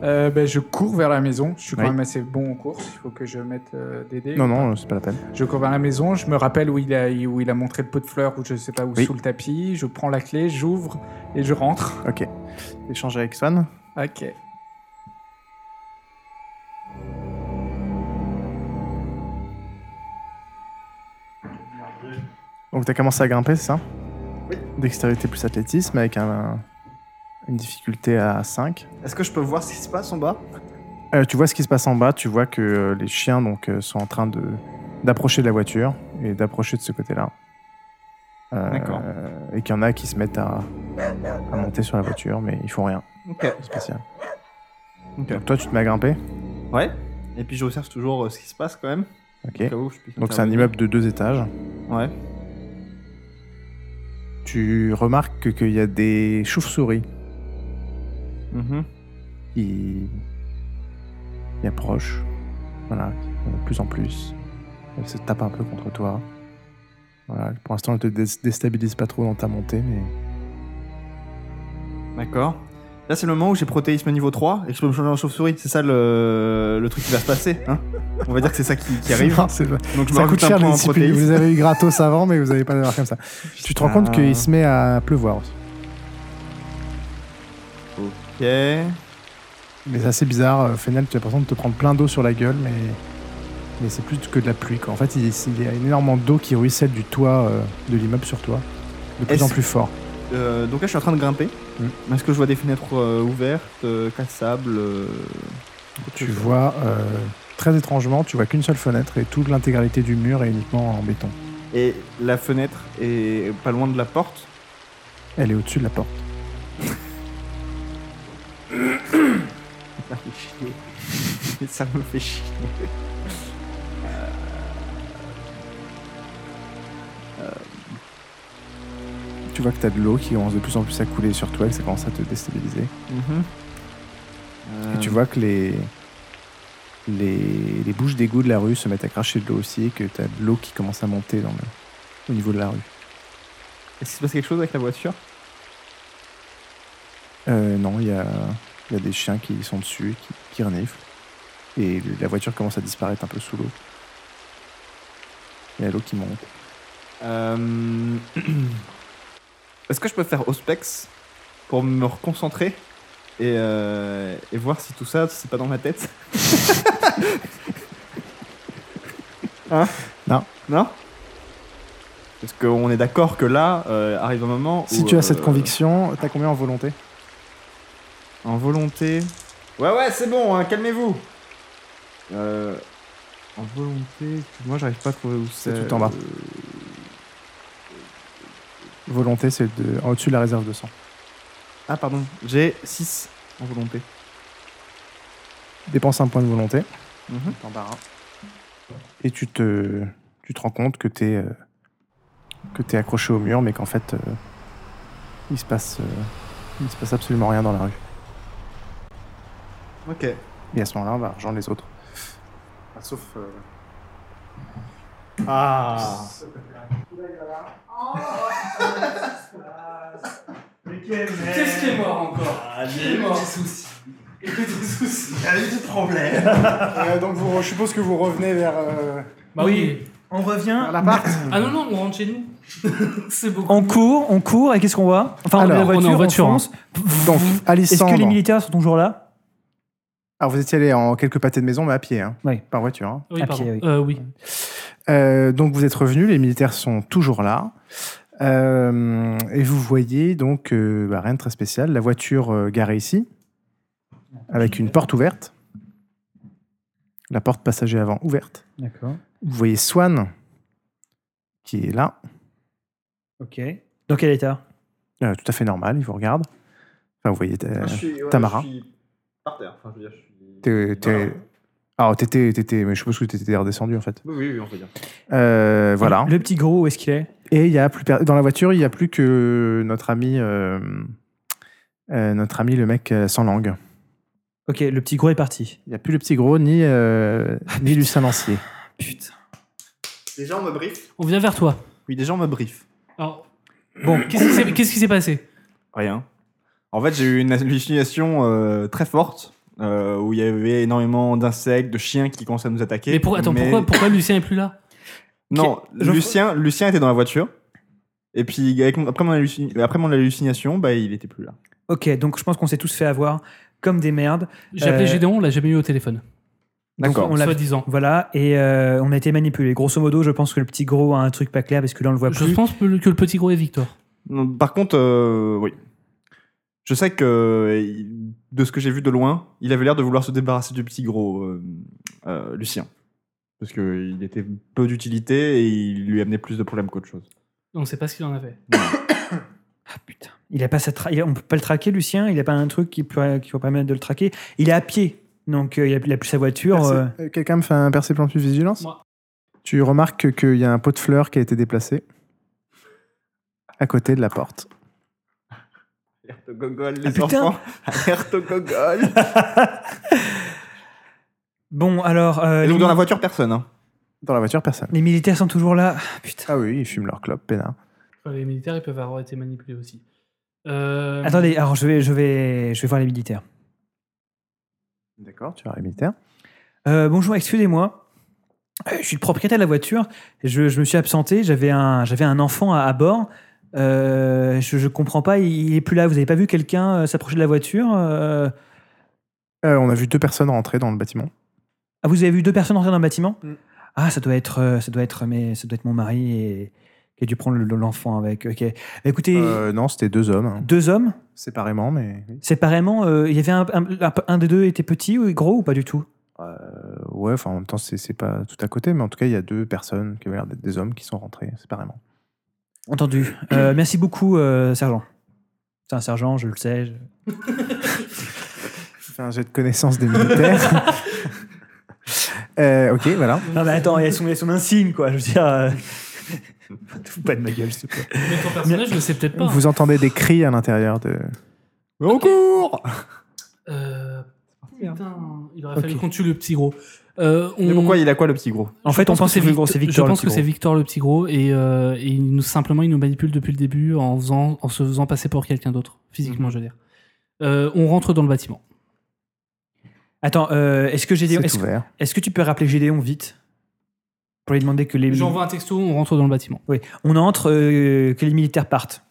Euh, bah, je cours vers la maison. Je suis quand
Oui.
même assez bon en course. Il faut que je mette euh, des dés.
Non, non, c'est pas la peine.
Je cours vers la maison. Je me rappelle où il a, où il a montré le pot de fleurs ou je sais pas où
Oui.
sous le tapis. Je prends la clé, j'ouvre et je rentre.
Ok. Échange avec Swan
Ok.
Donc t'as commencé à grimper, c'est ça Oui. Dextérité plus athlétisme avec un- une difficulté à 5.
Est-ce que je peux voir ce qui se passe en bas
Euh, tu vois ce qui se passe en bas, tu vois que euh, les chiens donc, euh, sont en train de d'approcher de la voiture et d'approcher de ce côté-là. Euh,
D'accord.
Et qu'il y en a qui se mettent à, à monter sur la voiture, mais ils font rien
Ok.
de spécial.
Ok.
Donc toi, tu te mets à grimper.
Ouais. Et puis j'observe toujours euh, ce qui se passe quand même.
Ok.
au cas où je puisse
Donc c'est un
intervenir.
immeuble de deux étages.
Ouais.
Tu remarques que- qu'il y a des chauves-souris
Mhm.
qui, qui approchent. Voilà, qui vont de plus en plus. Elle se tape un peu contre toi. Voilà, pour l'instant, elle te dé- déstabilise pas trop dans ta montée, mais
D'accord. Là, c'est le moment où j'ai protéisme niveau 3 et que je peux me changer en chauve-souris. C'est ça le... le truc qui va se passer. Hein On va dire que c'est ça qui, qui arrive.
Non, c'est-
Donc je me
ça coûte
rajoute un
cher les
point en
disciplines.
protéisme.
Vous avez eu gratos avant, mais vous avez pas d'avoir comme ça. Tu te rends compte qu'il se met à pleuvoir aussi.
Ok.
Mais c'est assez bizarre. euh, Fennel, tu as l'impression de te prendre plein d'eau sur la gueule, mais, mais c'est plus que de la pluie. Quoi. En fait, il, il y a énormément d'eau qui ruisselle du toit euh, de l'immeuble sur toi, de plus
Est-ce-
en plus fort.
Euh, donc là, je suis en train de grimper.
Mm.
Est-ce que je vois des fenêtres euh, ouvertes, euh, cassables euh, autre
Tu
chose
vois, euh, très étrangement, tu vois qu'une seule fenêtre et toute l'intégralité du mur est uniquement en béton.
Et la fenêtre est pas loin de la porte.
Elle est au-dessus de la porte.
Ça me fait chier. Mais ça me fait chier. Euh,
Tu vois que tu as de l'eau qui commence de plus en plus à couler sur toi et que ça commence à te déstabiliser.
mhm. Euh,
Et tu vois que les, les, les bouches d'égout de la rue se mettent à cracher de l'eau aussi et que tu as de l'eau qui commence à monter dans le- au niveau de la rue.
Est-ce qu'il se passe quelque chose avec la voiture
Euh, non, il y a, il y a des chiens qui sont dessus, qui, qui reniflent. Et le- la voiture commence à disparaître un peu sous l'eau. Il y a l'eau qui monte.
Euh, Est-ce que je peux faire Auspex pour me reconcentrer et, euh, et voir si tout ça, c'est pas dans ma tête Hein
Non.
Non Parce qu'on est d'accord que là, euh, arrive un moment
Si
où,
tu
euh,
as cette conviction, t'as combien en volonté
En volonté. Ouais, ouais, c'est bon, hein, calmez-vous Euh, En volonté, moi j'arrive pas à trouver où c'est.
tout en bas.
euh,
Volonté, c'est de- en au-dessus de la réserve de sang.
Ah, pardon, j'ai 6 en volonté.
Dépense un point de volonté.
Mhm.
et tu te, tu te rends compte que t'es euh, que t'es accroché au mur, mais qu'en fait, euh, il se passe euh, il se passe absolument rien dans la rue.
Ok.
Et à ce moment-là, on va rejoindre les autres. sauf.
euh, Ah
Qu'est-ce qui est mort encore Qui est mort
Euh, donc, je suppose que vous revenez vers. euh,
Bah oui.
On revient,
l'appart
Ah non, non, on rentre chez nous. C'est beaucoup.
on court, on court, et qu'est-ce qu'on voit Enfin,
Alors,
on est dans la
on est en
voiture,
voiture, hein.
on fonce.
Donc,
Est-ce que les
Alessandre.
militaires sont toujours là
Alors, vous étiez allé en quelques pâtés de maison, mais à pied, hein.
Oui.
Pas en voiture, hein.
Oui,
Ah,
pardon.
pied, oui.
Euh, oui.
Euh, donc vous êtes revenu, les militaires sont toujours là. Euh, et vous voyez donc euh, bah, rien de très spécial, la voiture euh, garée ici, avec une porte ouverte. la porte passager avant ouverte.
D'accord.
Vous voyez Swan qui est là,
Ok. Dans quel état
euh, tout à fait normal, il vous regarde. Enfin, vous voyez. euh, Tamara.
Je suis par terre. Enfin, je veux dire, je suis.
t'es- t'es- Alors, ah, t'étais, t'étais, mais je suppose que t'étais redescendu en fait.
Oui, oui, oui, on peut dire.
Euh, voilà.
Le petit gros, où est-ce qu'il est,
Et il y a plus per- dans la voiture, il n'y a plus que notre ami, euh, euh, notre ami le mec euh, sans langue.
Ok, le petit gros est parti.
Il n'y a plus le petit gros ni euh, ni Lucien Lancier.
Putain.
Déjà, on me brief.
On vient vers toi.
Oui, déjà, on me brief.
Alors, bon, qu'est-ce qui s'est- qu'est-ce qui s'est passé
Rien. En fait, j'ai eu une hallucination euh, très forte euh, où il y avait énormément d'insectes, de chiens qui commençaient à nous attaquer.
Mais pour, attends,
mais-
pourquoi, pourquoi Lucien est plus là
Non,
Jean-
Lucien, Lucien était dans la voiture. Et puis, avec mon- après, mon hallucin- après mon hallucination, bah, il était plus là.
Ok, donc je pense qu'on s'est tous fait avoir comme des merdes.
J'ai appelé
Euh,
Gédéon, on l'a jamais eu au téléphone.
D'accord.
on l'a-
Soi-disant.
Voilà, et euh, on a été manipulé. Grosso modo, je pense que le petit gros a un truc pas clair parce que là on le voit
Je
plus.
pense que le petit gros est Victor.
Non, Par contre, euh, oui. Je sais que, euh, il- de ce que j'ai vu de loin, il avait l'air de vouloir se débarrasser du petit gros, euh, euh, Lucien. Parce qu'il était peu d'utilité et il lui amenait plus de problèmes qu'autre chose.
On ne sait pas ce qu'il en a fait.
Ah, putain. Il a pas sa tra- il a- On peut pas le traquer, Lucien. Il a pas un truc qui peut, qui peut permettre de le traquer. Il est à pied, donc euh, il, a, il a plus sa voiture.
Percé-
euh,
euh, Quelqu'un me fait un perception plus vigilance
Moi.
Tu remarques qu'il y a un pot de fleurs qui a été déplacé à côté de la porte.
Alerte au gogol,
Ah, putain.
Alerte au gogol
Bon, alors. euh,
Et
les,
donc, dans la voiture, personne. hein.
Dans la voiture, personne.
les militaires sont toujours là. Ah, Putain.
Ah oui, ils fument leur clope, peinard.
Les militaires, ils peuvent avoir été manipulés aussi. Euh,
Attendez, alors je vais, je vais, je vais voir les militaires.
D'accord, tu vas militaire.
Euh, bonjour, excusez-moi. Euh, Je suis le propriétaire de la voiture. Je, je me suis absenté. J'avais un, j'avais un enfant à, à bord. Euh, je, je comprends pas. Il, il est plus là. Vous avez pas vu quelqu'un euh, s'approcher de la voiture Euh,
Euh, on a vu deux personnes rentrer dans le bâtiment.
Ah, vous avez vu deux personnes rentrer dans le bâtiment
Mm.
Ah, ça doit être, euh, ça doit être, mais ça doit être mon mari et qui a dû prendre le- l'enfant avec. Ok. Écoutez,
Euh, non, c'était deux hommes, hein.
deux hommes
séparément, mais. oui.
séparément. euh, il y avait un, un- un- un des deux était petit ou gros ou pas du tout
Euh, ouais, enfin, en même temps, c'est c'est pas tout à côté, mais en tout cas, il y a deux personnes qui avaient l'air d'être des hommes qui sont rentrés séparément.
Entendu. Euh, merci beaucoup, euh, sergent. C'est un sergent, je le sais. je-
Je fais un jet de connaissance des militaires. Euh, ok, voilà.
Non, mais attends, il y a son, il y a son insigne, quoi. Je veux dire. euh, Fous pas de ma gueule, s'il te plaît.
Mais ton personnage ne sait peut-être pas.
Vous entendez des cris à l'intérieur de.
Au cours
Euh, putain, il aurait fallu
Ok.
qu'on tue le petit gros. Euh, on-
Mais pourquoi il a quoi, le petit gros
En
je
fait, on
pense que
pense que c'est Victor, c'est Victor.
Je
le
pense
petit
que c'est
gros.
Victor le petit gros et, euh, et il nous, simplement il nous manipule depuis le début en, faisant, en se faisant passer pour quelqu'un d'autre, physiquement
Mhm.
je veux dire. Euh, on rentre dans le bâtiment.
Attends, euh, est-ce que Gédéon.
C'est
Est-ce
ouvert.
est-ce que tu peux rappeler Gédéon vite Pour lui demander que les.
J'envoie un texto, on rentre dans le bâtiment.
Oui, on entre, euh, que les militaires partent.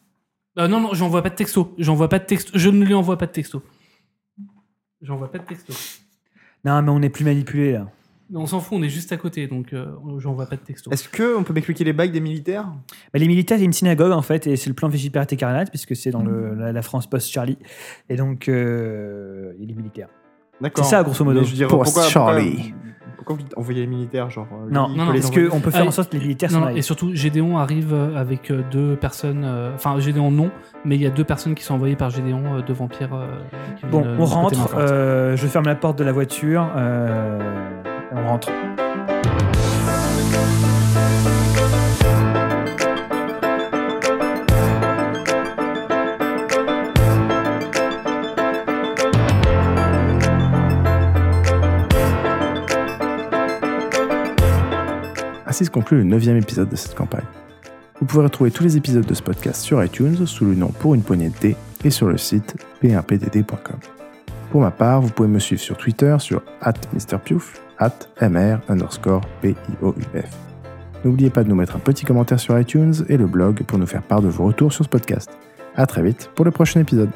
Euh, non, non, j'envoie pas de texto. J'envoie pas de texto. Je ne lui envoie pas de texto. J'envoie pas de texto.
Non, mais on n'est plus manipulé là.
Non, on s'en fout, on est juste à côté, donc euh, j'envoie pas de texto.
Est-ce qu'on peut m'expliquer les bagues des militaires
Bah, les militaires, c'est une synagogue en fait, et c'est le plan Vigipirate Écarlate, puisque c'est dans le,
Mm.
la, la France post-Charlie. Et donc, euh, il est militaire. C'est
D'accord.
ça, grosso modo.
Mais je veux dire,
Post
pourquoi,
Charlie.
pourquoi, pourquoi vous dites envoyer les militaires genre euh,
Non,
lui, il
non,
peut les
Parce
envoyer.
qu'on peut faire
Ah,
en sorte que les militaires
Non,
s'en
non,
aillent.
et surtout, Gédéon arrive euh, avec euh, deux personnes. euh, Enfin, Gédéon non, mais il y a deux personnes qui sont envoyées par Gédéon, euh, deux vampires. euh, qui
Bon,
viennent, euh,
on
du côté
rentre,
Montfort.
euh, je ferme la porte de la voiture, euh, et on rentre.
Ainsi se conclut le neuvième épisode de cette campagne. Vous pouvez retrouver tous les épisodes de ce podcast sur iTunes sous le nom Pour une poignée de thé et sur le site p1pdd.com. Pour ma part, vous pouvez me suivre sur Twitter sur @mrpiouf, mr underscore P-I-O-U-F. N'oubliez pas de nous mettre un petit commentaire sur iTunes et le blog pour nous faire part de vos retours sur ce podcast. À très vite pour le prochain épisode.